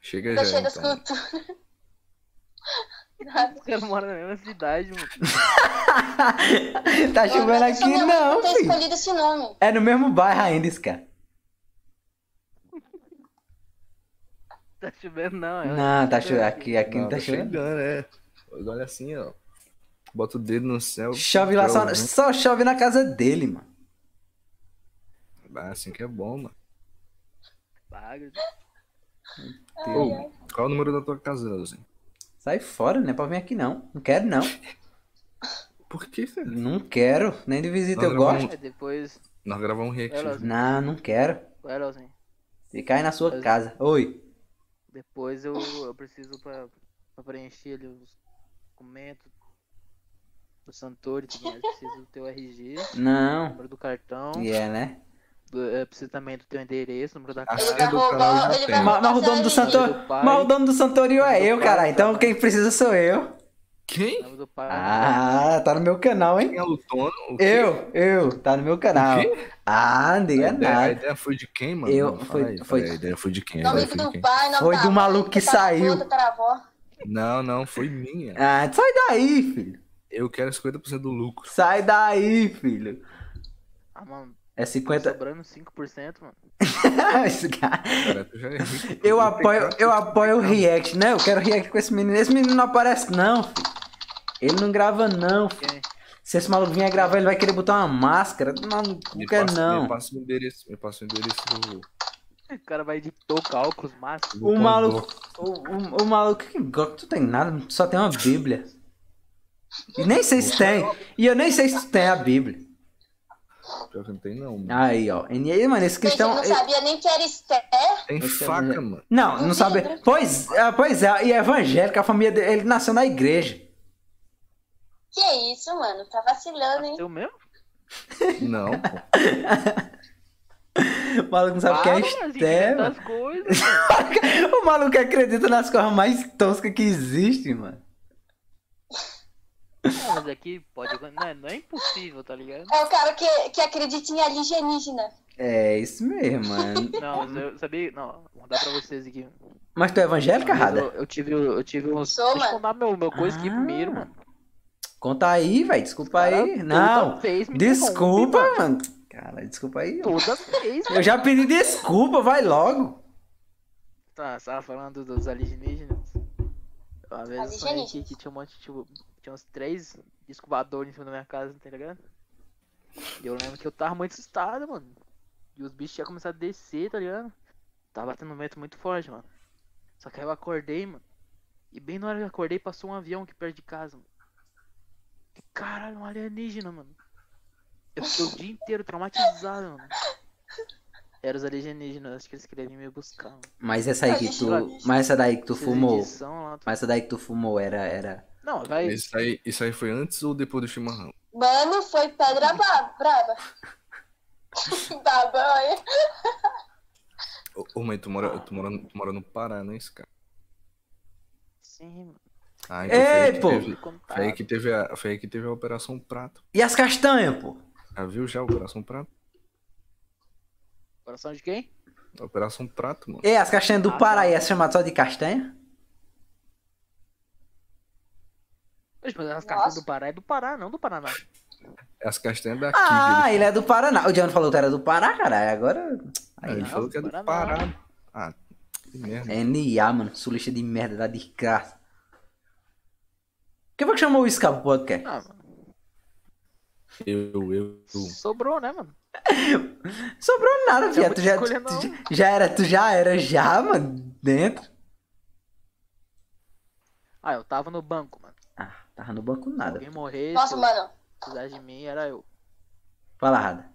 C: Chega
B: Eu
C: já,
B: chego
C: então.
B: escuto.
D: Os caras moram na mesma cidade, mano.
A: tá chovendo
B: Eu
A: aqui
B: sou minha mãe por
A: não,
B: ter
A: filho.
B: escolhido esse nome.
A: É no mesmo bairro ainda, esse cara.
D: Tá chovendo, não. é.
A: Não, tá chovendo aqui, aqui não,
C: Não,
A: tá
C: tá
A: chovendo.
C: chegando, é. Olha assim, ó. Bota o dedo no céu.
A: Chove lá, só,
C: Chove, né?
A: só chove na casa dele, mano.
C: Bah, assim que é bom, mano.
D: Paga.
A: Deus.
C: Ô, qual é o número da tua casa, Lozinho?
A: Sai fora, não é pra vir aqui não. Não quero não.
C: Por que, velho?
A: Não quero. Nem de visita eu
C: Nós gravamos-
A: gosto.
D: É, depois.
C: Nós gravamos um react.
D: É, Lozinho.
A: Não, não quero.
D: Ué, Leozinho.
A: Fica aí na sua casa. Oi.
D: Depois eu, eu preciso pra, pra preencher ali os documentos do Santori e tudo mais. Preciso do teu RG,
A: Não.
D: número do cartão.
A: E é, né?
D: do- eh, preciso também do teu endereço, número
A: Ah.
D: da
C: A
B: Ele
D: casa.
B: vai
C: senha do canal
B: roubar,
C: já
B: ele
C: tem.
B: vai
A: Mas, mas o
B: roubar
A: dono do
B: seu RG.
A: Santorio. Mas o dono do Santorio é eu, cara. Então quem precisa sou eu.
C: Quem?
D: Mas o pai.
A: Ah, tá no meu canal, hein?
C: Quem é o dono? O quê?
A: Eu, eu, tá no meu canal.
C: O
A: Ah, não diga
C: a, ideia, a
A: nada.
C: ideia foi de quem, mano?
A: Eu-
C: Não,
A: foi-
C: fala aí, fala
A: foi-
C: aí, A ideia foi de quem? A
B: Nome
C: ideia foi de
B: do
C: quem?
B: pai, nome
A: Foi
B: da
A: do
B: mãe, tá
A: maluco que
B: tataravô,
A: saiu.
B: tataravó.
C: Não, não, foi minha.
A: Ah, sai daí, filho.
C: Eu quero 50% do lucro.
A: Sai daí, filho.
D: Ah, mano,
A: É
D: tá
A: [LAUGHS] 50.
D: sobrando 5%, mano.
A: Esse cara-
C: Cara, tu já é rico.
A: [LAUGHS] Eu apoio, eu apoio o react. Não, eu quero react com esse menino. Esse menino não aparece, não. filho. Ele não grava, não. filho.
D: Quem?
A: Se esse maluco vier gravar, ele vai querer botar uma máscara. Não, não
C: Me
A: quer,
C: passa-
A: não.
C: Me passa o endereço, me passa o endereço do.
D: O cara vai editar o cálculos máximo.
C: do
A: O
C: Pandora.
A: maluco. O, o, o maluco que gosta, tu tem nada, tu só tem uma Bíblia. E nem sei se tem. E eu nem sei se tu tem a Bíblia.
C: Pior que não tem,
A: Ah,
C: não. mano.
A: Aí, ó. E aí, mano, esse
B: Gente, eu
A: cristão.
B: não
A: ele-
B: sabia nem que era Esther.
C: Tem
A: Esse é
C: faca,
A: o-
C: mano.
A: Não, não sabe. Pois, ah, pois é, e é evangélico, a família dele. Ele nasceu na igreja.
B: Que isso, mano? Tá vacilando, hein?
D: Eu mesmo?
A: [LAUGHS]
C: Não, pô.
A: O maluco não sabe o que é Esther, mano.
D: das coisas.
A: [LAUGHS] O maluco acredita nas coisas mais toscas que existem, mano.
D: Ah, mas aqui pode. Não, é- não é impossível, tá ligado?
B: É o cara que, que acredita em alienígena.
A: É isso mesmo,
D: [LAUGHS]
A: mano.
D: Não, mas eu sabia. Não, vou mandar pra vocês aqui.
A: Mas tu é evangélico, Rada?
D: Eu, eu tive, um, eu tive uns.
B: Sou,
D: Deixa eu
B: mano.
D: contar meu, meu coisa aqui
A: Ah,
D: primeiro, mano.
A: Conta aí, velho. Desculpa
D: Cara,
A: aí.
D: toda
A: Não.
D: vez me
A: Desculpa,
D: interrompe,
A: mano. Cara, desculpa aí. ó.
D: mano. Toda
A: [LAUGHS]
D: vez, mano.
A: Eu já pedi desculpa, vai logo.
D: Tá, você tava falando dos alienígenas. Uma vez eu sonhei que,
B: Alienígenas.
D: que tinha um monte, tipo, tinha uns três disco voador em cima da minha casa, tá ligado? E eu lembro que eu tava muito assustado, mano. E os bichos tinham começado a descer, tá ligado? Tava batendo um vento muito forte, mano. Só que aí eu acordei, mano. E bem na hora que eu acordei, passou um avião aqui perto de casa, mano. E, Caralho, um alienígena, mano. Eu fiquei o dia inteiro traumatizado, mano. Eram os alienígenas, acho que eles queriam vir me buscar, mano.
A: Mas essa aí que tu. Mas essa daí que tu
D: Essas
A: fumou.
D: edição lá, tu-
A: Mas essa daí que tu fumou era. era...
D: Não, vai.
C: Isso aí, isso aí foi antes ou depois do chimarrão?
B: Mano, foi pedra ba- braba. Baba, olha.
C: Ô, ô mãe, tu mora, tu, mora, no- tu mora no Pará, né, esse cara?
D: Sim, mano. tá?
C: Ah,
A: Ei,
C: foi aí que
A: É, pô. Ah.
C: teve-
D: Contato.
C: foi, aí que teve a, foi aí que teve a Operação Prato.
A: E as castanhas, pô?
C: Já viu já a Operação Prato?
D: Coração de quem?
C: A Operação Prato, mano.
A: E as castanhas do
D: Ah,
A: Pará
D: tá.
A: é chamado só de castanha?
D: Poxa, mas as
B: Nossa.
D: cartas do Pará é do Pará, não
A: [LAUGHS]
D: do Paraná.
C: As castanhas daqui.
A: Ah,
C: ele,
A: ele é do Paraná. O Diano falou que era do Pará, caralho. Agora.
C: Ah, ele
D: não,
C: falou que é do
D: Paraná.
C: Pará. Ah, que merda.
A: NA, mano. Sulista de merda, da desgraça. Quem foi que chamou o Scar pro podcast?
D: Ah, mano.
C: Eu, eu, eu.
D: Sobrou, né, mano?
A: Sobrou nada,
D: Não é
A: viado.
D: muita
A: Tu já,
D: escolha,
A: tu-
D: não.
A: tu- já era, tu já era, já, mano, dentro.
D: Ah, eu tava no banco, mano.
A: Ah, tava no banco nada.
D: Alguém morresse,
B: Nossa,
D: ou
B: mano.
D: precisar de mim, era eu.
A: Fala, Rada.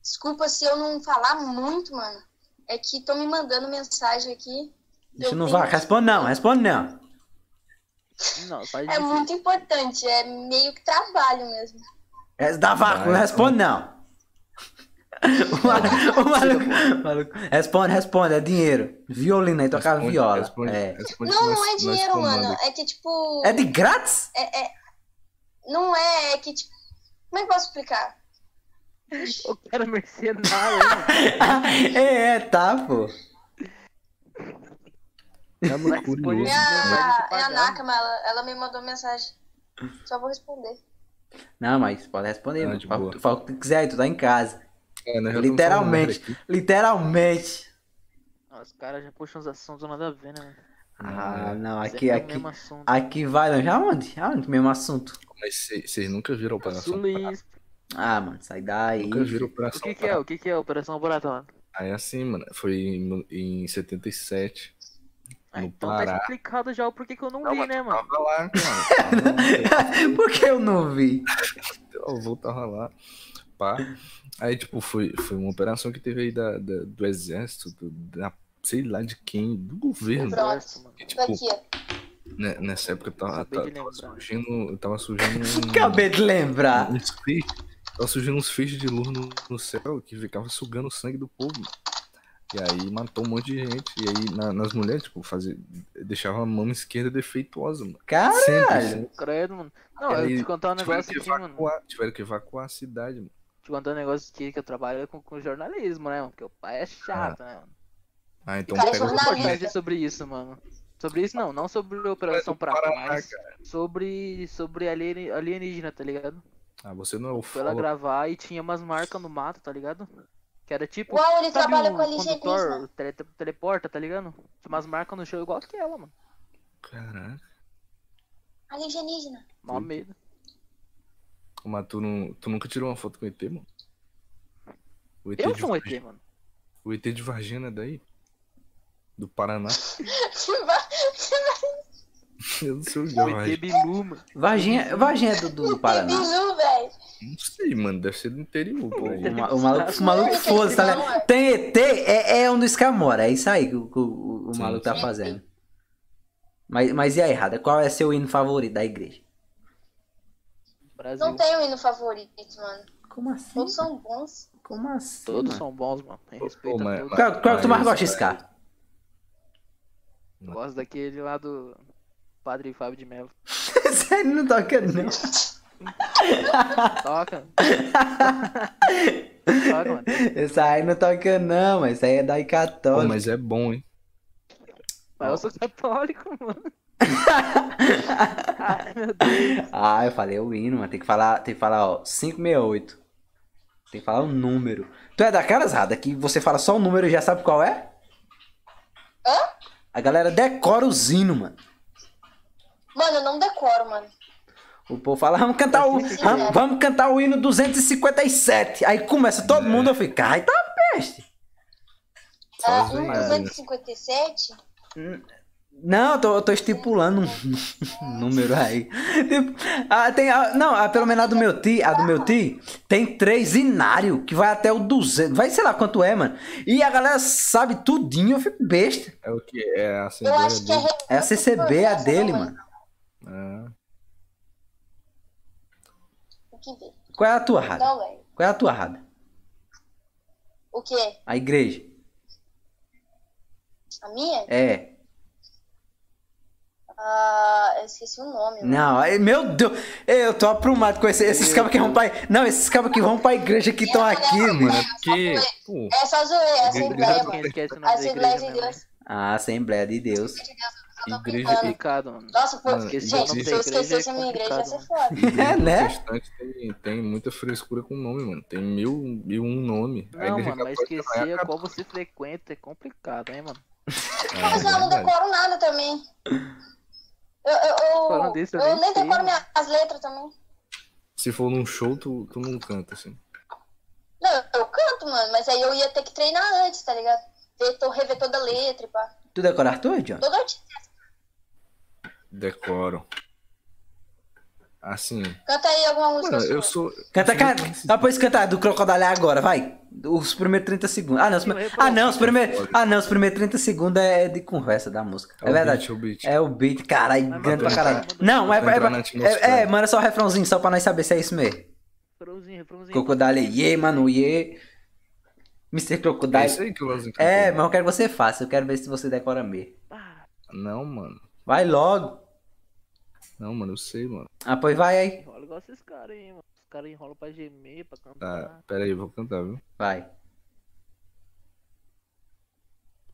B: Desculpa se eu não falar muito, mano. É que estão me mandando mensagem aqui.
A: Deixa
B: Eu
A: no
B: tenho-
A: vácuo. Responde não, responde não.
D: Não, só de
B: É muito importante, é meio que trabalho mesmo.
A: Res- É, Dá vácuo,
C: Vai,
A: responde não. [LAUGHS] O maluco, o maluco- o maluco- responde, responde, é dinheiro. Violina, aí tocava
C: Responde-
A: viola.
C: responde-
A: é.
C: responde
B: Não,
C: nós-
B: não é
C: nós
B: dinheiro,
C: comando
B: mano.
C: aqui.
B: É que, tipo.
A: é de grátis? [LAUGHS]
B: é- é- Não é, é que, tipo. Como é que eu posso explicar?
D: Eu quero mercenário, hein,
A: é, é, tá, pô. [LAUGHS] Tá
C: É muito
D: Responde-
C: curioso.
B: Minha,
D: vai te
B: minha
D: pagar.
B: Nakama, ela, ela me mandou mensagem. Só vou responder.
A: Não, mas pode responder,
C: Ah,
A: mano.
C: de
A: Fala, o
C: boa.
A: que tu- fala o que tu quiser aí, tu tá em casa.
C: É, nós já estamos falando merda
A: Literalmente,
C: aqui.
A: literalmente.
D: mano? Os caras já puxam uns assuntos nada a ver, né, mano?
A: Ah,
C: Ah,
A: não, aqui,
D: Sempre é o
A: aqui, Ah,
D: mesmo assim. assunto.
A: aqui vai longe. Aonde? Aonde? Mesmo assunto.
C: Mas vocês vocês nunca viram a Operação Prato?
D: Luiz,
A: Ah, mano, sai daí.
C: Nunca viram a
D: o
C: Operação
D: que que
C: Prato?
D: é? O que que é? Operação Barata, mano?
C: Aí assim, mano, foi em, em 77.
D: Ah,
C: No
D: então
C: Pará.
D: tá explicado já o porquê que eu não,
C: Não,
D: vi,
C: mas
D: né,
C: tu
D: mano?
C: Tava lá, cara.
A: [LAUGHS]
C: [LAUGHS]
A: Por que eu não vi?
C: Meu avô tava lá. Pá. Aí, tipo, foi, foi uma operação que teve aí da, da- do exército, do- da, sei lá de quem, do governo.
B: Pronto.
D: Gosto, mano.
C: E,
B: Tô
C: tipo,
B: aqui, ó.
C: né, nessa época tava,
D: Acabei
C: tava,
D: de
C: tava
D: lembrar.
C: surgindo. Tava
A: [LAUGHS]
C: surgindo um-
A: Acabei de lembrar.
C: uns feixes, tava surgindo uns feixes de luz no, no céu que ficava sugando o sangue do povo. E aí matou um monte de gente. E aí na- nas mulheres, tipo, fazia, deixava a mão esquerda defeituosa, mano. Sempre,
A: Caralho!
C: sempre.
D: Credo, mano. Não,
C: Aí
D: eu te contar um
C: Tiveram
D: negócio
C: que,
D: aqui, mano.
C: evacuar, tiveram que evacuar a cidade, mano.
D: Te contar um negócio aqui que eu trabalho com, com jornalismo, né, mano? Porque o pai é chato, né, mano?
C: Ah, então
B: Cara,
C: pega o
D: Eu não
B: jornalista.
C: documento.
D: podcast sobre isso, mano. Sobre isso não, não sobre a Operação
C: Mas o
D: Prata,
C: Paraná,
D: mas sobre, sobre alien- alienígena, tá ligado?
C: Ah, você não é o
D: Foi lá
C: fólogo.
D: gravar e tinha umas marcas no mato, tá ligado? Que era tipo.
B: Uau, ele
D: sabe
B: trabalha
D: o
B: com alienígena.
D: condutor, o tele- teleporta, tá ligado? Tinha umas marcas no chão igual aquela, mano.
C: Caraca.
B: Alienígena. [LAUGHS]
D: Mó medo.
C: Mas tu, não, tu nunca tirou uma foto com o ET, mano? O ET,
D: Eu
C: de
D: sou um ET,
C: Varginha-
D: mano.
C: o ET de Vargina é daí? Do Paraná. [LAUGHS] Eu não sei o que é
D: O ET
C: Varginha.
D: um Bilu, mano.
A: Varginha, Varginha é do, do Paraná.
B: Bilu, velho.
C: Não sei, mano. Deve ser do interior, pô.
A: O, ma- o maluco, o maluco
B: Não,
A: foda-se, tá
B: não,
A: ligado?
B: é.
A: Tem ET, é, é um dos Camora, é isso aí que o, que o- o
C: Sim,
A: maluco tá
B: sim.
A: fazendo. Mas, mas e aí, Rada, qual é seu hino favorito da igreja?
D: Brasil.
B: Não tenho hino favorito, mano.
A: Como assim?
B: Todos são bons.
A: Como assim?
D: Todos
A: mano?
D: são bons, mano. Tem respeito
C: Pô,
D: a
C: é. mas-
D: todos.
C: mas-
A: Qual, qual que tu mais
C: Mas-
A: gosta de [LAUGHS] Scar?
D: Eu gosto daquele lá do Padre Fábio de Mello.
A: Sério, não tá toca não.
D: Toca. Toca, mano.
A: [LAUGHS] Essa aí não toca não, mas essa aí é da
C: Pô,
A: Icatólica.
C: mas é bom, hein?
D: Mas eu sou católico, mano. Ai, meu Deus.
A: Ah, eu falei o hino, mano. Tem que falar, tem que falar, ó, 568. Tem que falar o número. Tu é daquelas, Rada, que você fala só o número e já sabe qual é?
B: Hã?
A: A galera decora os hinos, mano.
B: Mano, eu não decoro, mano.
A: O povo fala, vamos cantar o, vamos, vamos cantar o hino 257. Aí começa
C: É.
A: todo mundo, eu fico, ai, tá peste.
B: Ah,
C: Sozinho,
B: um
C: né?
B: 257?
A: Não, eu tô, eu tô estipulando um [LAUGHS] número aí. Tipo, ah, tem, ah, não, ah, pelo menos a do meu tio, a do meu tio, tem três inário, que vai até o 200, vai sei lá quanto é, mano. E a galera sabe tudinho, eu fico besta.
C: É o que? É a
B: Eu
C: Assembleia
B: acho que né, é
C: dele.
A: É a CCB, a
B: Nossa,
A: dele,
B: não,
A: mano.
C: Ah,
B: O que vê?
A: Qual é a tua rada?
B: Não, velho.
A: Qual é a tua rada?
B: O quê?
A: A igreja?
B: A minha?
A: É.
B: Ah, eu esqueci o nome, mano.
A: Não, aí, meu Deus, eu tô aprumado com esse- esses cabos que vão pra. Não, esses cabos que vão pra igreja que estão aqui, mano.
C: mano, é porque. Pô,
B: É só zoeira, é Assembleia,
D: Obrigado quem
B: mano.
D: esquece o nome da
B: Assembleia de
D: igreja, né,
B: Deus. é
D: mano?
A: Ah, Assembleia de Deus.
B: Eu tô
C: Igreja-
B: brincando.
D: Complicado, mano.
B: Nossa, pô,
C: Mano,
B: gente,
D: esqueci
B: se
D: o nome da
B: eu
D: igreja,
B: esquecesse
D: é
B: a minha igreja, ia
D: complicado,
B: ser foda.
A: [LAUGHS] É, né?
C: protestante tem, tem muita frescura com nome, mano. Tem mil, mil e um nome. A
D: Não,
C: igreja
D: mano,
C: católica não
D: mas
C: é
D: esquecer
C: a
D: qual você frequenta é complicado, hein, mano?
C: católica,
B: Mas
C: é
B: eu não
C: verdade.
B: decoro nada também. Eu, eu, eu,
D: Falando isso, eu
B: eu
D: nem
B: nem
D: sei,
B: decoro
D: mano.
B: minhas as letras também.
C: Se for num show, tu, tu não canta, assim.
B: Não, eu- eu canto, mano, mas aí eu ia ter que treinar antes, tá ligado? Ver, to- rever toda a letra e pá.
A: Tu decora Arthur, John?
B: Todo artista
C: Decoro. Assim.
B: canta aí alguma música
C: Mano, eu
B: sua.
C: sou.
A: Canta,
C: eu
A: canta.
C: conheci-
A: Depois cantar do Crocodile agora, vai. Os primeiros 30 segundos. Ah, não, os,
D: Eu
A: prime-
D: repro-
A: ah, não, os primeiros. Ah, não, os primeiros 30 segundos é de conversa da música. É
C: o
A: verdade.
C: beat, é o beat.
A: É o beat, caralho,
D: Mas
A: grande pra
C: manda-
A: caralho.
D: manda-
A: Não, é,
C: manda
A: é,
C: entrar na atmosfera.
A: é, é, manda só o refrãozinho, só pra nós saber se é isso mesmo.
D: Refrãozinho, refrãozinho.
A: Crocodile, ye, mano, ye. Mr.
C: É
A: Crocodile.
C: isso aí que o Lozinho cantou.
A: É, mas eu quero que você faça, eu quero ver se você decora mesmo.
D: Pá,
C: Não, mano.
A: Vai logo.
C: Não, mano, eu sei, mano.
A: Ah, pois vai aí.
D: enrola igual esses caras aí, mano. Os caras enrolam pra gemer, pra
C: Tá,
D: cantar.
C: pera aí, eu vou cantar, viu?
A: Vai.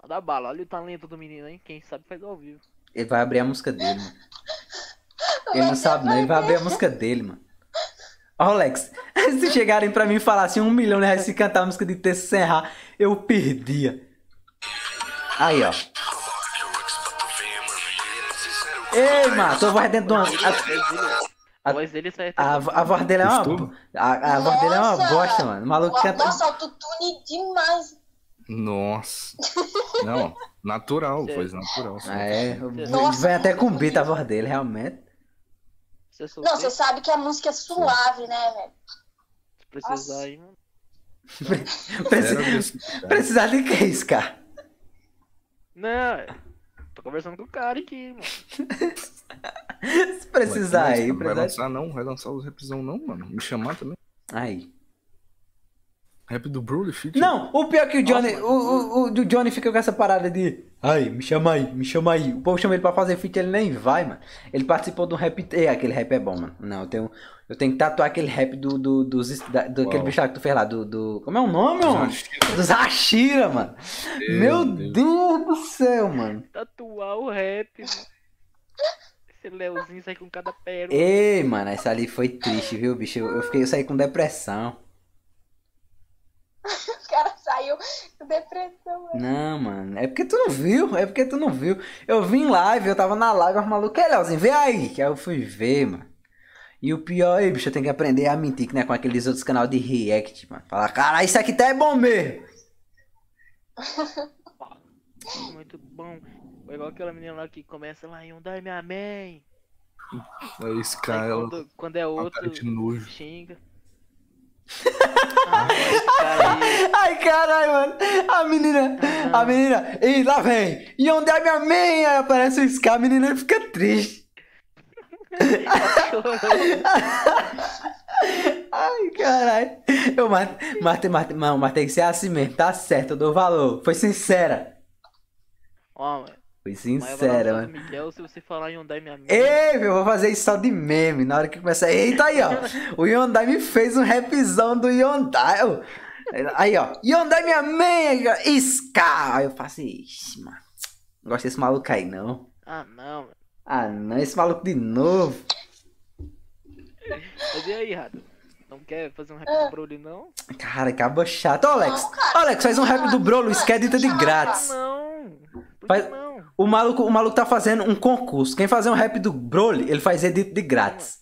D: Dá bala, olha o talento do menino, hein? Quem sabe faz ao vivo.
A: Ele vai abrir a música dele, mano. Ele
B: é
A: não sabe, não. Ele vai abrir a música dele, mano. Ó, Alex, [LAUGHS] se chegarem pra mim e falassem um milhão de reais se cantar a música de Terça Serra, eu perdia. Aí, ó. Ei, mano, tô voz é dentro de uma.
D: A
A: A-
D: voz dele sai até.
A: A, a, a voz dele é uma.
C: Gostou?
A: A, a voz dele é uma
B: Nossa!
A: bosta, mano. O maluco canta.
B: Nossa, autotune demais.
C: Nossa. Não, natural,
A: [LAUGHS]
C: pois natural. sim.
A: É,
B: Nossa!
A: vem até com beat a voz dele, realmente.
D: Se eu
B: Não,
D: souber,
B: você sabe que a música é suave, né, velho?
D: se precisar aí, mano.
C: Era
A: Preci-
C: desse cara.
A: [LAUGHS] Precisar de que isso, cara?
D: Não, tô conversando com o cara aqui, mano.
A: Se precisar aí,
C: Não vai
A: precisar.
C: lançar, não. Vai lançar os repisão, não, mano. Me chamar também.
A: Aí.
C: Rap do Broly Fit?
A: Não, o pior é que o Johnny. o, o, o do Johnny fica com essa parada de. Ai, me chama aí, me chama aí. O povo chama ele pra fazer feat, ele nem vai, mano. Ele participou de um rap. Ei, aquele rap é bom, mano. Não, eu tenho. Eu tenho que tatuar aquele rap do. do dos, da, do aquele
C: Qual?
A: bicho lá que tu fez lá, do. do- como é o nome, mano? Do Zashira, mano. Meu
C: Meu Deus.
A: Deus do céu, mano.
D: Tatuar o rap, mano. Esse Leozinho sai com cada pérola.
A: Ei, mano, essa ali foi triste, viu, bicho? Eu, eu fiquei, eu saí com depressão.
B: O cara saiu com depressão. mano.
A: Não, mano, é porque tu não viu, é porque tu não viu. Eu vim em live, eu tava na live, os malucos, "Ei, Leozinho, vê aí. Que aí eu fui ver, mano. E o pior, aí, bicho, eu tenho que aprender a mentir, que não é com aqueles outros canal de react, mano. Falar, cara, isso aqui tá é bom mesmo. [LAUGHS]
C: É.
D: Muito bom. Foi igual aquela menina lá que começa lá em um dai minha mãe.
C: Aí esse
D: Aí
C: cara, ela tá
D: quando, quando é
C: com uma
D: outro,
C: cara de nojo.
D: xinga. Ah, esse cara aí.
A: Ai, caralho, mano. A menina, a menina, e lá vem. E onde é minha mãe? Aí aparece o Scar, a menina fica triste.
D: tá
A: Ai, caralho. Eu matei, matei, matei. Não, mas tem que ser assim mesmo. Tá certo, eu dou valor. Foi sincera.
D: Ó, mano.
A: Foi
D: mas vai lá
A: sincera,
D: no
A: mano.
D: Miguel, se você falar em um dai
C: É.
D: minha mãe.
A: Ei, meu, eu vou fazer isso só de meme. Na hora que começar. Eita, aí, ó. O Yondai me fez um rapzão do Yondai. ó. Aí, ó. Yondai, minha meia. Isca. Aí eu faço. Ixi, mano. Não gosto desse maluco aí, não.
D: Ah, não, mano.
A: Ah, não. Esse maluco de novo.
D: Mas e aí, Rado? Não quer fazer um rap do Broly, não?
A: Cara, acaba chato. Ô, Alex.
B: Não, cara,
A: Alex, faz um rap do Brolo. Isso que é dita de grátis.
D: Não! Por
A: Faz-
D: que não?
A: O maluco, o maluco tá fazendo um concurso. Quem fazer um rap do Broly, ele faz edit de grátis.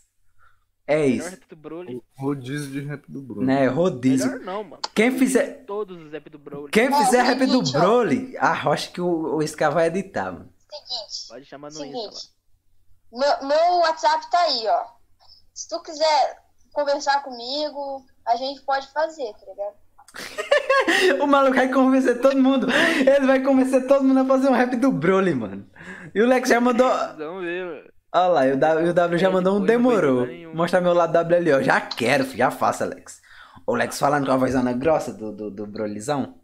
A: É
D: Melhor
A: isso.
D: rap do Broly.
C: Rodízio de rap do Bruno.
A: Né? Rodízio.
D: Melhor não, mano.
A: Quem fizer,
D: Todos os rap do Broly.
A: quem
B: Ó,
A: fizer rap do
B: seguinte, ó.
A: Broly, arrocha que o, o Scar vai editar, mano.
B: Seguinte.
D: Pode chamar no Insta
B: Seguinte. Meu, meu WhatsApp tá aí, ó. Se tu quiser conversar comigo, a gente pode fazer, tá ligado?
A: O maluco vai convencer todo mundo. Ele vai convencer todo mundo a fazer um rap do Broly, mano. E o Lex já mandou.
D: lá. Vamos ver, mano.
A: Olha lá, e o W, e o W já mandou um
D: Depois não vai
A: demorou.
D: entrar nenhum.
A: Mostra meu lado W ali, ó. Já quero, filho, já faço, Alex. O Alex falando com a vozona grossa do, do, do
D: [LAUGHS]
A: Brolizão.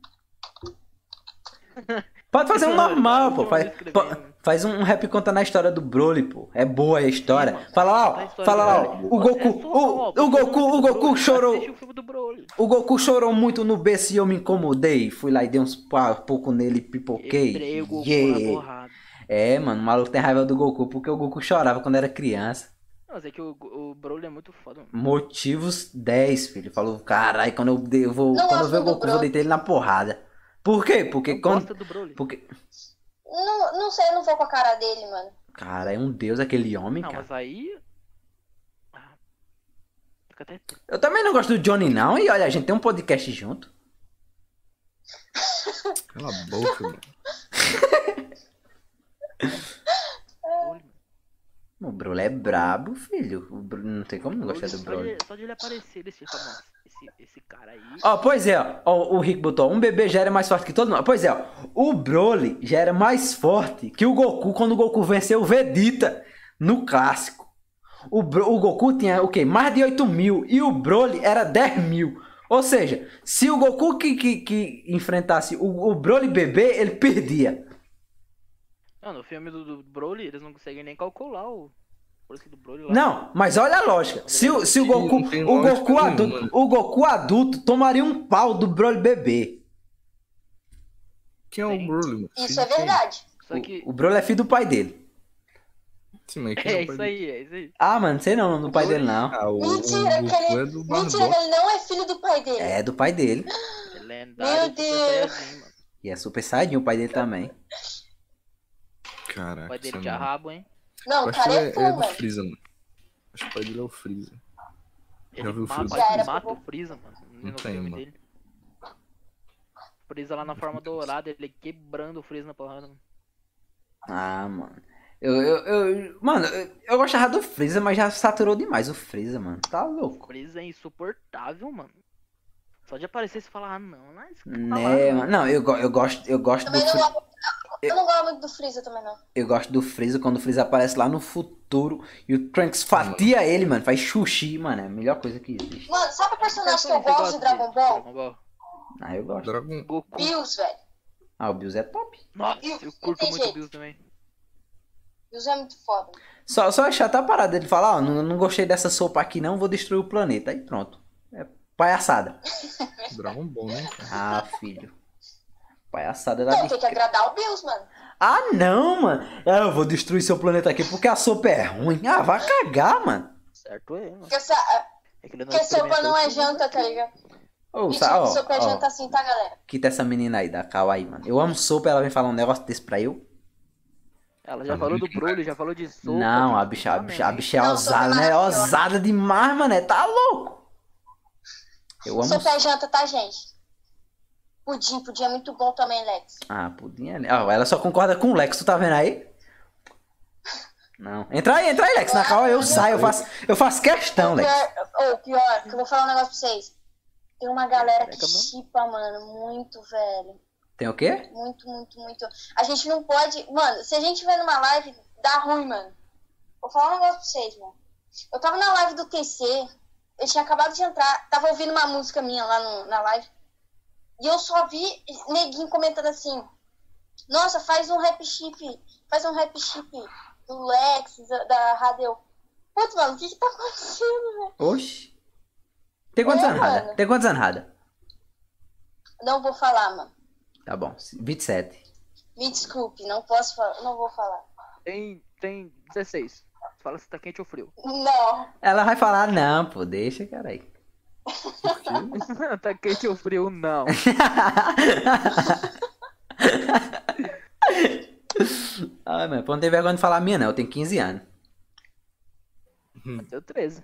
A: Pode fazer um normal, pô. Faz, pô, faz um rap contando a história do Broly, pô. É boa a história. Fala lá,
D: Conta a
A: ó.
D: história
A: Fala lá,
D: do
A: ó.
D: Broly.
A: O Goku,
D: É só,
A: o,
D: ó,
A: o Goku, o
D: Broly,
A: Goku chorou.
D: Assiste o filme do Broly.
A: O Goku chorou muito no berço e eu me incomodei. Fui lá e dei uns pa- pouco nele e pipoquei.
D: Entrei o Goku na
A: Yeah.
D: porrada.
A: É, mano, o maluco tem raiva do Goku porque o Goku chorava quando era criança.
D: Não, mas é que o, o Broly é muito foda, mano.
A: Motivos 10, filho. Falou, carai, quando eu, de- eu vou,
B: Não
A: quando eu
B: gosto
A: ver o
B: do
A: Goku, eu vou
B: Broly.
A: deitar ele na porrada. Por quê? Porque
D: Não
A: quando.
D: Gosta do Broly.
A: Porque.
B: Não, não sei, eu não vou com a cara dele, mano.
A: Cara, é um deus aquele homem,
D: Não,
A: cara.
D: mas aí... Ah. Fica até... triste.
A: Eu também não gosto do Johnny, não. E olha, a gente tem um podcast junto.
C: Cala a boca, mano.
D: Broly, mano.
A: O Broly é brabo, filho. O Bro- Não tem como não gostar do
D: Só de,
A: Broly.
D: só de ele aparecer, ele fica, nossa, esse, esse cara aí...
A: Ó, pois é, ó. Ó, O Rick botou, um bebê já era mais forte que todo mundo. Pois é, ó. O Broly já era mais forte que o Goku quando o Goku venceu o Vegeta no clássico. O, Bro- o Goku tinha o quê? Mais de 8 mil e o Broly era 10 mil. Ou seja, se o Goku que, que, que enfrentasse o, o Broly bebê, ele perdia.
D: Não, no filme do, do Broly, eles não conseguem nem calcular o força do Broly lá.
A: Não, mas olha a lógica. Se, o- se o Goku,
C: Não tem
A: o Goku
C: lógica
A: adulto,
C: nenhuma. né?
A: o Goku adulto tomaria um pau do Broly bebê.
C: Quem é o
D: Sim.
C: Broly, mano?
B: Isso
C: Filho
B: é
C: de quem?
B: verdade.
D: Só que.
A: O, o Broly é filho do pai dele.
C: Sim, mas quem
D: [LAUGHS] É
C: o pai
D: isso
C: dele?
D: aí, é isso aí.
A: Ah, mano, não sei não, do pai dele não.
C: Ah, o, o
B: Mentira, que
C: Goku
B: ele,
C: é do
B: mentira que
C: Barbosa.
B: ele não é filho do pai dele.
A: É, do pai dele.
D: É lendário.
B: Meu
D: Super Saiyajin,
B: Deus.
D: assim, mano.
A: E é super saiyajin o pai dele também.
D: O
C: Caraca,
D: pai
C: isso
D: dele
C: é
D: tinha
C: muito-
D: rabo, hein?
B: Não,
C: Eu
B: o
C: acho que
B: cara é
C: ele é, é
B: full,
C: do
B: mano.
C: Freeza, mano. Acho que o pai dele é o Freeza.
D: Ele
C: vi o
D: mata,
C: filme.
B: Já era,
D: mata
B: pô.
D: o Freeza, mano. No
C: Não tem,
D: filme
C: mano.
D: dele. O Freeza lá na forma dourada, ele quebrando o Freeza na porrada. mano.
A: Ah, mano. Eu, eu, eu- mano, eu, eu gostava do Freeza, mas já saturou demais o Freeza, mano. Tá
D: O
A: louco.
D: Freeza é insuportável, mano. Só de aparecer e falar, ah não, não é isso que eu
A: Né,
D: falava,
A: mano. Não, eu, go- eu gosto, eu gosto do
B: Também não
A: Freeza.
B: gosto, eu não gosto muito do Freeza também, não.
A: Eu gosto do Freeza quando o Freeza aparece lá no futuro e o Trunks fatia ele, mano. Faz sushi, mano. É a melhor coisa que existe.
B: Mano, sabe o
D: Qual
B: personagem que eu
D: personagem você
B: gosto de
D: gosta
B: Dragon Ball?
D: Dragon Ball.
A: Ah, eu gosto.
C: Dragon.
D: Goku.
B: Bills, velho.
A: Ah, o Bills é top.
D: Nossa,
B: Bills,
D: eu
B: não
D: curto
B: tem
D: muito o
B: jeito.
D: Bills também.
B: Bills é muito foda.
A: Só, só achar tá parado ele falar, ó, não, não gostei dessa sopa aqui não, vou destruir o planeta. Aí pronto. É
B: [LAUGHS]
A: palhaçada.
C: Dragon Ball, né? cara?
A: Ah, filho. Palhaçada da
B: Então,
A: bicha.
B: tem que agradar o Bills, mano.
A: Ah, não, mano. Ah, eu vou destruir seu planeta aqui porque a sopa é ruim. Ah, vai cagar, mano.
D: Certo é, mano.
B: Porque, essa,
D: É que ele não
B: porque sopa não é
D: experimentou.
B: janta, tá ligado?
A: Ô,
B: Mentira,
A: sa- ó,
B: sopa é
A: ó,
B: janta assim, tá, galera?
A: quita essa menina aí da Kawaii, mano. Eu amo sopa, ela vem falar um negócio desse pra eu.
D: Ela já falou do Broly, já falou de sopa.
A: não,
D: de
A: a bicha, a
D: tudo
A: bicha, a
D: também.
A: bicha é
B: Não, sopa é
A: ousada, né? É
B: maravilhosa.
A: ousada demais, mano. Tá louco. Eu amo
B: Sopa é janta, tá, gente? Pudim, pudim é muito bom também, Lex.
A: Ah, pudim ali. Ah, ela só concorda com o Lex, tu tá vendo aí? Não. Entra aí, entra aí, Lex. Na calma eu saio, eu faço, eu faço questão, Lex.
B: Pior, ou pior, que eu vou falar um negócio pra vocês. Tem uma galera que
D: Caraca, mano.
B: chipa, mano, muito, velho.
A: Tem o quê?
B: Muito, muito, muito. A gente não pode. Mano, se a gente vai numa live, dá ruim, mano. Vou falar um negócio pra vocês, mano. Eu tava na live do TC, eu tinha acabado de entrar, tava ouvindo uma música minha lá no- na live. E eu só vi neguinho comentando assim: Nossa, faz um rap chip, faz um rap chip do Lex, da- da Radeu. Putz, mano, o que que tá acontecendo, velho?
A: Oxi. Tem quantos
B: É,
A: anos, Rada?
B: mano.
A: Tem quantos anos, Rada?
B: Não vou falar, mano.
A: Tá bom, 27.
B: Me desculpe, não posso falar, não vou falar.
D: Tem, tem 16. Fala se tá quente ou frio.
B: Não,
A: Ela vai falar, não, pô, deixa, [LAUGHS] caralho.
D: [LAUGHS] tá quente ou frio, não.
A: ah, mano, pô, não tem vergonha de falar a minha, não. Eu tenho 15 anos.
D: Deu 13.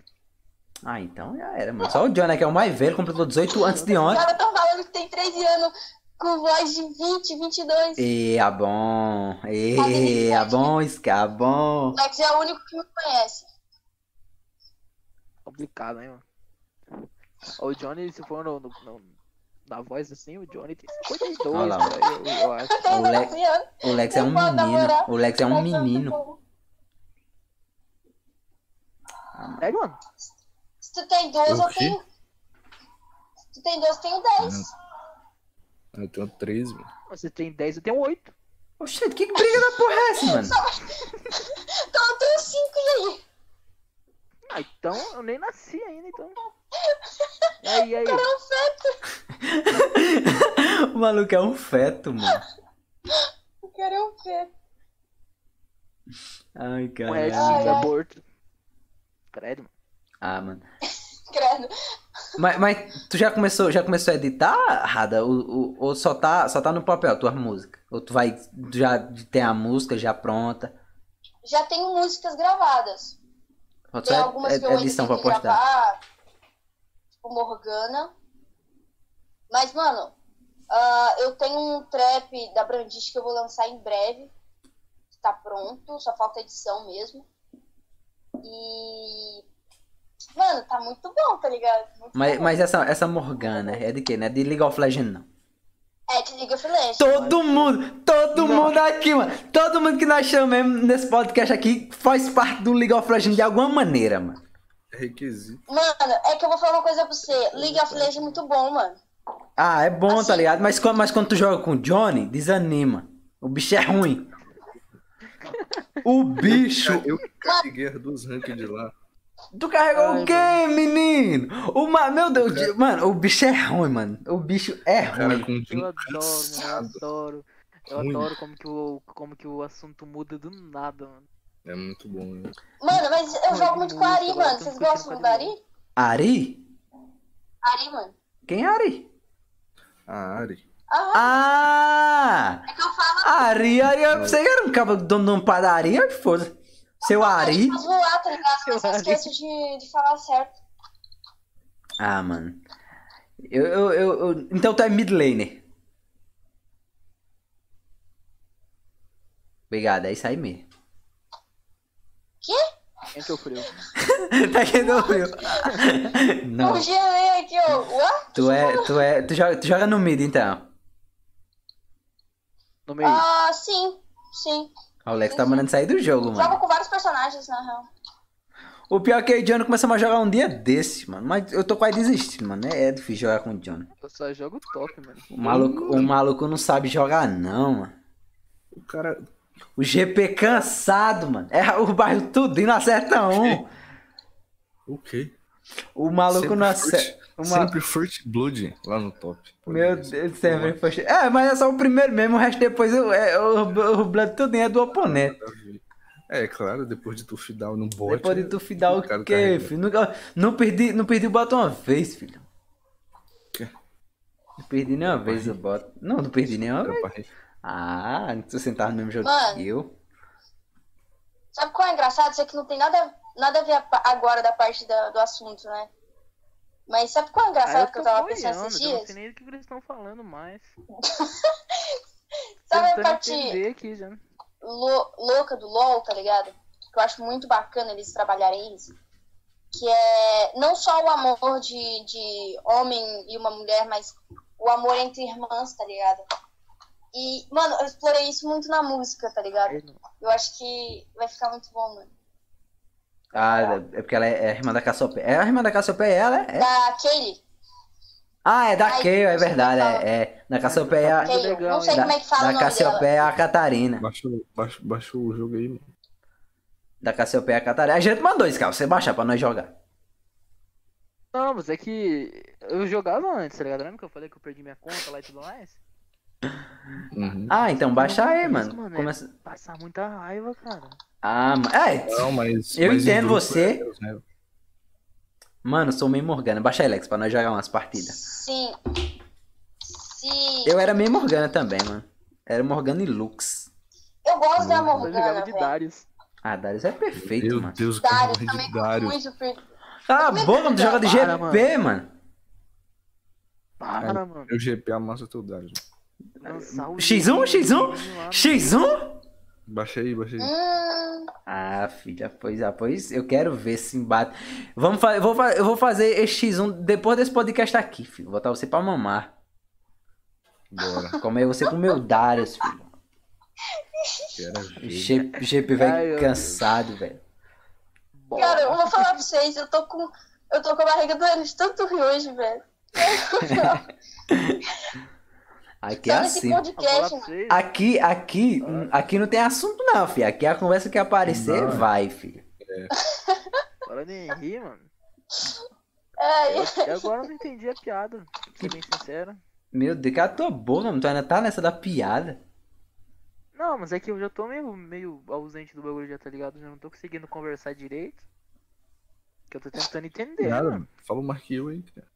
A: Ah, então já era, mano. Só o Johnny, que é o mais velho, completou 18 antes de
B: os
A: ontem.
B: caras tão falando que tem 13 anos com voz de 20, 22.
A: E a bom, e a
B: Fazendo
A: bom, isca, bom.
B: O Lex é o único que me conhece.
D: Complicado, hein, mano. Ó, O Johnny, se for no, no, no- na voz assim, o Johnny tem 52,
A: Olha lá,
D: cara, eu, eu acho.
B: Eu tenho
A: O Lex-
B: 12 anos.
A: O Lex é um
B: Eu posso
A: menino,
B: namorar.
A: o Lex é um
B: Lex
A: menino.
B: muito bom.
D: É, mano.
B: Se tu tem 12, eu,
C: Eu vi.
B: tenho. Se tu tem 12, eu tenho 10.
C: Eu tenho 13, mano.
D: Você tem 10, eu tenho 8.
A: Oxente, que briga da porra é essa, mano?
B: Então eu tenho 5 e aí?
D: Ah, então eu nem nasci ainda, então. E aí, e aí?
B: É um feto.
A: O maluco é um feto, mano.
B: O cara é um feto.
A: Ai,
D: Um red
A: caralho.
D: de
B: ai.
D: aborto. Credo, mano.
A: Ah, mano.
B: Credo.
A: Mas, mas tu já começou, já começou a editar, Rada? O- o- Ou só tá, só tá no papel, tuas músicas? Ou tu vai, tu já tem a música já pronta?
B: Já tenho músicas gravadas.
A: Ou
B: Tem
A: Só
B: algumas
A: é,
B: que eu
A: é
B: ainda
A: edição
B: tenho
A: pra
B: que tá.
A: postar.
B: gravar. Tipo Morgana. Mas, mano, ah, eu tenho um trap da Brandish que eu vou lançar em breve. Tá pronto, só falta edição mesmo. E. Mano, tá muito bom, tá ligado? Muito
A: Mas,
B: bom.
A: mas essa, essa Morgana é de quê? Não é de League of Legends, não.
B: É de League of Legends.
A: Todo mundo, todo
D: Não.
A: mundo aqui, mano. Todo mundo que nós chamamos nesse podcast aqui faz parte do League of Legends de alguma maneira, mano.
C: É requisito.
B: Mano, é que eu vou falar uma coisa pra você. League of Legends é muito bom, mano.
A: Ah, é bom, tá
B: Assim-
A: ligado? Mas, quando- mas quando tu joga com o Johnny, desanima. O bicho é
B: [LAUGHS]
A: ruim. O bicho.
C: Eu carreguei as duas rankings de lá.
A: Tu carregou
D: Ai,
A: o quê, menino? O ma... Meu Deus, de- mano, o bicho é ruim, mano. O bicho é
C: Cara,
A: ruim.
C: com
D: Eu
C: um
D: adoro, mano. Eu adoro. Eu
C: Ruim.
D: adoro como que, o, como que o assunto muda do nada, mano.
C: É muito bom, né?
B: Mano, mas eu
D: Mano,
B: jogo muito com a Ari,
D: agora
B: mano.
D: eu tô
B: Vocês
D: curtindo
B: gostam
D: com
B: do
D: a Ari.
B: Ari?
A: Ari?
B: Ari, mano.
A: Quem é Ari?
C: A Ari.
B: Aham.
A: Ah!
B: É que eu falo.
A: Ari, Ari, eu pensei que era um cabo dono de uma padaria, foda Seu Ari.
B: Mas vou lá,
D: [LAUGHS]
B: tá ligado? Mas eu
D: Ari.
B: esqueço de, de falar certo.
A: Ah, mano. Eu, eu, eu, eu- Então tu é mid laner. Obrigado, é isso aí mesmo. [LAUGHS]
B: Quê?
D: Quente ou frio?
A: tá aqui no meu. Não,
B: O Gelei aqui, ó. Ué?
A: tu é. Tu é. Tu joga, tu joga no mid então.
D: No meio.
B: Ah, sim. Sim.
A: Ó, O Lex tá mandando sair do jogo,
B: Jogo
D: é?
A: mano.
B: com vários personagens, na real.
A: O pior é que o Johnny começou a jogar um dia desse, mano. Mas eu tô quase desistindo, mano. É difícil jogar com o Johnny.
D: Eu só jogo top, mano.
A: O maluco, o maluco não sabe jogar, não, mano.
C: O cara.
A: O GP cansado, mano. É o bairro tudinho, não acerta um.
C: O quê?
A: O maluco
C: Sempre
A: não
C: First-
A: acerta. Uma...
C: Sempre First Blood lá no top.
A: Meu Deus do céu, velho, poxa. É, mas é só o primeiro mesmo, o resto depois eu, é, o, o Blood tudinho é do oponente.
C: É, claro, depois de tu fidar no bot.
A: Depois de tu fidar o
C: cara tá
A: quê,
C: rindo.
A: filho? Nunca, não, perdi, não perdi o bot uma vez, filho.
C: Quê?
A: Não perdi nenhuma vez o bot. Não, não perdi nenhuma
C: Era
A: vez.
C: pra rir.
A: Ah, tu sentava no mesmo jogo
B: Mano.
A: que eu.
B: Sabe qual é engraçado? Isso aqui não tem nada, nada a ver a pa- agora da parte da- do assunto, né? Mas sabe qual é engraçado
D: Aí Ah, eu
B: que
D: tô
B: eu tava pensando esses
D: boiando, eu não
B: dias?
D: sei nem do que eles estão falando mais.
B: Sabe a
D: Tentando
B: parte
D: entender aqui já.
B: lou- louca do LoL, tá ligado? Que eu acho muito bacana eles trabalharem isso. Que é não só o amor de, de homem e uma mulher, mas o amor entre irmãs, tá ligado? E, mano, eu explorei isso muito na música, tá ligado?
D: Aí não.
B: Eu acho que vai ficar muito bom, mano.
A: Ah, é porque ela é, é a irmã da Cassiopeia. É a irmã da Cassiopeia, ela é? é?
B: Da Kaylee,
A: Ah, é da
B: Ai,
A: Kayle, é
B: você
A: verdade,
B: fala.
A: é. é. Da Cassiopeia.
D: Muito
B: Kaylee,
D: legal,
B: não sei
D: hein?
B: como é que fala o
A: Da
B: nome dela.
A: Cassiopeia é a Catarina.
C: Baixa, o- baixa, baixa o jogo aí, mano.
A: Da Cassiopeia é a Catarina. A gente mandou esse cara, você baixar pra nós jogar.
D: Não, mas é que eu jogava antes, tá ligado? Lembra que eu falei que eu perdi minha conta lá e tudo mais?
C: Uhum.
A: Ah, então baixa aí,
D: Isso,
A: mano.
D: mano, é-
A: Começa...
D: Passar muita raiva, cara.
A: Ah, mano. É,
C: Não, mas.
A: Eu
C: mas em
A: entendo
C: grupo
A: você.
C: é- né?
A: Mano, sou meio Morgana. Baixa aí, Lex, pra nós jogar umas partidas.
B: Sim. Sim.
A: Eu era meio Morgana também, mano. Era Morgana e Lux.
B: Eu gosto da
D: Eu
B: Morgana,
D: jogava de
B: né, velho.
D: Darius.
A: Ah, Darius é perfeito,
C: Meu
A: mano.
C: Deus, o cara
B: Dário,
C: morre
B: também
C: de
B: gosto
C: Dário.
B: muito. porque-
A: Cala a
B: Como é que
A: boca, mano, tu
B: ele
A: joga de
D: para,
A: GP, mano.
D: Para, mano.
C: Eu GP amassa teu Dário.
D: Lançar o
A: X1,
D: joguinho
A: X1?
D: lá,
A: X1?
C: Baixa aí, baixa aí.
B: Hum,
A: Ah, filha, pois ah, pois eu quero ver se embate. Vamos fa- eu vou fa- eu vou fazer esse X1 depois desse podcast aqui, filho. Vou botar você pra mamar.
C: Bora.
A: Comer você com meu Darius, filho.
C: Quero ver.
A: G- GP,
D: Ai,
A: velho,
D: eu-
A: cansado, velho.
D: bora.
B: Cara, eu vou falar pra vocês, eu tô com. Eu tô com a barriga doendo de tanto rir hoje, velho.
A: Aqui é
B: Só nesse
A: assim.
D: Eu vou falar
B: podcast,
D: pra
B: mano.
D: vocês.
A: Aqui, aqui, hum, aqui não tem assunto não, filho. Aqui a conversa que aparecer
C: Não.
A: vai, filho.
D: Falando em rir, mano.
B: [LAUGHS] Ai,
D: E agora eu não entendi a piada. Pra ser bem sincero.
A: Meu Deus, cala tua boca, mano. Tu ainda tá nessa da piada.
D: Não, mas é que eu já tô meio, meio ausente do bagulho já, tá ligado? Eu não tô conseguindo conversar direito. Que eu tô tentando entender, mano.
C: Nada, fala mais que eu aí, cara.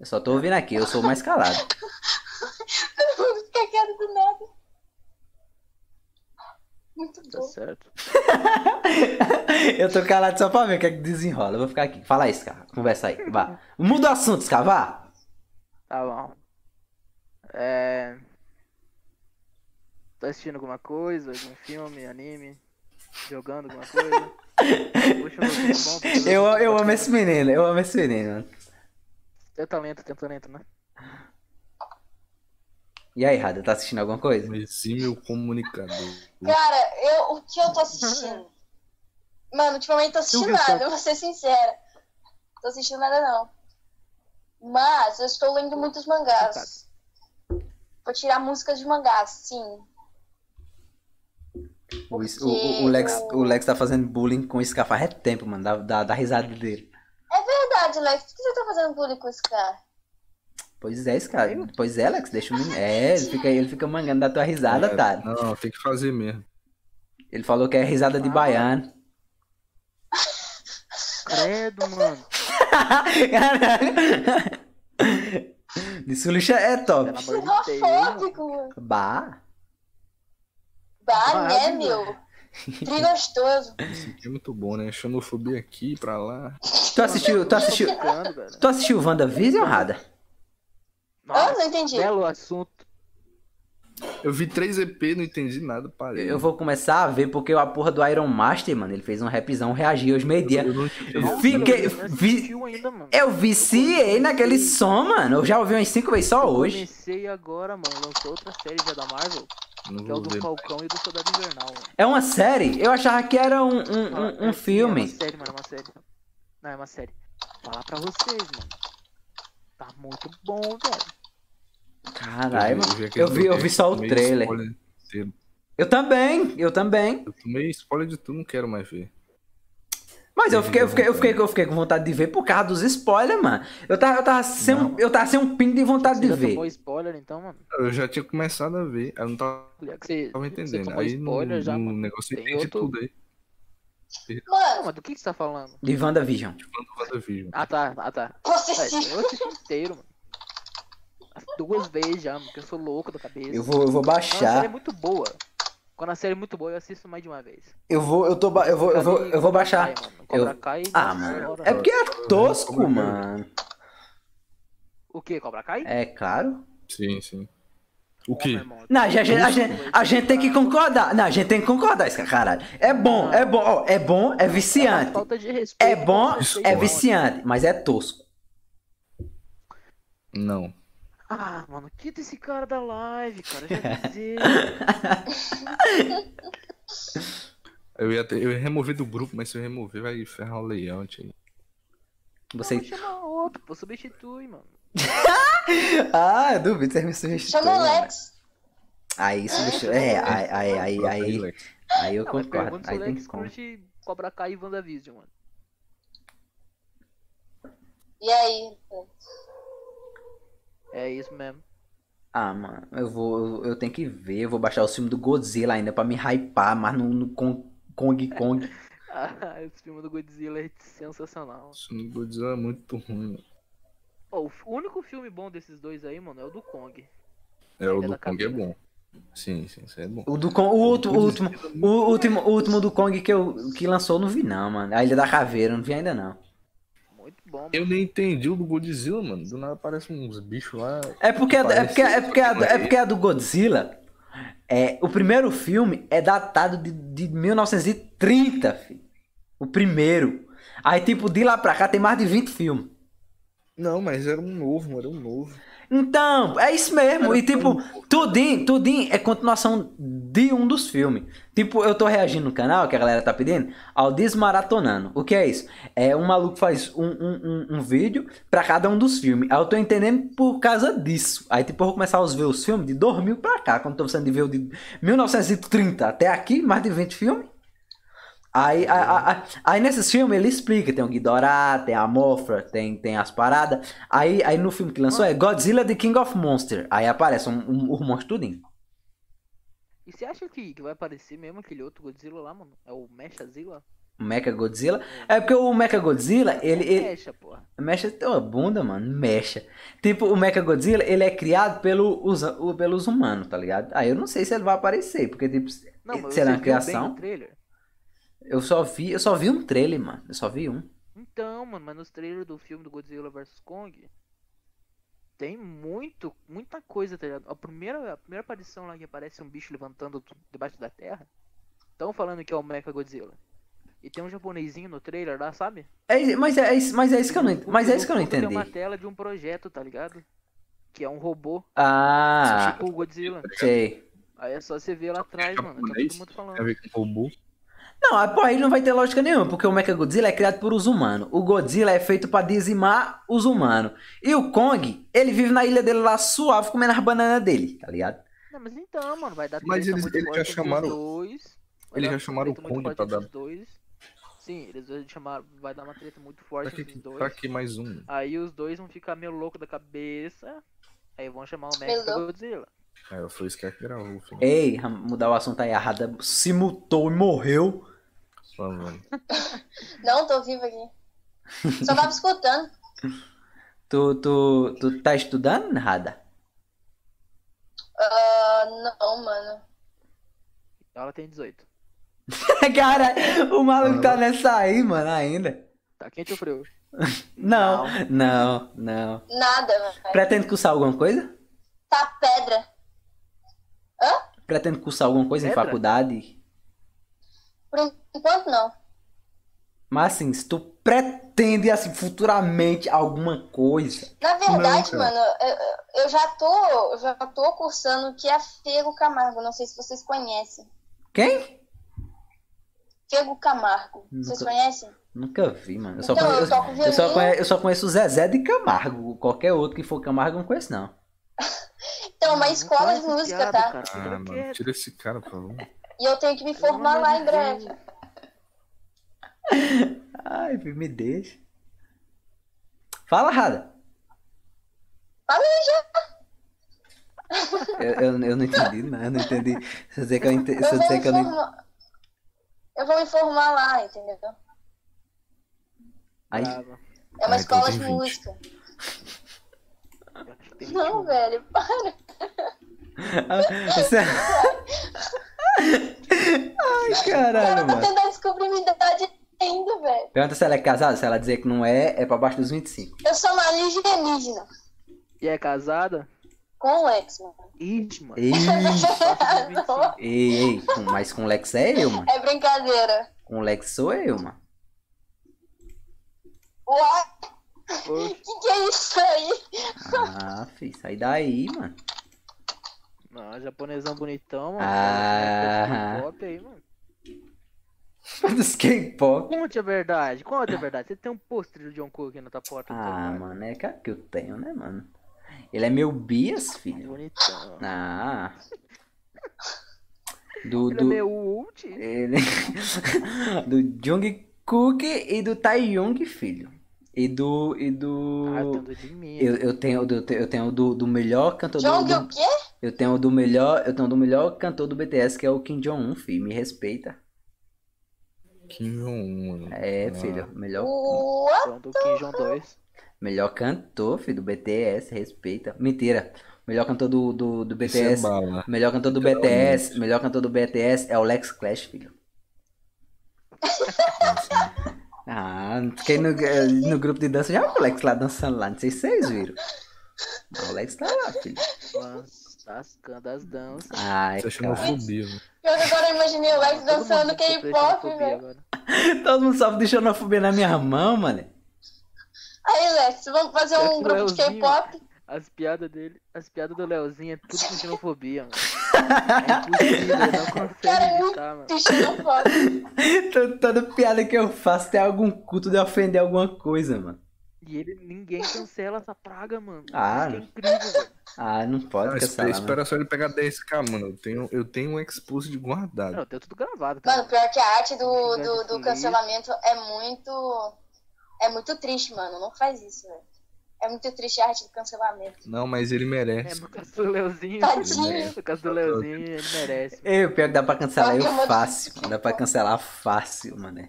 A: Eu só tô ouvindo aqui, eu sou mais calado. [LAUGHS]
B: todo mundo fica quieto do nada. Muito
D: Tá
B: bom.
D: certo?
A: eu tô calado só pra ver o que é que desenrola. Eu vou ficar aqui. Fala isso, cara. Conversa aí. Vá. Muda o assunto, cara. Vá.
D: Tá bom. É. Tá assistindo alguma coisa? Algum filme, anime? Jogando alguma coisa? Puxa um joguinho bom pra você
A: Eu, eu
D: tá
A: amo esse menino, eu amo esse menino. mano.
D: Tem talento, tem talento, né?
A: E aí, Rada, tá assistindo alguma coisa?
C: Esse meu comunicador.
B: Cara, eu, o que eu tô assistindo? Mano, ultimamente eu tô assistindo
D: Silvio
B: nada, eu vou ser sincera. Tô assistindo nada, não. Mas eu estou lendo muitos mangás. Vou tirar músicas de mangás, sim.
A: O, o- o Lex, o Lex tá fazendo bullying com esse cara faz é tempo, mano. Dá, dá, dá risada dele.
B: Verdade, Lex, por que você tá fazendo bullying com esse cara?
A: Pois é, esse cara. Pois é, Lex, deixa o menino. É, ele fica, ele fica mangando da tua risada,
C: É,
A: tá?
C: Não, tem que fazer mesmo.
A: Ele falou que é risada de
D: Ah.
A: baiano. [LAUGHS]
D: Credo, mano.
A: Caralho. De Sulixa é top.
D: Pelo amor de Deus.
B: Xenofóbico, mano.
A: Bah.
B: Bah, né,
D: Maravilha.
B: meu? Trigostoso.
C: Esse aqui é muito bom, né? Xenofobia aqui, pra lá.
A: Tu assistiu, tu assistiu,
D: Tô ficando, velho.
A: tu assistiu WandaVision, Rada?
B: Ah,
D: Nossa,
B: não entendi.
D: belo assunto.
C: Eu vi três EP, não entendi nada, parei.
A: Eu vou começar a ver porque a porra do Iron Master, mano, ele fez um rapzão, reagiu hoje meio-dia.
C: não entendi.
A: Eu fiquei.
D: Não
A: Vi, é
D: assistiu ainda, mano.
A: eu viciei naquele som, mano. Eu já ouvi umas cinco vezes só hoje.
D: Comecei agora, mano. Lançou outra série já da Marvel.
C: Não
D: Que é o
C: vou
D: do
C: ler.
D: Falcão e do Soldado Invernal, mano.
A: É uma série? Eu achava que era um, um, um, um
D: É, É
A: filme.
D: uma série, mano, é uma série. Não, é uma série. Falar pra vocês, mano. Tá muito bom, velho.
A: Caralho, mano.
C: aquele
A: Eu vi, eu
C: trailer,
A: vi só o
C: tomei
A: trailer.
C: spoiler inteiro.
A: Eu também, eu também.
C: Eu tomei spoiler de tudo, não quero mais ver.
A: Mas eu
C: Eu
A: fiquei, eu
C: vi
A: fiquei, eu
C: vontade.
A: fiquei, eu fiquei com vontade de ver por causa dos spoilers, mano. Eu tava, eu tava sem, um, eu tava sem um pingo de vontade
D: Você
A: de
D: já
A: ver.
D: tomou spoiler, então, mano?
C: Eu já tinha começado a ver, aí eu não tava,
D: Olha que Você,
C: tava
D: você
C: Tá entendendo.
D: tomou
C: Aí
D: spoiler
C: no,
D: já,
C: no
D: mano?
C: negócio eu
D: Tem
C: entendi
D: outro-
C: tudo aí.
D: Não,
B: Mano,
D: mas do que que você tá falando?
A: De WandaVision.
C: Quando fazer vídeo.
D: Ah, tá, ah, tá. Velho,
B: possessivo.
D: eu assisti inteiro, mano. As Duas vezes já, mano, porque eu sou louco da cabeça.
A: Eu vou, eu vou
D: Quando a série é
A: baixar.
D: muito boa. Quando a série é muito boa, eu assisto mais de uma vez.
A: Eu vou, eu tô, ba- eu vou, eu vou, eu vou baixar.
D: Cobra Kai, mano. Cobra
A: Eu-
D: Kai,
A: Ah,
D: nossa
A: mano.
D: senhora.
A: É porque é tosco, mano.
D: O que? Cobra Kai?
A: É claro.
C: Sim, sim. O
D: Não,
C: quê?
D: meu irmão.
A: Não, a gente, a gente, a gente tem que
D: tá?
A: concordar. Não, a gente tem que concordar, esse caralho. É bom, é bom, ó, é bom, é
D: É uma
A: viciante.
D: falta de respeito.
A: É bom, é
C: Desculpa.
A: viciante, mas é tosco.
C: Não.
D: Ah, mano, quita esse cara da live,
A: [LAUGHS]
D: cara. Já
A: É.
D: avisei.
C: Eu ia, ter, eu ia remover do grupo, mas se eu remover, vai ferrar o layout aí.
D: Você...
A: Você.
D: chama outro, pô. Substitui, mano.
A: [LAUGHS] Ah, eu duvido, você me substituiu.
B: Chama o
A: mano.
B: Lex.
A: Aí substitui. É, aí, aí, aí,
C: Bota
A: aí,
C: Lex.
A: aí eu
D: Não, mas
A: concordo.
D: pergunta se
A: Aí
D: o
A: tem
D: Lex
A: como.
D: curte Cobra Kai e WandaVision, mano.
B: E aí?
D: É isso mesmo. [LAUGHS]
A: Ah, mano, eu vou. Eu tenho que ver, eu vou baixar o filme do Godzilla ainda pra me hypar, mas no, no Kong, Kong Kong.
D: Ah, esse filme do Godzilla é sensacional.
C: Isso no Godzilla é muito ruim. mano.
D: Ó, o f- o único filme bom desses dois aí, mano, é o do Kong.
C: É, o
D: É da
C: do Kong é
D: caveira.
C: bom. Sim, sim, isso é bom.
A: O do Kong. O outro, o
D: é
A: último. O último, o último do Kong que, eu, que lançou eu não vi não, mano. A Ilha da Caveira, eu não vi ainda não.
D: Muito bom, mano.
C: Eu nem entendi o do Godzilla, mano. Do nada aparecem uns bichos lá.
A: É porque, é
C: Parece
A: porque, é porque, é
C: que-
A: porque a do Godzilla, é, o primeiro filme é datado de, de 1930, filho. O primeiro. Aí, tipo, de lá pra cá tem mais de 20 filmes.
C: Não, mas era um novo, mano. Era um novo.
A: Então, é isso mesmo. E, tipo, tudinho, tudinho é continuação de um dos filmes. Tipo, eu tô reagindo no canal, que a galera tá pedindo, ao Desmaratonando. O que é isso? É um maluco faz um, um, um, um vídeo pra cada um dos filmes. Aí eu tô entendendo por causa disso. Aí, tipo, eu vou começar a ver os filmes de 2000 pra cá. Quando tô pensando de ver o de 1930 até aqui, mais de 20 filmes. Aí, a- a- a- aí nesses filmes ele explica, tem o Ghidorah, tem a Mofra, tem, tem as paradas. Aí, aí no filme que lançou é Godzilla The King of Monster. Aí aparece um, um, o monstro tudinho.
D: E você acha que, que vai aparecer mesmo aquele outro Godzilla lá, mano? É o Meshazilla?
A: O Mecha Godzilla. É porque o Mecha Godzilla, ele,
D: É o
A: ele
D: Mecha, porra.
A: mexe até a bunda, mano, mexe. Tipo, o Mecha Godzilla, ele é criado pelo, os, o- pelos humanos, tá ligado? Aí eu não sei se ele vai aparecer, porque tipo,
D: Não, mas
A: será uma
D: você viu bem no
A: criação?
D: trailer?
A: Eu só vi, eu só vi um trailer, mano. Eu só vi um.
D: Então, mano, mas nos trailers do filme do Godzilla vs Kong tem muito, muita coisa, tá ligado? A primeira, a primeira aparição lá que aparece um bicho levantando do- debaixo da terra, estão falando que é o Mecha Godzilla. E tem um japonesinho no trailer lá, sabe?
A: É isso- mas, é, isso- mas é isso que eu não, ent- mas é isso que eu não
D: No fundo Tem uma
A: entendi.
D: tela de um projeto, tá ligado? Que é um robô,
A: Ah,
D: tipo o Godzilla.
A: sei.
D: Aí é só você ver lá atrás, mano. Tá
C: japonês?
D: todo mundo
C: Tem a
D: falando.
C: ver com robô.
A: Não, a- pô, aí não vai ter lógica nenhuma, porque o Mecha Godzilla é criado por os humanos. O Godzilla é feito pra dizimar os humanos. E o Kong, ele vive na ilha dele lá suave, comendo as bananas dele, tá ligado?
D: Não, mas então, mano, vai dar
C: Mas
D: treta
C: eles-
D: muito
C: eles já
D: forte entre os
C: chamaram-
D: Dois, vai
C: eles já
D: dar
C: chamaram
D: treta
C: o
D: muito
C: Kong
D: forte
C: pra
D: entre
C: dar-
D: os Dois. Sim, eles já chamaram. Vai dar uma treta muito forte
C: Pra que,
D: entre os dois.
C: pra que mais um?
D: Aí os dois vão ficar meio louco da cabeça. Aí vão chamar o
B: Meio
D: Mac do Godzilla.
C: É, foi isso que gravou, filho.
A: Ei, ra- mudar o assunto aí, a Rada se mutou e morreu.
C: Só, mano.
B: Não, tô viva aqui. Só tava escutando.
A: Tu, tu, tu tá estudando, Rada? [LAUGHS]
B: Ah, não, mano.
D: Ela tem 18.
A: Cara, o maluco tá nessa aí, mano, ainda.
D: Tá quente ou frio?
A: Não, não, não.
B: Nada, velho.
A: Pretende cursar alguma coisa?
B: Tá pedra.
A: Pretende cursar alguma coisa em
D: Pedra?
A: faculdade?
B: Por enquanto, não.
A: Mas assim, se tu pretende, assim, futuramente alguma coisa?
B: Na verdade,
C: Não, cara.
B: mano, eu, eu já tô, eu já tô cursando o que é Fego Camargo. Não sei se vocês conhecem.
A: Quem?
B: Fego Camargo. Vocês
A: Nunca-
B: conhecem?
A: Nunca vi, mano. Eu só,
B: Então, eu
A: conheço,
B: toco
A: eu, só
B: violino.
A: conhe- eu só conheço o Zezé de Camargo. Qualquer outro que for Camargo, eu não conheço, não.
B: Então,
D: Não
B: uma escola
D: faz
B: de
D: essa
B: música,
D: piada,
B: tá?
D: cara, fica
C: Ah, mano,
D: quieto,
C: tira esse cara, por favor.
B: E eu tenho que me
D: pelo
B: formar
D: amor
B: lá
D: de
B: em breve.
D: Deus.
A: Ai, me deixa. Fala, Rada.
B: Falei
A: Eu, eu, eu não entendi, não. Eu não entendi. Se eu dizer que eu, ente...
B: Eu
A: se eu,
B: vou
A: dizer
B: me
A: que eu não...
B: formar. Eu vou me formar lá, entendeu?
A: Ai,
D: Brava.
B: É uma
C: Ah, então
B: escola
C: tem
B: de
C: 20.
B: música.
D: Pior que tem
B: [LAUGHS] Não,
D: motivo.
B: velho, para.
A: Você- Ai, caralho,
B: Ela tá
A: mano.
B: tentando descobrir minha idade ainda, velho.
A: Pergunta se ela é casada. Se ela dizer que não é, é pra baixo dos 25.
B: Eu sou uma alienígena
D: E é casada?
B: com o Lex, mano.
D: Ih, mano.
A: Ei,
B: [LAUGHS]
D: Passa dos 25.
A: ei, ei. com- Mas com o Lex é eu, mano.
B: É brincadeira.
A: Com o Lex sou eu, mano.
B: Uai,
D: Poxa,
B: que que é isso aí?
A: Ah, fi, sai daí, mano. [LAUGHS]
D: Não, japonesão bonitão, mano. é
A: Ah.
D: Pop aí, mano.
A: Dos K-pop.
D: Conte a verdade, conte a verdade. Você tem um pôster do John Cook na tua porta. então, né? no teu
A: Ah,
D: quarto.
A: mano, é cara que eu tenho, né, mano? Ele é meu bias, filho.
D: Bonitão. [LAUGHS]
A: Ah. Do.
D: Ele é
A: do...
D: meu ult.
A: [LAUGHS] Ele... [LAUGHS] do Jungkook e do Taeyong, filho. E do. E
D: Ah, eu
A: do.
D: tenho de mim.
A: Eu, eu tenho, eu tenho, eu tenho do, do melhor cantor do,
B: Jong o
A: do-
B: quê?
A: Eu tenho do melhor. Eu tenho do melhor cantor do BTS, que é o Kim Jong-un, filho. Me respeita.
C: Kim Jong-un, mano.
A: É,
C: Ah.
A: filho. Melhor,
B: Uai,
D: Então, do Kim Jong 2.
A: melhor cantor, filho, do BTS, respeita. Mentira. Melhor cantor do, do, do
C: Isso é
A: BTS.
C: bala.
A: melhor cantor do BTS. Melhor cantor do BTS é o Lex Clash, filho. Ah, fiquei no, eh, no grupo de dança já é o Alex lá dançando lá, não sei se vocês viram. O Alex tá lá, filho.
D: Tascando as danças.
A: Ai,
C: Isso é
A: cara.
C: xenofobia, mano.
B: pior que agora eu imaginei o Lex
D: Todo mundo
B: dançando
D: sofre de
B: K-pop,
D: xenofobia
B: velho.
D: agora.
A: Todo mundo sofre de xenofobia na minha mão, mano.
B: Aí, Lex, vamos fazer
D: Pior
B: um
D: que o
B: grupo de
D: Leozinho.
B: K-pop?
D: As piadas dele, as piadas do Leozinho é tudo com xenofobia,
A: [LAUGHS]
D: mano. É impossível, ele não
B: Cara,
D: consegue
B: é muito
D: evitar, mano.
B: xenofóbico.
A: Todo- Toda piada que eu faço tem algum culto de ofender alguma coisa, mano.
D: E ele, ninguém cancela essa praga, mano.
A: Ah.
D: Isso que é incrível, velho.
A: Ah, não pode
C: Ah, espera,
A: cancelar, mano.
C: espera só ele pegar 10k, mano. Eu tenho, eu tenho um expulso guardado.
D: Não, deu tudo gravado, tá?
B: Mano,
D: cara.
B: pior que a arte do,
D: Obrigado,
B: do, do
D: Felipe.
B: cancelamento é muito. É muito triste, mano. Não faz isso, velho. É muito triste a arte do cancelamento.
C: Não, mas ele
D: É,
C: merece.
D: no caso do Leozinho.
B: Tadinho.
D: No caso do Leozinho, ele merece. mano.
A: Eu, pior é que dá pra cancelar,
B: Olha,
A: eu
B: eu vou-
A: fácil. Dá pra cancelar fácil, mano.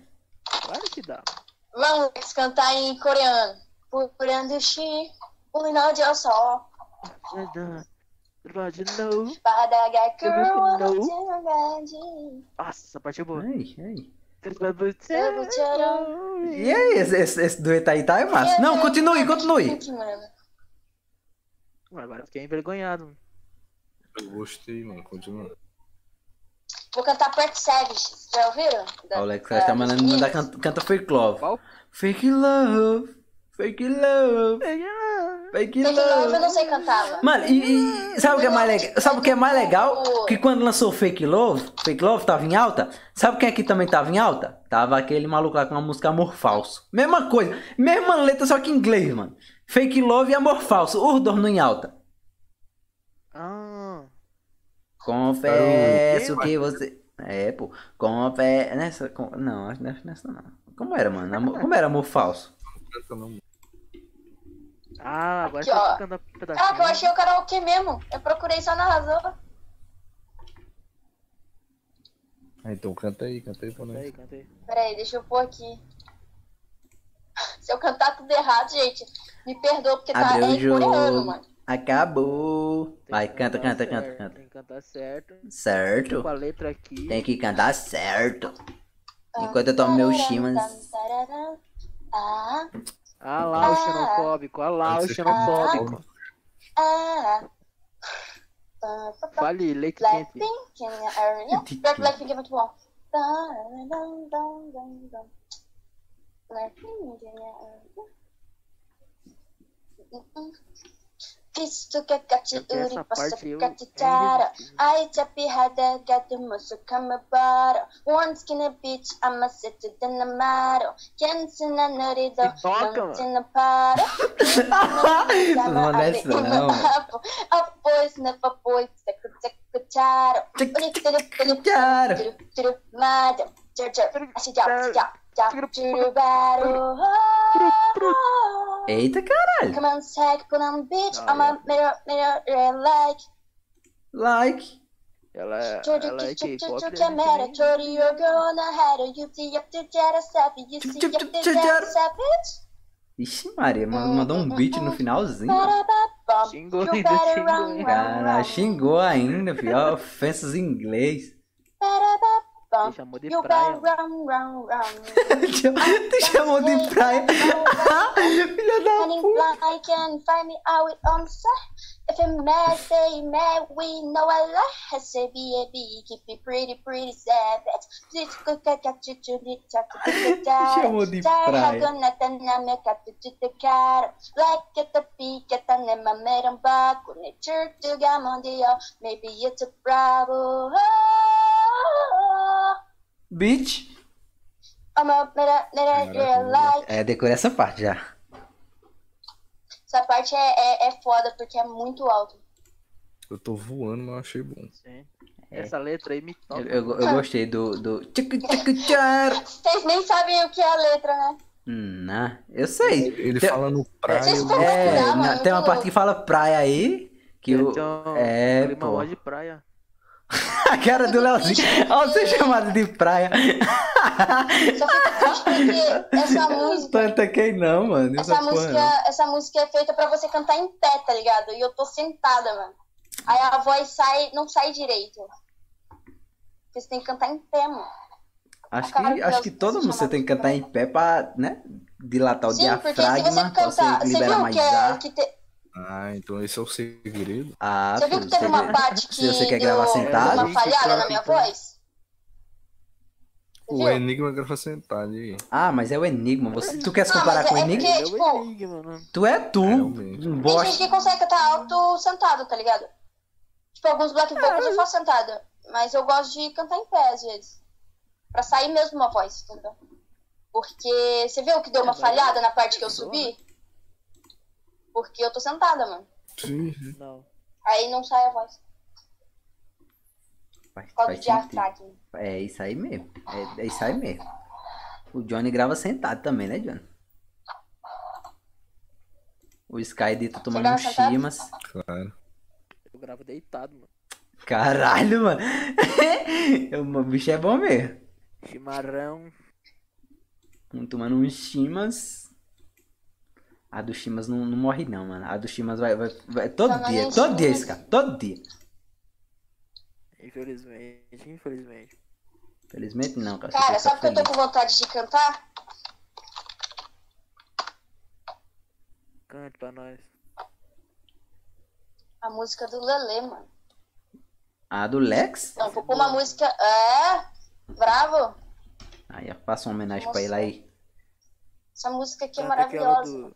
D: Claro que dá.
B: Vamos Lex, cantar em coreano. Purando shi, urinal de sol.
D: Rod, não.
B: Badagakuru,
D: Eu não sei,
B: anotinagadin.
D: Nossa, partiu boa.
A: Ai, ai.
B: Sabucharu.
A: E aí, esse, esse, esse dueto aí tá é massa. Não, continue, continue.
B: Mano.
D: Mano, Agora eu fiquei envergonhado.
C: Eu gostei, mano. Continua.
B: Vou cantar Pet Savage. Já ouviram?
A: Ó,
B: Da-
A: O Lex
B: da-
A: tá mandando
B: dos
A: mandar
B: meninos.
A: canta, canta Fake Love.
D: Qual?
A: Fake Love, Fake Love, Fake
B: Fake Love eu não
A: Love.
B: sei cantar, mano.
A: Mano, e, e sabe o que é mais legal? Sabe o que é mais legal? Que quando lançou Fake Love, Fake Love tava em alta. Sabe quem aqui também tava em alta? Tava aquele maluco lá com a música Amor Falso. Mesma coisa, mesma letra, só que em inglês, mano. Fake Love e Amor Falso, os dois não em alta.
D: Ah,
A: Confesso
C: Era o
A: que você. É, pô. Confesso. Nessa. com- Não, acho que não é nessa não. Como era, mano? Amor- Como era amor falso?
C: Não canta, não.
D: ah agora
B: Aqui,
D: você tá
B: ó.
D: ficando a pedacinho.
B: Caraca, eu achei o karaokê mesmo. Eu procurei só na razão.
C: Ah, então canta aí, canta aí pra
D: Canta aí,
C: nós.
D: canta aí.
B: Peraí, deixa eu pôr aqui. Se eu cantar tudo errado, gente, me perdoa, porque tá
A: Abriu
B: é
A: o
B: em coreano,
A: jogo.
B: mano.
A: Acabou.
D: Tem
A: Vai,
D: que
A: canta, canta,
D: cantar
A: canta,
D: certo,
A: canta.
D: Tem que cantar certo.
A: Certo?
D: Com a letra aqui.
A: Tem que cantar certo. Enquanto eu tomo meu chimas.
B: Ah,
D: Ah lá o
B: Ah.
D: xenofóbico, ah lá o
C: Você-
D: xenofóbico.
B: ah. Pá, pá, pá.
D: Fale, leite quente.
B: Blackpink in the area. Pior que Blackpink é muito bom. Tá, dum, dum, dum, dum. Visto que cati
D: Até essa
B: uri
D: parte eu- é
B: passa cati tara.
D: irresistível.
B: Ai tapihada gato moço cama para. One skinny bitch, I'm a sit in the matter. Can't see na norido,
D: Se toca,
B: não
D: mano.
B: see na para.
A: Não manda essa, não.
B: Após na papois, tacu tacu tara.
A: Tic,
B: Uri
A: tic,
B: turu turu
A: Cara,
B: turu turu madam. Tchau tchau, assim tchau tchau tchau turu baro.
A: eita caralho.
B: Come on, sack, put on bitch,
D: Ah,
B: I'm a mirror, mirror, mirror, like.
A: Like.
D: Ela, ela é que hipócrita. né, também?
B: Xingou
A: Ixi, Maria, ma- mandou um beat no finalzinho.
D: Xingou ainda, xingou
A: Cara, xingou ainda, pior. Ofensas em inglês.
D: Me chamou de praia. mano.
A: Te te chamou de praia. Filha da
B: Running
A: puta.
B: blind can find me out on set. If a mad they mad, we know a lot. I say be a bee, keep me pretty, pretty savage. Please cook I got you to be talk to the guy.
A: Chamou de
B: Tired
A: praia.
B: of nothing, I make up to the car. Like at the peak, at the name, I made him back. When it turned to Gamondio, maybe it's a bravo.
A: Beat.
B: I'm a mera, mera,
C: Maravilha.
B: yeah, like.
A: É, decorei essa parte já.
B: Essa parte é, é, é foda porque é muito alto.
C: Eu tô voando, mas eu achei bom.
D: Sim. Essa letra aí me toca.
A: Eu, eu, eu gostei do. do... tchic, tchic, tchar.
B: Vocês nem sabem o que é a letra, né?
A: Não, eu sei.
C: Ele
A: Tem-
C: fala no praia.
B: Vocês
C: eu
B: estão-
C: gostei.
A: É,
B: Não,
A: na-
B: mano,
A: tem uma
B: eu-
A: parte que fala praia aí. Que
D: Ele
A: o.
D: tem um
A: É,
D: clima
A: pô.
D: mó de praia.
A: [LAUGHS] A cara do
B: [LAUGHS]
A: Leozinho. Ó, você é chamado de praia.
B: Só fico triste porque
A: [LAUGHS]
B: essa música.
A: Tanta é quem não, mano.
B: Essa música,
A: né?
B: essa música é feita pra você cantar em pé, tá ligado? E eu tô sentada, mano. Aí a voz sai, não sai direito. Porque você tem que cantar em pé, mano.
A: Acho
B: cara
A: que,
B: do
A: acho que
B: Leozinho
A: toda
B: se
A: música
B: chama
A: tem que cantar em pé pra, né? Dilatar o
B: Sim, porque se
A: diafragma,
B: você
A: pra
B: cantar.
A: você
B: Você
A: liberar
B: viu
A: mais
B: que, é,
A: ar.
B: que te-
A: né?
C: Ah, então esse é o segredo.
A: Ah,
B: você viu que
A: filho,
B: teve uma
A: vê.
B: parte que
A: se você quer
B: deu
A: gravar
B: deu
A: sentado,
B: uma falhada na minha voz? Você
C: O
B: viu?
C: Enigma grava sentado aí.
A: Ah, mas é o Enigma. Você, tu quer se
B: Ah,
A: comparar
B: mas
A: com o
B: é
A: Enigma?
B: porque,
D: Eu
B: tipo,
D: vou enigma, mano.
A: Tu é tu,
C: Realmente.
A: um
B: Tem gente
A: bosta.
B: que consegue cantar alto sentado, tá ligado? Tipo, alguns black vocals eu faço sentada. Mas eu gosto de cantar em pé, às vezes. Pra sair mesmo uma voz, entendeu? Porque você viu que deu uma
D: É, vai.
B: falhada na parte que eu subi? Porque eu tô sentada, mano.
C: Sim.
D: Não.
B: Aí não sai a voz.
A: Faz-
B: Por causa
A: faz
B: do
A: sentido.
B: diafragma.
A: É isso aí mesmo. É, é isso aí mesmo. O Johnny grava sentado também, né, Johnny? O Sky Dito tomando um
B: grava sentado?
A: chimas.
C: Claro.
D: Eu gravo deitado, mano.
A: Caralho, mano. [LAUGHS] o bicho é bom mesmo.
D: Chimarrão.
A: Um tomando um chimas. A do chimas não, não morre, não, mano. A do chimas vai, vai, vai todo
B: Tomando
A: dia.
B: um
A: Todo dia,
B: Chimas.
A: esse cara. Todo dia.
D: Infelizmente, infelizmente.
A: Felizmente não, cara.
B: Cara,
A: Você tem
B: sabe que eu tô
A: ficar
B: com vontade de cantar?
D: Cante pra nós.
B: A música do Lelê, mano.
A: feliz. A do Lex?
B: Não, vou pôr uma música. É! Bravo!
A: Aí eu faço uma homenagem pra ele aí.
B: Essa música aqui é
D: Canta aquela
B: maravilhosa.
D: do.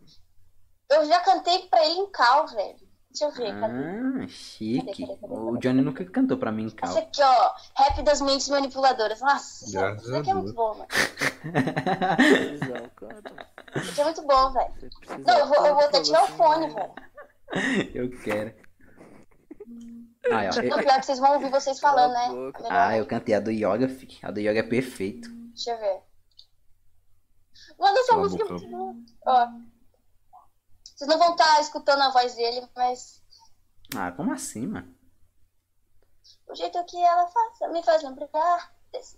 B: Eu já cantei pra ele em cal, velho. Deixa eu ver, cadê?
A: Ah, chique.
B: Cadê, cadê, cadê,
A: O Johnny nunca cantou pra mim, Cal.
B: Essa aqui, ó. Rap das mentes manipuladoras. Nossa,
C: Graças
B: isso aqui é
C: a
B: muito bom, mano.
D: Precisão, canta.
B: Isso aqui é muito bom,
D: [LAUGHS]
B: velho.
D: Você precisa.
B: Não, eu vou, eu vou até
D: Pra
B: tirar o
D: você,
B: fone,
D: né?
B: velho.
A: [LAUGHS] Eu quero. Aí, ó.
B: Não,
A: eu-
B: pior é que vocês vão ouvir vocês falando, né?
D: É, Cala a boca.
B: Melhor.
A: Ah, eu cantei a do Yoga, fi. A do Yoga é perfeito.
B: Deixa eu ver. Mano, essa
C: Cala a
B: música é
C: boca.
B: muito boa. Ó. Vocês não vão estar escutando a voz dele, mas
A: Ah, como assim, mano?
B: o jeito que ela faz me faz lembrar desse.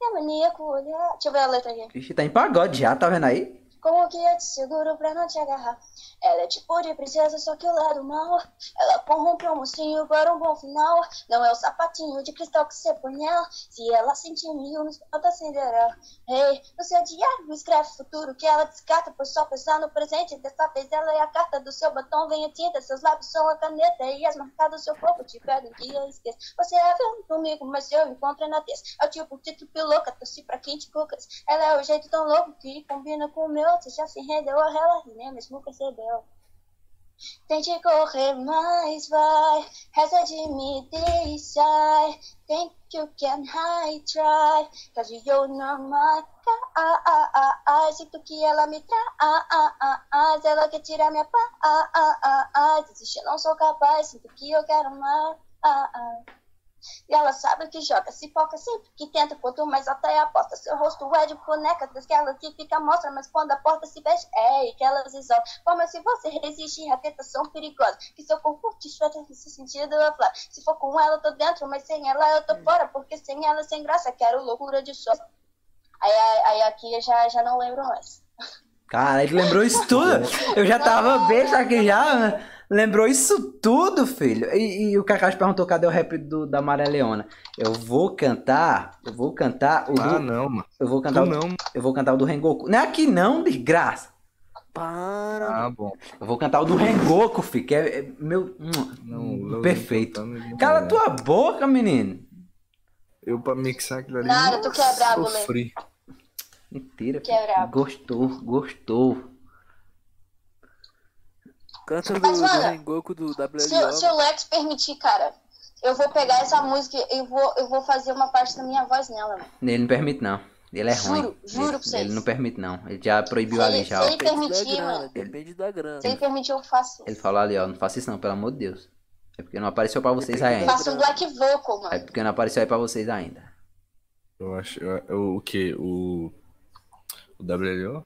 B: É maníaco olhar. Deixa eu ver a letra aqui.
A: Ixi, tá em pagode já, tá vendo aí?
B: Como que eu te seguro pra não te agarrar? Ela é tipo de princesa, só que o lado mal. Ela corrompeu um mocinho para um bom final. Não é o sapatinho de cristal que você põe nela. Se ela sentir mil, nos falta Cinderela. Ei, no seu diário escreve o futuro que ela descarta, pois só pensar no presente. Dessa vez ela é a carta do seu batom, vem a tinta. Seus lábios são a caneta e as marcas do seu corpo te pedem que eu esqueça. Você é vendo comigo, mas eu encontro na testa. É o tipo de piloca, torci pra quente cucas. Ela é o jeito tão louco que combina com o meu. Você já se rendeu a ela e nem mesmo percebeu. Tente correr, mas vai. Reza de me deixar. Think you can high try. Caso na Ah, maca. Sinto que ela me Ah, traz. Ela quer tirar minha Ah, paz. Desiste, eu não sou capaz. Sinto que eu quero Ah, mais. E ela sabe que joga, se foca sempre que tenta, quanto mais alta é a aposta. Seu rosto é de boneca, das que ela que fica mostra, mas quando a porta se fecha, é e que elas isolam. Como se você resistir à tentação perigosa, que seu corpo te chuta nesse sentido, eu falo. Se for com ela, eu tô dentro, mas sem ela eu tô fora, porque sem ela, sem graça, quero loucura de show. Aí, aí, aí aqui eu já, já não lembro mais.
A: Cara, ele lembrou isso tudo. Eu já tava besta aqui já. Lembrou isso tudo, filho. E, e o Kakashi perguntou cadê o rap do, da Maria Leona. Eu vou cantar. Eu vou cantar o.
C: Ah,
A: do-
C: não, mano.
A: Eu vou cantar o,
C: Tu não.
A: Eu vou cantar o do Rengoku. Não é aqui não, desgraça. Para.
C: Ah, bom.
A: Eu vou cantar o do Rengoku, filho. Que é, é meu. hum,
C: Não, Leonardo
A: perfeito.
C: Santana,
A: Cala
C: é.
A: tua boca, menino.
C: Eu pra mixar aquilo ali.
E: Nada, tu
A: é
E: quebra,
C: eu
E: moleque.
A: né?
C: sofri.
A: Mentira.
B: Que é brabo.
A: Gostou, gostou.
D: Canta do,
E: Mas,
D: do
E: mano,
D: Rengoku do
E: Se, o- se
D: WLO.
E: o Lex permitir, cara, eu vou pegar essa música e vou, eu vou fazer uma parte da minha voz nela, mano.
A: Ele não permite, não. Ele é
E: Juro,
A: ruim.
E: juro
A: ele,
E: pra vocês.
A: Ele não permite, não. Ele já proibiu
E: Se
A: ali
E: ele-
A: já.
E: se
A: ó.
E: ele-
D: Depende da
E: permitir,
D: grana,
E: mano.
D: depende da grana.
E: Se ele permitir, eu faço
A: Ele
E: isso.
A: falou ali, ó. Não faça isso não, pelo amor de Deus. É porque não apareceu pra vocês
D: Depende
A: ainda.
D: da-
E: Faço um black vocal,
A: É
E: mano.
A: porque não apareceu aí pra vocês ainda.
C: Eu acho. eu- eu- o quê? O. O WLO?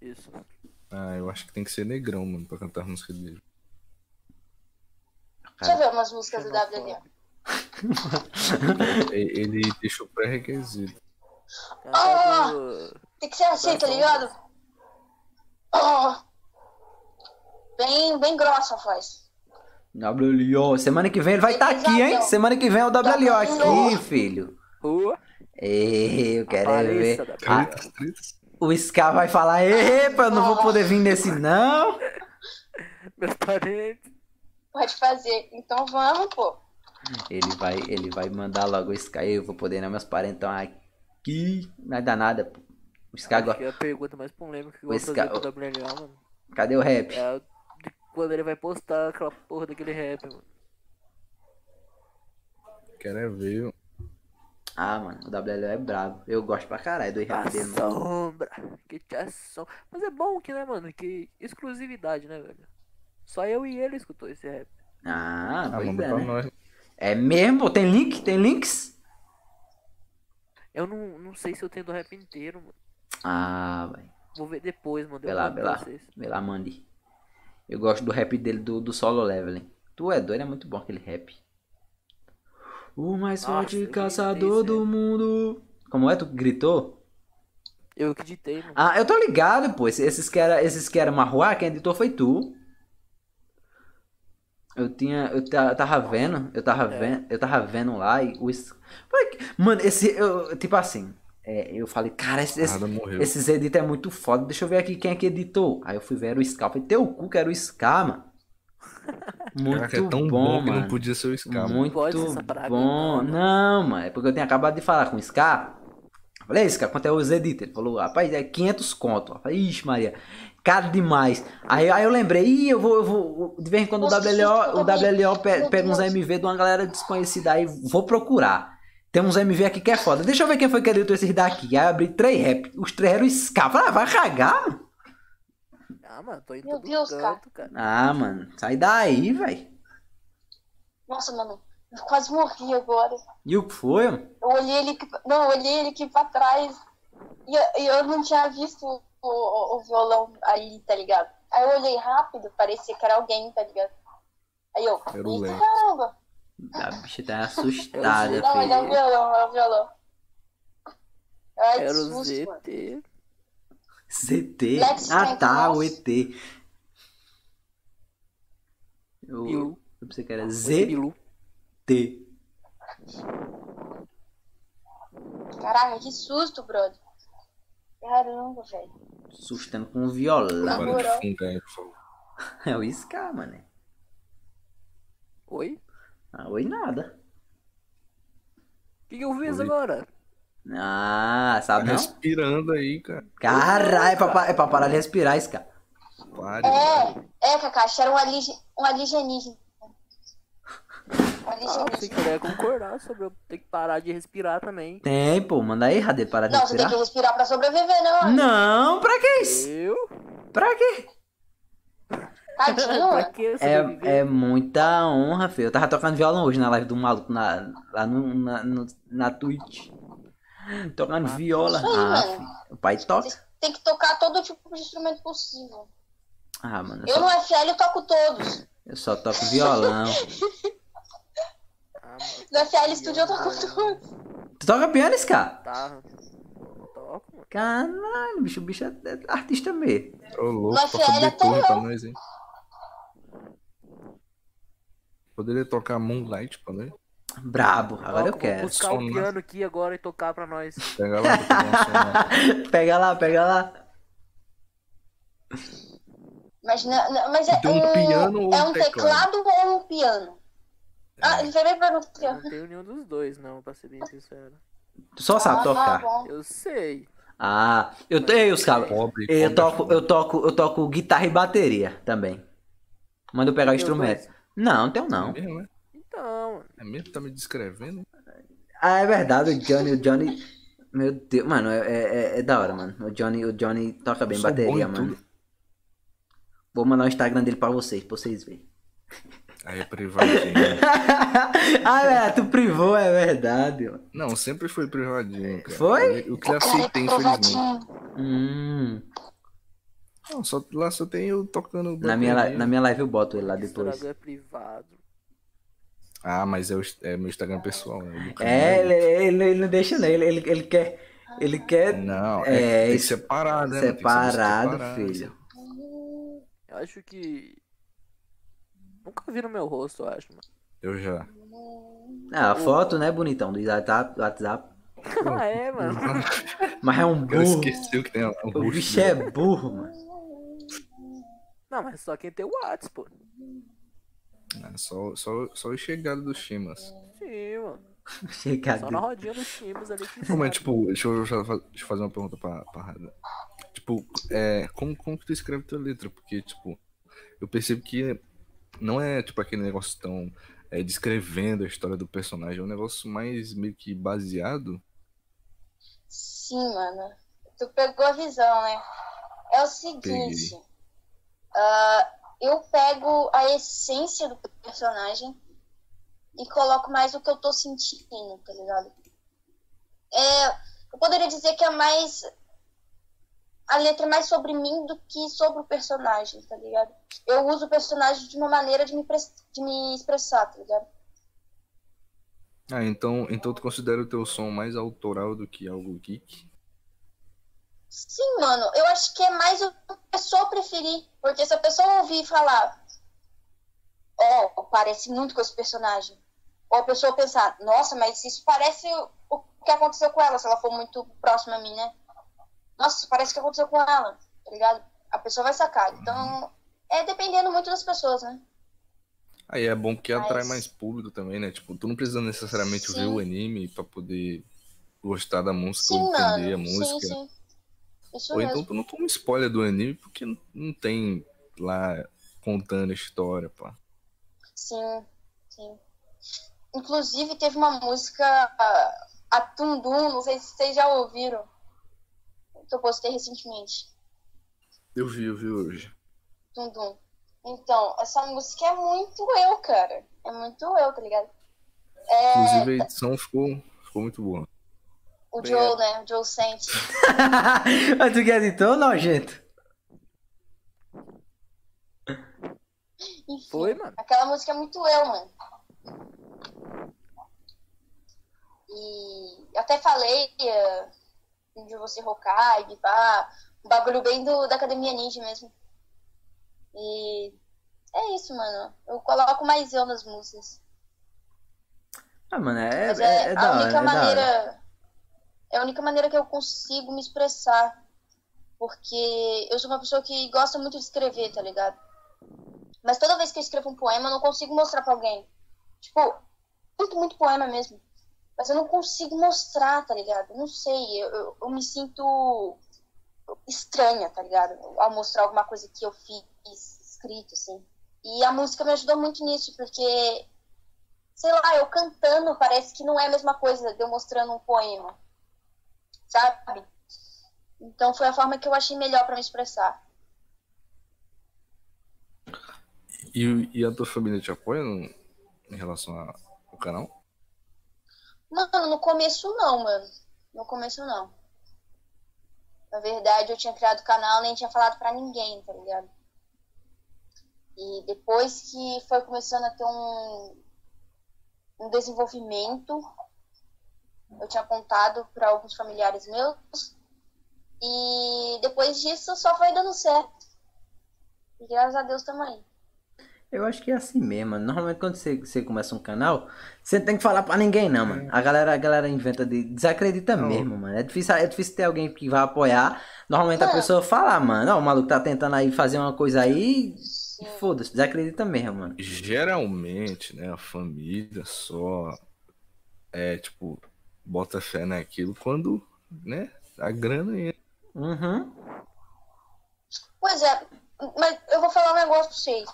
D: Isso.
C: Ah, eu acho que tem que ser negrão, mano, pra cantar a música dele.
E: Deixa eu ver umas músicas do WD.
C: E- Ele deixou pré-requisito.
D: Canta do...
E: Tem que ser assim, tá ligado? Ah. Bem, bem grossa a voz.
A: WLO. Semana que vem ele vai estar aqui, hein?
E: Pesadão.
A: Semana que vem é o
E: Tá
A: WLO aqui,
E: WLO.
A: filho.
D: Rua.
A: Ei, eu quero é ver.
D: Apareça da
A: Ah,
C: Caretas pretas.
A: o Scar vai falar, epa, eu não vou poder vir nesse não.
D: Meus parentes.
E: Pode fazer. Então vamos, pô.
A: Ele vai, ele vai mandar logo o Scar, eu vou poder não, meus parentão aqui. Não dá nada, pô. O Scar
D: Acho
A: agora,
D: que é a pergunta mais polêmica que eu
A: O
D: vou
A: Scar-
D: fazer pro WLO, mano.
A: cadê o rap?
D: É a de quando ele vai postar aquela porra daquele rap, mano.
C: Quero é ver.
A: Ah, mano, o WLO é brabo. Eu gosto pra caralho do
D: A
A: rap dele, mano.
D: sombra. Que te assombra. Mas é bom que, né, mano? Que exclusividade, né, velho? Só eu e ele escutou esse rap.
A: Ah,
C: Ah,
A: pois
C: manda
A: é,
C: pra
A: né?
C: nós.
A: É mesmo? Tem link? Tem links?
D: Eu não, não sei se eu tenho do rap inteiro, mano.
A: Ah, vai.
D: Vou ver depois, mano.
A: Vê
D: Eu
A: lá,
D: mando
A: vê
D: pra
A: lá.
D: vocês.
A: Vê lá, mande. Eu gosto do rap dele do, do solo leveling. Tu é doido, é muito bom aquele rap. O mais
D: Nossa,
A: forte
D: eu gritei
A: caçador
D: isso aí.
A: do mundo. Como é? Tu gritou?
D: Eu que ditei, mano.
A: Ah, eu tô ligado, pô. Esse- Esses que era, esses que era marruá, quem editou foi tu. Eu tinha. Eu ta- eu tava vendo. Eu tava
D: É.
A: vendo. Eu tava vendo lá e o. es- Ué, que- Mano, esse. eu- tipo assim. é, eu falei, cara, esse, esse-
C: Nada morreu.
A: esses edits é muito foda. Deixa eu ver aqui quem é que editou. Aí eu fui ver era o Scar. Falei, teu cu que era o Scar, mano. Muito
C: Caraca, é tão bom, que
A: mano.
C: não podia ser o Scar. mano.
A: Muito
D: Pode ser essa praga,
A: bom.
D: não.
A: Não, mano, é porque eu tenho acabado de falar com o Scar. Eu Falei, "Ei, Scar, quanto é os editores? Ele falou, rapaz, é 500 conto. Eu falei, ixi, Maria, caro demais. Aí, aí eu lembrei, ih, eu vou, eu vou. De vez em quando o
E: Nossa, gente,
A: WLO, o
E: eu também.
A: WLO pe-
E: Meu
A: pega uns
E: Deus.
A: MV de uma galera desconhecida aí, vou procurar. Tem uns MV aqui que é foda. Deixa eu ver quem foi que editou esses daqui. Aí eu abri três rap. Os três eram Scar. Eu Falei, ah, vai cagar, mano.
D: Ah, mano, tô em
E: Meu
D: todo
E: Deus, cara.
D: canto, cara.
A: Ah, mano, sai daí, velho.
E: Nossa, mano. Eu quase morri agora.
A: E o que foi, mano?
E: Eu olhei ele aqui, não, eu olhei ele aqui pra trás e eu, e eu não tinha visto o, o- o violão ali, tá ligado? Aí eu olhei rápido, parecia que era alguém, tá ligado? Aí eu,
C: Era o
E: eita,
C: Lex.
E: caramba!
A: A bicha tá assustada,
D: Eu
E: Não, ele é o
B: um
A: filho.
E: violão, é o violão. Ai, que
D: Era o
E: susto, mano.
D: ZT.
A: ZT.
B: Lex
A: Ah
B: Frank
A: tá,
B: Moss.
A: o ET. Eu,
D: Bilu.
A: eu pensei que era
D: Esse Bilu.
A: ZT.
B: Caraca, que susto, brother. Caramba, velho.
A: Sustando com viola.
C: Para de
B: Namorou.
C: fungar, aí, por favor.
A: É o Scar, mano.
D: Oi?
A: Ah, oi nada.
D: O que, que eu fiz
C: Oi.
D: agora?
A: Ah,
C: Tá
A: sabe não?
C: respirando aí, cara.
A: Caralho, é pra, pa- é pra parar de respirar, Scar.
C: Pare.
B: É, é, Kakashi, era um, aligi- um alienígena. Um
D: Ah, você
B: alienígena.
D: queria concordar sobre eu ter que parar de respirar também.
A: Tem, pô, manda aí, Radê, parar de
B: Não, você tem
A: respirar.
B: que respirar pra sobreviver, né, não.
A: Não, pra que isso?
D: Eu?
A: Pra quê?
D: [LAUGHS]
B: Tadinho,
D: pra
B: mano.
D: que sobreviver?
A: É, é muita honra, filho. Eu tava tocando violão hoje na live do maluco na, lá no, na, no, na Twitch. Tocando viola.
B: Isso aí,
A: Ah,
B: mano.
A: filho. O pai toca.
B: Tem que tocar todo tipo de instrumento possível.
A: Ah, mano, eu
B: Eu no
A: só,
B: FL eu toco todos.
A: eu só toco violão.
D: Ah, mano, [LAUGHS]
B: No FL Studio eu toco todos.
A: tu toca piano, Scar?
D: Tá. Toco, mano.
A: Caralho, bicho, o bicho é é artista mesmo.
C: Ô, louco,
B: Mas
C: pra
B: ela
C: fazer
B: tá
C: torre pra
B: louca.
C: nós, hein? Poderia tocar Moonlight pra nós?
A: Brabo, agora eu
D: Toco, vou
A: quero. [LAUGHS]
D: buscar
C: Som,
D: o
C: né?
D: piano aqui agora e tocar pra [LAUGHS] nós.
C: Pega lá, pra tocar um
A: [LAUGHS]
C: som lá.
A: pega lá, pega lá.
B: Mas, não, não- mas é
C: De um piano ou
B: é
C: um
B: um
C: teclado?
B: teclado ou um piano? Ah, ele foi bem pra um
D: Eu
B: piano.
D: não tenho nenhum dos dois, não, pra ser bem sincero.
A: Tu só sabe
B: Ah,
A: tocar.
B: Tá bom.
D: Eu sei.
A: Ah, eu tenho, Scar.
C: Pobre,
A: Eu
C: pobre
A: toco,
C: foda.
A: eu toco, eu toco guitarra e bateria também. Manda eu pegar o
D: Tem os
A: instrumento. Não, não tenho não.
C: É mesmo, né?
D: Então,
C: É mesmo? Tá me descrevendo?
A: Ah, é verdade, o Johnny, o Johnny. Meu Deus, mano, é, é- é da hora, mano. O Johnny, o Johnny toca bem
C: Eu sou bom
A: bateria,
C: em
A: mano.
C: tudo.
A: Vou mandar o Instagram dele pra vocês, pra vocês verem.
C: Aí é privadinho. né?
A: [LAUGHS] ah, é, tu privou, é verdade, mano.
C: Não, sempre foi privadinho, cara.
A: Foi?
C: O que lá
B: Cara,
C: se
B: que
C: tem, infelizmente.
B: provadinho.
A: Hum,
C: Não, só, lá só tem eu tocando.
A: na, minha, li-
C: bateria.
A: na minha live eu boto ele lá depois.
D: Instagram é privado.
C: Ah, mas é, o, é meu Instagram pessoal. né? Do canal.
A: É, ele, ele, ele não deixa não, ele, ele, ele quer. Ele quer
C: Não, é,
A: É,
C: tem que
A: isso-
C: separado, né? Tem que ser
A: separado,
C: separado.
A: filho.
D: Eu acho que. Nunca viram meu rosto, eu acho, mano. [LAUGHS]
C: Eu já.
A: Ah, a foto, né, bonitão, do WhatsApp, WhatsApp.
D: Ah, é, mano.
A: Mas é um
C: Eu
A: burro.
C: esqueci o que tem o
A: O
C: rosto
A: bicho
C: dele.
A: é burro, mano. [LAUGHS]
D: Não, mas só quem tem o WhatsApp, pô.
A: é
C: Ah, Só, só, só os chegados do assim. Shimas.
D: Sim, mano. Só
A: Chegado.
D: na rodinha dos times ali que.
C: Pô, mas tipo, deixa eu, deixa eu fa- deixa eu fazer uma pergunta pra, pra Rada. Tipo, é, como, como que tu escreve tua letra? Porque, tipo, eu percebo que não é tipo aquele negócio tão é, descrevendo a história do personagem, é um negócio mais meio que baseado.
B: Sim, mano. Tu pegou a visão, né? É o seguinte.
C: Peguei.
B: ah, eu pego a essência do personagem e coloco mais o que eu tô sentindo, tá ligado? É, eu poderia dizer que é mais. A letra é mais sobre mim do que sobre o personagem, tá ligado? Eu uso o personagem de uma maneira de me, pres- de me expressar, tá ligado?
C: Ah, então, então tu considera o teu som mais autoral do que algo geek?
B: Sim, mano, eu acho que é mais o que a pessoa preferir. Porque se a pessoa ouvir e falar, ó, parece muito com esse personagem. Ou a pessoa pensar, nossa, mas isso parece o que aconteceu com ela, se ela for muito próxima a mim, né? Nossa, parece o que aconteceu com ela, tá ligado? A pessoa vai sacar.
C: Uhum.
B: Então, é dependendo muito das pessoas, né?
C: Aí é bom porque
B: Mas-
C: atrai mais público também, né? Tipo, tu não precisa necessariamente ver
B: Sim.
C: o anime pra poder gostar da música
B: Sim,
C: ou
B: mano.
C: entender a
B: Sim,
C: música.
B: sim. Isso
C: Ou
B: mesmo.
C: então tu não toma spoiler do anime porque não- não tem lá contando a história, pá.
B: Sim, sim. Inclusive teve uma música, ah, a Tundum, não sei se vocês já ouviram, que eu postei recentemente.
C: Eu vi, eu vi hoje.
B: Tundum. Então, essa música é muito eu, cara. É muito eu, tá ligado?
C: Inclusive a edição ficou, ficou muito boa.
B: O
D: Obrigado.
B: Joe, né? O Joe sente.
A: [LAUGHS] Mas tu quer editor, nojento?
B: Enfim,
D: Foi, mano.
B: aquela música é muito eu, mano. E eu até falei eh, de você rocar e pá, Um bagulho bem do, da academia ninja mesmo. E é isso, mano. Eu coloco mais eu nas músicas.
A: Ah, mano, é,
B: Mas
A: é,
B: é,
A: é
B: a
A: da hora, é
B: única
A: da
B: maneira.
A: hora.
B: É a única maneira que eu consigo me expressar. Porque eu sou uma pessoa que gosta muito de escrever, tá ligado? Mas toda vez que eu escrevo um poema, eu não consigo mostrar pra alguém. Tipo, muito, muito poema mesmo. Mas eu não consigo mostrar, tá ligado? Não sei, eu, eu, eu me sinto estranha, tá ligado? Ao mostrar alguma coisa que eu fiz escrito, assim. E a música me ajudou muito nisso, porque sei lá, eu cantando parece que não é a mesma coisa de eu mostrando um poema, sabe? Então foi a forma que eu achei melhor pra me expressar.
C: E, e a tua família te apoia no- em relação a- ao canal?
B: Mano, no começo não, mano. No começo não. Na verdade, eu tinha criado o canal, nem tinha falado pra ninguém, tá ligado? E depois que foi começando a ter um, um desenvolvimento, eu tinha contado pra alguns familiares meus. E depois disso só foi dando certo. E graças a Deus também.
A: Eu acho que é assim mesmo, mano. Normalmente quando você, você começa um canal, você não tem que falar pra ninguém, não, mano. A galera, a galera inventa de. Desacredita
C: Não.
A: mesmo, mano. É difícil, é difícil ter alguém que vai apoiar. Normalmente a
B: Mano.
A: pessoa fala, mano, ó, o maluco tá tentando aí fazer uma coisa aí. E
B: Sim.
A: foda-se, desacredita mesmo, mano.
C: Geralmente, né, a família só é tipo, bota fé naquilo quando, né, a grana entra.
A: Uhum.
B: Pois é, mas eu vou falar um negócio pra vocês.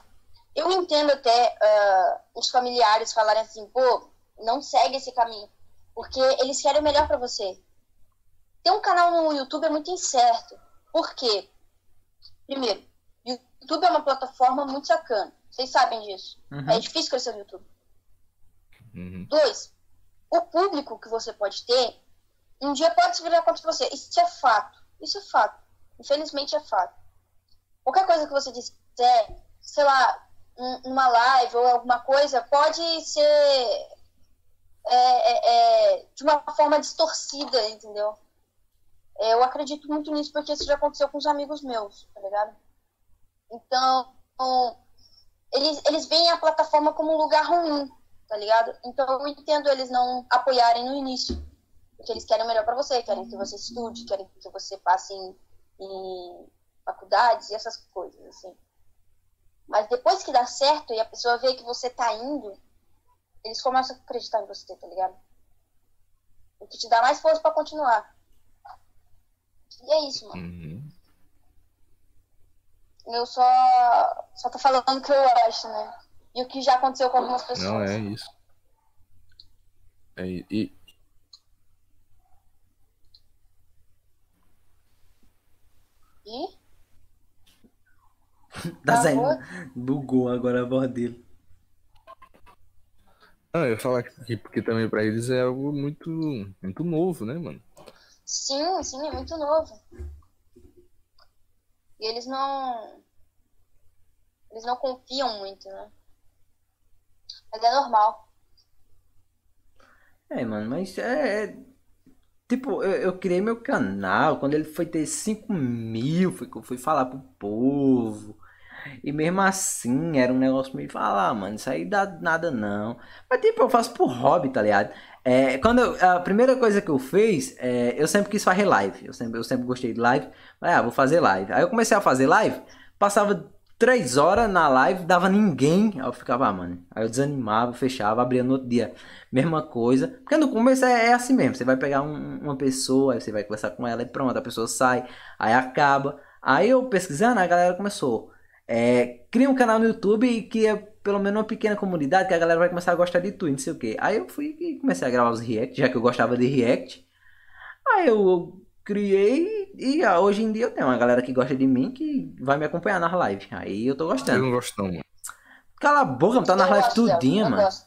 B: Eu entendo até ah, os familiares falarem assim, pô, não segue esse caminho, porque eles querem o melhor pra você. Ter um canal no YouTube é muito incerto. Por quê? Primeiro, YouTube é uma plataforma muito sacana. Vocês sabem disso.
A: Uhum.
B: É difícil crescer no YouTube.
C: Uhum.
B: Dois, o público que você pode ter, um dia pode se virar contra você. Isso é fato. Isso é fato. Infelizmente é fato. Qualquer coisa que você disser, sei lá, um- uma live ou alguma coisa, pode ser é, é, é, de uma forma distorcida, entendeu? É, Eu acredito muito nisso porque isso já aconteceu com os amigos meus, tá ligado? Então, eles, eles veem a plataforma como um lugar ruim, tá ligado? Então eu entendo eles não apoiarem no início. Porque eles querem o melhor pra você, querem que você estude, querem que você passe em, em faculdades e essas coisas, assim. Mas depois que dá certo e a pessoa vê que você tá indo, eles começam a acreditar em você, tá ligado? O que te dá mais força pra continuar. E é isso, mano.
C: Uhum.
B: Eu só, só tô falando o que eu acho, né? E o que já aconteceu com algumas pessoas.
C: Não, é isso. É, i- e,
B: E?
A: Tá
B: Tá
A: saindo.
B: bom.
A: Bugou agora a voz dele.
C: não, eu ia falar que porque também pra eles é algo muito, muito novo, né, mano?
B: Sim, sim, é muito novo. E eles não. Eles não confiam muito, né? Mas é normal.
A: É, mano, mas é. é- Tipo, eu, eu criei meu canal quando ele foi ter 5 mil, foi que eu fui falar pro povo. E mesmo assim, era um negócio meio falar, ah, mano, isso aí dá nada não. Mas tipo, eu faço por hobby, tá ligado? É, quando eu- a primeira coisa que eu fiz, é, eu sempre quis fazer live. Eu sempre, eu sempre gostei de live. Falei, ah, vou fazer live. Aí eu comecei a fazer live, passava três horas na live, dava ninguém. Aí eu ficava, ah, mano. Aí eu desanimava, fechava, abria no outro dia mesma coisa. Porque no começo é, é assim mesmo. Você vai pegar um- uma pessoa, aí você vai conversar com ela e pronto, a pessoa sai, aí acaba. Aí eu pesquisando, a galera começou. É, cria um canal no YouTube e cria pelo menos uma pequena comunidade que a galera vai começar a gostar de tu, e não sei o que. Aí eu fui e comecei a gravar os react, já que eu gostava de react. Aí eu criei e ah, hoje em dia eu tenho uma galera que gosta de mim que vai me acompanhar nas lives. Aí eu tô
C: Eu
B: Tá.
A: gostando.
C: não gosto não, mano.
A: Cala a boca, mano, tá nas
B: Eu
A: lives
B: gosto dela,
A: tudinha,
B: eu
A: mano.
B: gosto.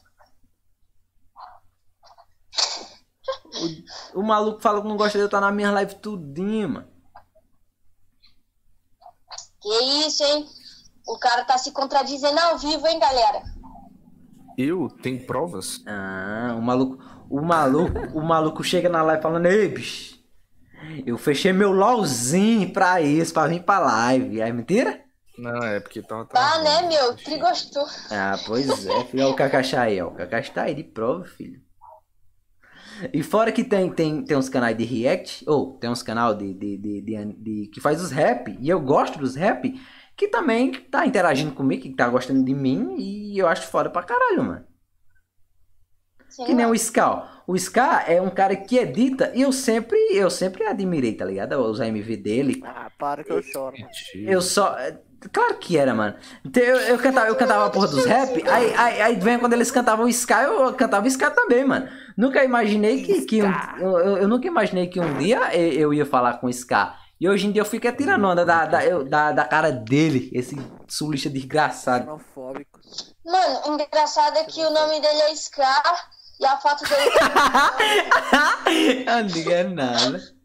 A: O maluco fala que não gosta de eu estar na minha live tudinho, mano.
B: Que isso, hein? O cara tá se contradizendo ao vivo, hein, galera?
C: Eu tenho provas.
A: Ah, o maluco, o maluco, o maluco chega na live falando, ei, bicho, Eu fechei meu LOLzinho pra isso, pra vir pra live. É mentira?
C: Não, é porque tava. tava
B: Ah, né,
C: ruim,
B: meu?
C: gente.
B: Trigostou.
A: Ah, pois é, filho. Olha o Kakaxá aí, ó. O Kakaxá tá aí de prova, filho. E fora que tem, tem, tem uns canais de react, ou tem uns canal de, de, de, de, de- que faz os rap, e eu gosto dos rap, que também tá interagindo comigo, que tá gostando de mim, e eu acho foda pra caralho, mano.
B: Sim,
A: Que nem o Ska. ó. O Ska é um cara que edita e eu sempre, eu sempre admirei, tá ligado? Os AMV dele.
D: Ah, para que eu choro, mano.
C: Mentira.
A: Eu só. é, Claro que era, mano. Então, Eu, eu, cantava, eu cantava a porra dos rap, aí, aí, aí vem quando eles cantavam Ska, eu cantava Ska também, mano. Nunca imaginei que. que um- eu, eu- eu nunca imaginei que um dia eu, eu ia falar com o Ska. E hoje em dia eu fico atirando onda da, da, eu- da, da cara dele, esse sulista desgraçado.
D: Xenofóbico.
B: Mano, engraçado é que o nome dele é Scar e a foto dele é
A: [LAUGHS] Eu não diga nada.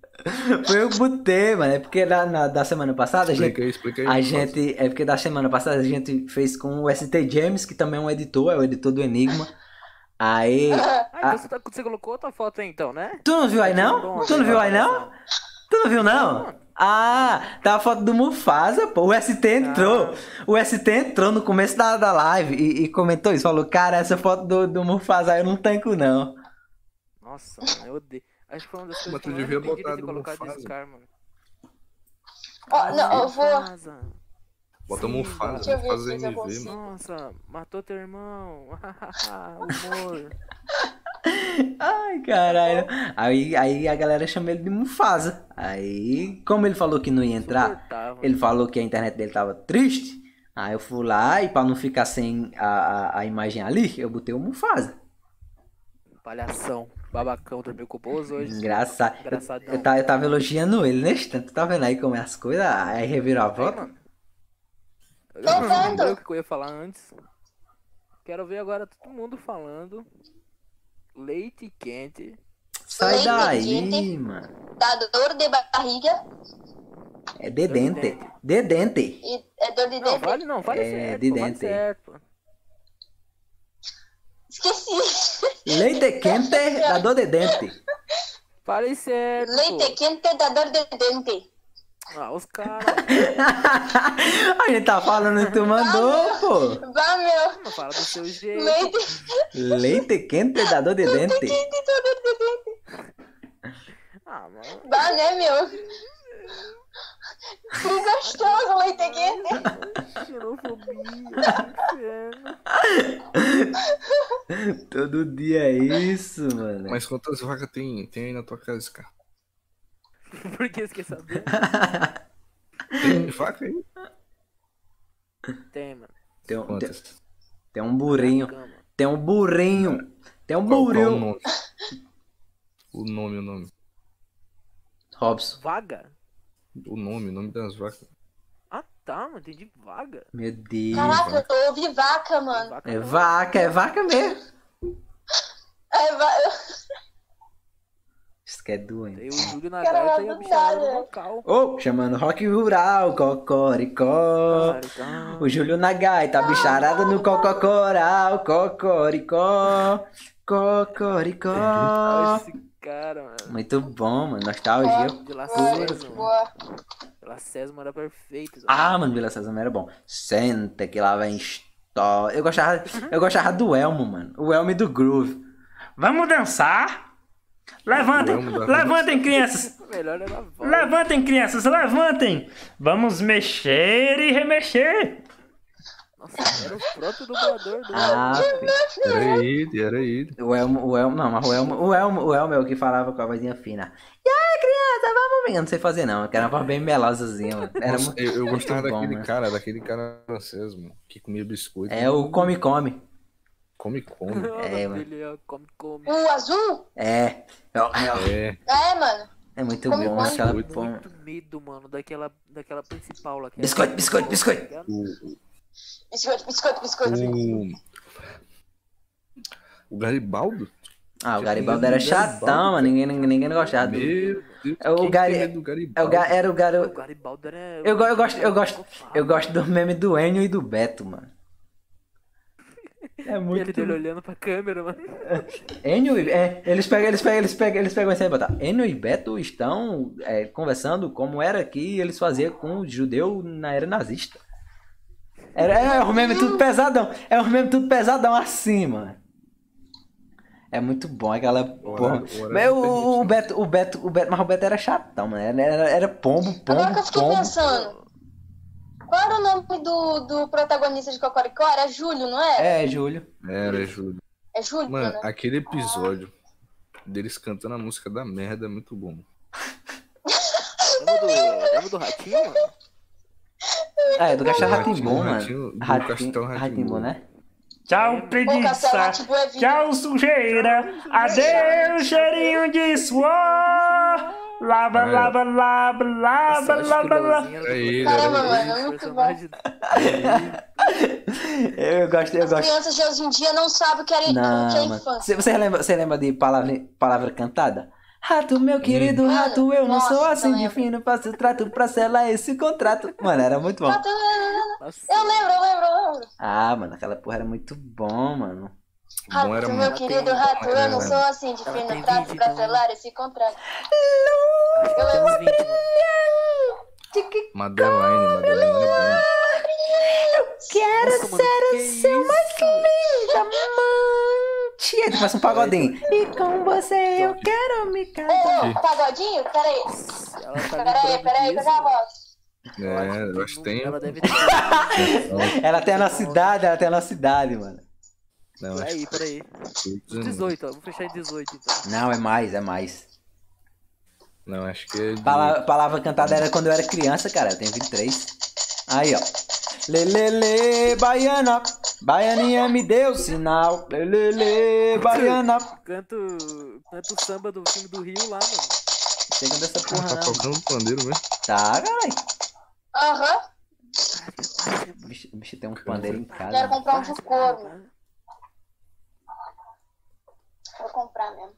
A: Foi eu que botei, mano. É porque na, na- da semana passada a gente.
C: Explica aí, explica aí.
A: A gente, é porque da semana passada a gente fez com o ST James, que também é um editor, é o editor do Enigma. Aí.
D: Ah, então você, tá- você colocou outra foto aí então, né?
A: Tu não viu aí não? Tu não viu aí não? Tu não viu não? Ah, tá a foto do Mufasa, pô. O ST
D: Ah.
A: entrou. O ST entrou no começo da, da live e, e comentou isso. Falou, cara, essa foto do, do Mufasa aí eu não tanco, não.
D: Nossa, mano, eu odeio. Acho que foi uma das coisas
C: Mas
D: que
C: tu
D: eu mais
C: devia
D: arrependi de
C: botar
D: ter
C: do
D: colocado
C: Mufasa.
D: esse cara, mano.
B: Ó, não, eu vou.
D: Mufasa.
C: Bota Mufasa,
B: Deixa eu ver
C: Mufasa
B: se eu
C: MV,
B: consigo.
C: mano.
D: Nossa, matou teu irmão. [LAUGHS] Humor.
A: Ai, caralho. Aí, aí a galera chama ele de Mufasa. Aí, como ele falou que não ia entrar,
D: Insuportável.
A: Ele falou que a internet dele tava triste. Aí eu fui lá e pra não ficar sem a, a, a imagem ali, eu botei o Mufasa.
D: Palhação. Babacão dormiu com o Bozo hoje.
A: Engraçado. Eu-
D: Engraçadão.
A: Eu, tava- eu tava elogiando ele nesse tanto. Tá vendo aí como é as coisas? Aí revirou a
D: Aí,
A: volta.
D: mano. Eu não
B: vendo?
D: lembrei o que eu ia falar antes. Quero ver agora todo mundo falando. Leite quente.
A: Sai
B: Leite
A: daí,
B: quente.
A: mano.
B: da dor de barriga
A: É de dente. De dente.
B: e é dor de
D: Não,
B: dente.
D: vale não, vale
A: É,
D: certo.
A: de
D: pô, vale
A: dente.
D: certo. pô.
B: Esqueci.
A: Leite quente é da dor de dente. [LAUGHS]
D: Vale certo.
B: Leite
D: pô.
B: quente da dor de dente.
D: Ah, os caras.
A: a gente tá falando e tu mandou, pô.
B: Vá, meu.
D: Não fala do seu jeito.
B: Leite
A: Leite quente da dor de dente.
B: quente da dor de dente.
D: Ah, mano.
B: Bah, né, meu? Que gostoso, leite quente.
D: Xenofobia. [LAUGHS] inferno.
A: Todo dia é isso,
B: né?
A: mano.
C: Mas quantas vacas tem, tem aí na tua casa, cara?
D: Por que você quer saber?
B: [LAUGHS]
C: Tem vaca aí?
D: Tem, mano.
A: Tem, um- tem,
C: Quantas?
A: tem um burinho.
D: Cama.
A: Tem um burrinho. Tem um
C: Qual, qual o
A: burrinho.
C: nome? O nome, o nome.
A: Robson.
D: Vaga?
C: O nome, o nome das vacas.
D: Ah, tá, mano. Entendi. Vaga.
A: Meu Deus.
B: Caraca, eu ouvi vaca, mano.
D: Vaca
A: É
D: não.
A: vaca, é vaca mesmo.
B: É va-
A: Isso que é doente.
D: Tem o Júlio na
B: Cara,
D: gaita e a
B: do
D: bichada
B: nada.
D: no local.
A: Ô, chamando rock rural, cocoricó.
D: Cara,
A: O Júlio na gaita, a bicharada no cococoral, cocoricó.
D: Olha
C: É,
A: Cocoricó.
D: esse cara, mano.
A: Muito bom, mano. Nostalgia.
D: De La
B: Boa,
D: César, mano.
B: boa.
D: De La César era perfeito. Zé.
A: Ah, mano, Vila Sésamo era bom. Senta que lá vem história. Eu gostava, eu gostava do Elmo, mano. O Elmo e do Groove. Vamos dançar? Levantem,
C: Vamos dançar.
A: levantem, crianças.
D: O melhor era a voz.
A: Levantem, crianças, levantem. Vamos mexer e remexer.
D: Nossa, era o próprio dublador do
A: Ah,
C: Era ele, era ele.
A: o Elmo, o Elmo, não, mas o Elmo, o Elmo, o Elmo é o que falava com a vozinha fina. E aí, criança, vamos ver. Eu não sei fazer não, que era uma voz bem melosazinha, mano. Era
C: Nossa,
A: muito-
C: eu, eu gostava
A: bom,
C: daquele
A: né?
C: cara, daquele cara francês, mano, que comia biscoito. né?
A: É o Come Come.
C: Come, come.
A: É,
D: É,
A: mano.
D: Ele é come, come.
B: O azul?
A: É. É,
C: É,
B: É, mano.
A: é muito
B: Come
A: bom
B: Come.
A: aquela
D: Muito
A: bom.
D: medo, mano, daquela, daquela principal lá. que é-
A: Biscoito, biscoito, biscoito.
C: o,
B: Biscoito, biscoito, biscoito.
C: o. O Garibaldo?
A: Ah, o Garibaldo era chatão, mano. Ninguém, ninguém, ninguém gostava
C: Meu
A: dele.
C: Deus.
A: É o
C: quem
A: Gari-
C: tem medo do Garibaldo?
A: É o ga- Era o
D: O
A: Garo...
D: Garibaldo era.
A: Eu, go- eu gosto, eu gosto, eu gosto do meme do Enio e do Beto, mano. É
F: E ele
A: muito.
F: dele olhando pra câmera, mano.
A: Enio e... É, eles pegam, eles pegam, eles pegam, eles pegam isso aí e botar. Enio e Beto estão é, conversando como era que eles faziam com o judeu na era nazista. Era, é o meme tudo pesadão. É o meme tudo pesadão assim, mano. É muito bom aquela porra.
C: horário- o horário
A: Mas
C: não
A: o, o
C: permite, né?
A: Beto, o Beto, o Beto, mas o Beto era chatão, mano. Era, era, era pombo, pombo,
B: Agora que eu fiquei
A: pombo.
B: pensando. Qual era o nome do, do protagonista de Cocoricó? Era Júlio, não é?
A: É, Júlio.
C: Era, Júlio.
B: É Júlio,
C: Mano,
B: né?
C: aquele episódio deles cantando a música da merda é muito bom.
F: Lembra do, lembra do ratinho, mano?
A: É, do Castelo
C: Ratinho,
A: Ratimbu,
C: Ratinho,
A: mano.
C: do
A: Ratimbu,
C: Castelo
A: Ratimbu,
C: Rá-Tim-Bum.
A: né?
G: Tchau,
B: Pô, Castelo
G: preguiça.
B: Rá-Tim-Bum é vida.
G: Tchau, sujeira. Adeus, cheirinho de suor. Lava,
C: Vai.
G: lava, lava,
A: Ah,
G: lava, lava, lava.
C: Aí,
B: Caramba, mano,
A: é
B: eu nunca vou.
A: Eu gosto, eu
B: As
A: gosto.
B: crianças de hoje em dia não sabem o que, era, o que é
A: Não, mano.
B: infância.
A: Você, você, lembra, você lembra de palavra, palavra cantada? Rato, meu
F: Hum.
A: querido
B: Mano,
A: rato, eu não
B: nossa,
A: sou
B: eu
A: assim de
B: lembro.
A: fino, faço trato pra selar esse contrato. Mano, era muito bom. [LAUGHS]
B: Ah, tá,
F: Nossa,
B: Eu lembro, eu lembro, eu lembro.
A: Ah, mano, aquela porra era muito bom, mano.
C: O bom né, era
B: Rato, meu
C: muito.
B: querido rato, eu não sou assim de
F: Ela tem
B: fino trato
F: 20,
B: pra
F: então.
B: selar esse contrato.
F: eu tenho uns 20, mano.
C: Madeline, Madeline era bom.
A: Quero
F: Nossa, mano, que isso?
A: amante. Aí começa um pagodinho. E com você eu quero me casar.
B: Ô, pagodinho? Peraí,
F: Ela tá
B: peraí,
F: lembrando
B: peraí, que eu
F: disso, mano.
B: já volto.
C: É, eu acho que tem.
F: Ela deve ter.
A: Ela tem a nossa idade, ela tem a nossa idade, mano.
C: Não, acho
F: Peraí, peraí.
C: que é 19.
F: 18, ó. Vou fechar em 18, então.
A: Não, é mais, é mais.
C: Não, acho que é. de-
A: Palavra, palavra cantada era quando eu era criança, cara. Eu tenho 23. Aí, ó. Lelele, baiana. Baianinha me deu sinal. Lelele, baiana.
F: Canto, canto o samba do time do Rio lá, mano.
A: Chega dessa porra,
C: Tá
A: não.
C: tocando pandeiro mesmo.
A: Tá, caralho.
B: Aham,
A: O bicho, o bicho tem um pandeiro em
C: Ah,
A: casa.
B: quero
A: mano.
B: comprar um de couro. Vou comprar mesmo.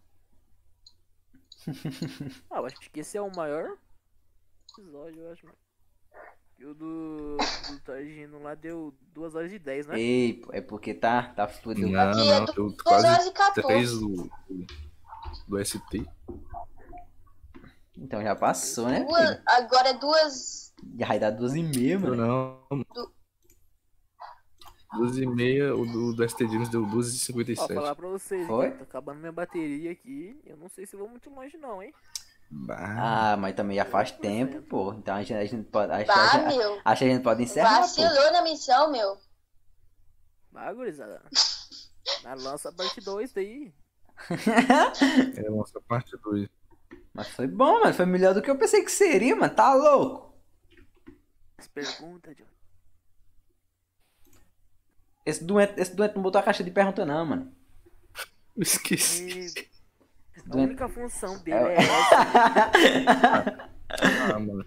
F: Ah, eu acho que esse é o maior episódio, eu acho. mano. E o do, do Targino lá deu 2 horas e 10, né?
A: Ei, pô, é porque tá, tá fluido.
B: Aqui
C: Não,
B: é
C: não,
B: do-
C: eu
B: 2
C: quase
B: horas e 14.
C: três do. Do ST.
A: Então já passou, né?
B: Duas-
A: filho?
B: agora é duas.
A: Já vai dar duas e meia,
C: Não,
A: mano.
C: não. mano. Duas e meia, o do, do ST Games deu 12 e
F: Ó,
C: 57.
F: falar pra vocês,
A: Foi?
F: cara, tá acabando minha bateria aqui. Eu não sei se eu vou muito longe, não, hein?
C: Bah,
A: Ah, mas também já faz tempo, pô. Então a gente, a gente pode.
C: É,
A: Acho, que a
B: Bah,
A: gente-
B: Ah, meu.
A: acho que a gente pode encerrar, pô.
B: Vacilou na missão, meu.
F: Bagurizada. Na lança parte 2 daí.
A: Ah.
C: é a nossa parte 2.
A: Mas foi bom, mano. Foi melhor do que eu pensei que seria, mano. Tá louco?
F: As perguntas, John.
A: Esse doente, esse doente não botou a caixa de pergunta, não, mano.
C: Esqueci.
F: E A
A: Doente.
F: única função dele é
A: [LAUGHS]
F: essa.
C: Ah, mano.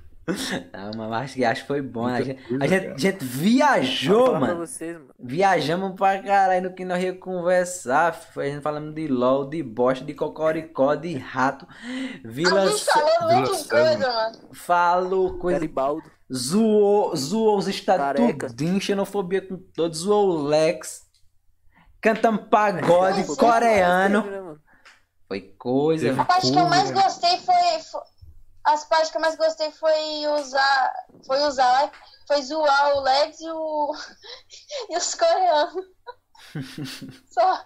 A: Não, mas acho que, acho que foi bom. né? A
C: Muita
A: gente,
C: coisa,
A: a gente-
C: cara.
A: a gente
F: Vou
A: viajou,
F: falar pra
A: mano.
F: vocês, mano.
A: Viajamos pra caralho no que nós ia conversar. Foi a gente falando de LOL, de bosta, de cocoricó, de rato.
B: A
A: Vila
B: gente falou um monte de
C: Vilança-
B: coisa, mano.
A: falou coisa.
F: Garibaldo.
A: Zoou, zoou os
F: Careca.
A: estatutos, xenofobia com todos, zoou o Lex. Cantamos pagode coreano. [LAUGHS] Foi coisa.
B: A parte que eu mais
C: Coisa.
B: gostei foi. fo- As partes que eu mais gostei foi usar. Foi usar. né? Foi zoar o Legs e o. [LAUGHS] e os coreanos.
A: [LAUGHS]
B: Só.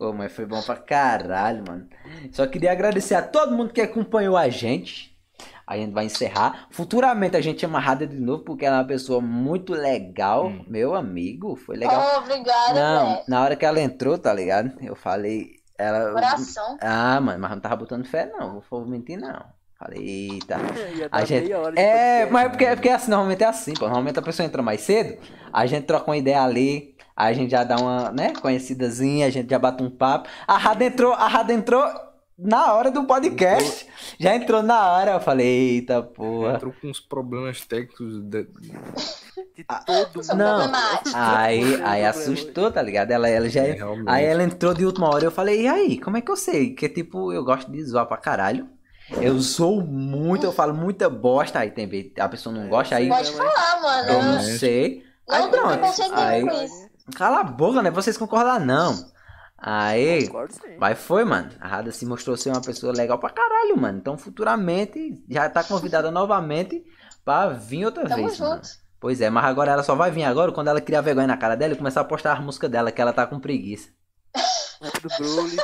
A: Ô, mas foi bom pra caralho, mano. Só queria agradecer a todo mundo que acompanhou a gente. A gente vai encerrar. Futuramente a gente chama a Rada de novo, porque ela é uma pessoa muito legal.
C: Hum.
A: Meu amigo, foi legal.
B: Oh, obrigada,
A: Não,
B: velho.
A: na hora que ela entrou, tá ligado? Eu falei. Ela.
B: Coração.
A: Ah, mano, mas não tava botando fé, não. Não vou mentir, não. Falei, eita.
F: Ia
A: A
F: dar
A: gente...
F: meia hora de
A: É,
F: podcast.
A: mas é porque, é porque assim, normalmente é assim, pô. Normalmente a pessoa entra mais cedo, a gente troca uma ideia ali, a gente já dá uma, né, conhecidazinha, a gente já bate um papo. A Rada entrou, a Rada entrou na hora do podcast. Já entrou na hora, eu falei, eita porra.
C: Entrou com uns problemas técnicos. de-
F: De todo mundo.
B: Sou
A: não.
B: problemática.
A: Aí, aí assustou, tá ligado? Ela, ela já.
C: realmente.
A: Aí ela entrou de última hora, eu falei, e aí, como é que eu sei? Que tipo, eu gosto de zoar pra caralho. Eu zoo muito, eu falo muita bosta, aí tem a pessoa não gosta, aí
B: Pode falar, Ah, mano.
A: eu
B: Eu
A: não
C: né?
A: sei.
B: Não
A: Aí
B: tem
A: pronto.
B: preconceito nenhum
A: Aí-
B: com isso.
A: Cala a boca, não é pra vocês concordar, não. Aí.
F: Concordo sim.
A: Mas foi, mano. A Rada se mostrou ser uma pessoa legal pra caralho, mano. Então, futuramente, já tá
B: [LAUGHS]
A: convidada novamente pra vir outra
B: Tamo
A: vez. Mano.
B: junto.
A: Pois é, mas agora ela só vai vir agora quando ela criar vergonha na cara dela e começar a postar as músicas dela, que ela tá com preguiça.
F: Rap do Broly.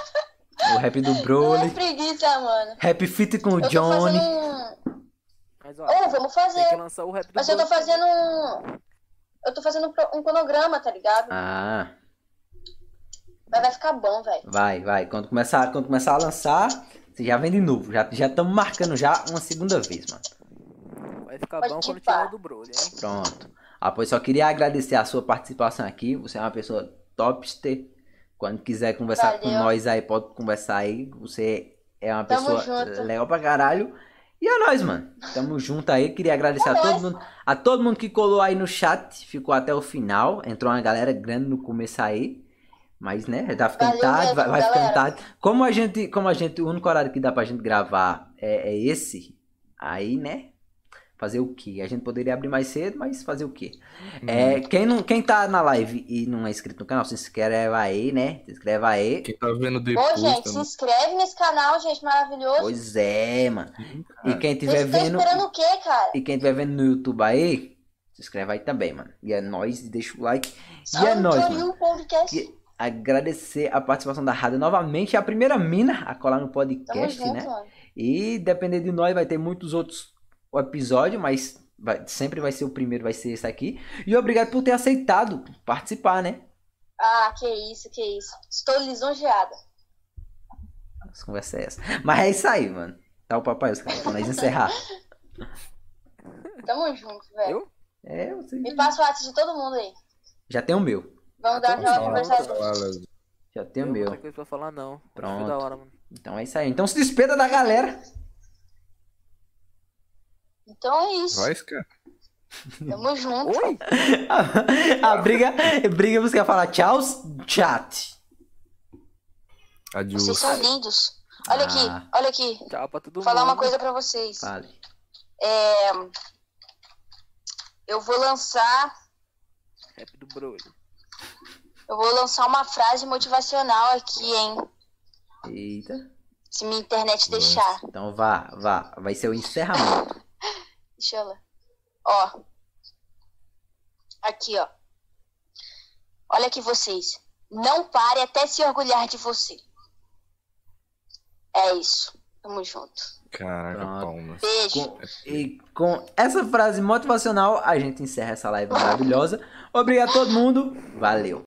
A: O rap do
B: Não é
A: Broly,
B: preguiça, mano.
A: rap fit com o
B: Eu tô
A: Johnny.
B: fazendo um.
F: Mas ó,
B: Ô, vamos
F: tem que
B: fazer.
F: lançar o rap do
B: Mas eu tô
F: Broly.
B: fazendo um. Eu tô fazendo um pro- um cronograma, tá ligado?
A: Ah,
B: Mas vai ficar bom, velho.
A: vai, vai. Quando começar, quando começar a lançar, você já vem de novo. Já estamos marcando já uma segunda vez, mano.
F: Vai ficar
B: Pode
F: bom quando
B: chipar.
F: tiver o do Broly, hein?
A: Pronto. Ah, pois só queria agradecer a sua participação aqui. Você é uma pessoa topster. Quando quiser conversar com
B: Valeu.
A: nós aí, pode conversar aí. Você é uma
B: Tamo
A: pessoa
B: junto.
A: legal pra caralho. E é nóis, mano. Tamo junto aí. Queria agradecer a
B: É
A: todo
B: nóis.
A: mundo, a todo mundo que colou aí no chat, ficou até o final. Entrou uma galera grande no começo aí. Mas, né, tá ficando
B: Valeu
A: tarde,
B: mesmo,
A: vai, vai ficando
B: galera.
A: tarde. Como a gente, como a gente, o único horário que dá pra gente gravar é, é esse, aí, né, fazer o quê? A gente poderia abrir mais cedo, mas fazer o quê?
C: Uhum. Hum,
A: É, quem, não, quem tá na live e não é inscrito no canal, se inscreve aí, né, se inscreve aí.
C: Quem tá vendo
B: Ô,
C: depois.
B: gente, se
C: também.
B: inscreve nesse canal, gente, maravilhoso.
A: Pois é, mano. E quem tiver
B: Vocês estão
A: vendo,
B: esperando o quê, cara?
A: e quem tiver vendo no YouTube aí, se inscreve aí também, mano. E é nóis, deixa o like. E é nóis, mano.
B: Santoriu um Podcast.
A: E- Agradecer a participação da Rada novamente, é a primeira mina a colar no
B: Tamo
A: podcast,
B: junto,
A: né?
B: mano.
A: E depender de nós, vai ter muitos outros episódios, mas vai- sempre vai ser o primeiro, vai ser esse aqui. E obrigado por ter aceitado participar, né?
B: Ah, que isso, que isso. Estou lisonjeada.
A: Essa conversa é essa. Mas é isso aí, mano. Tá o papai, os caras, pra nós encerrar.
B: Tamo junto, velho.
F: Eu?
A: É, você
B: Me passa o ato de todo mundo aí.
A: já tem o meu.
B: Vamos
A: Ah,
B: dar
F: tamo
A: tá.
B: aquela
F: junto.
B: conversada.
A: Já tem o
F: Não
A: meu.
F: tem coisa pra falar, não. Acho é
A: Pronto.
F: da hora, mano.
A: Então é isso aí. Então se despeda da galera. [LAUGHS]
B: Então é isso.
C: Vai, cara.
B: Tamo junto.
F: Oi?
A: A briga, briga você quer falar tchau, chat.
C: Adiós.
B: Vocês são lindos. Olha
A: Ah. Tá.
B: aqui, olha aqui.
F: Tchau pra todo
B: Vou falar
F: mundo.
B: uma coisa pra vocês.
A: Fale.
B: Eu vou lançar,
F: Rap do Broly.
B: eu vou lançar uma frase motivacional aqui, hein?
A: Eita.
B: Se minha internet deixar.
A: Então vá, vá. Vai ser o encerramento.
B: Deixa eu lá. Ó. Aqui, ó. Olha aqui vocês. Não pare até se orgulhar de você. É isso. Tamo junto.
C: Caraca,
A: Pronto.
C: palmas.
B: Beijo.
A: Com- e com essa frase motivacional, a gente encerra essa live maravilhosa. Obrigado a todo mundo. Valeu.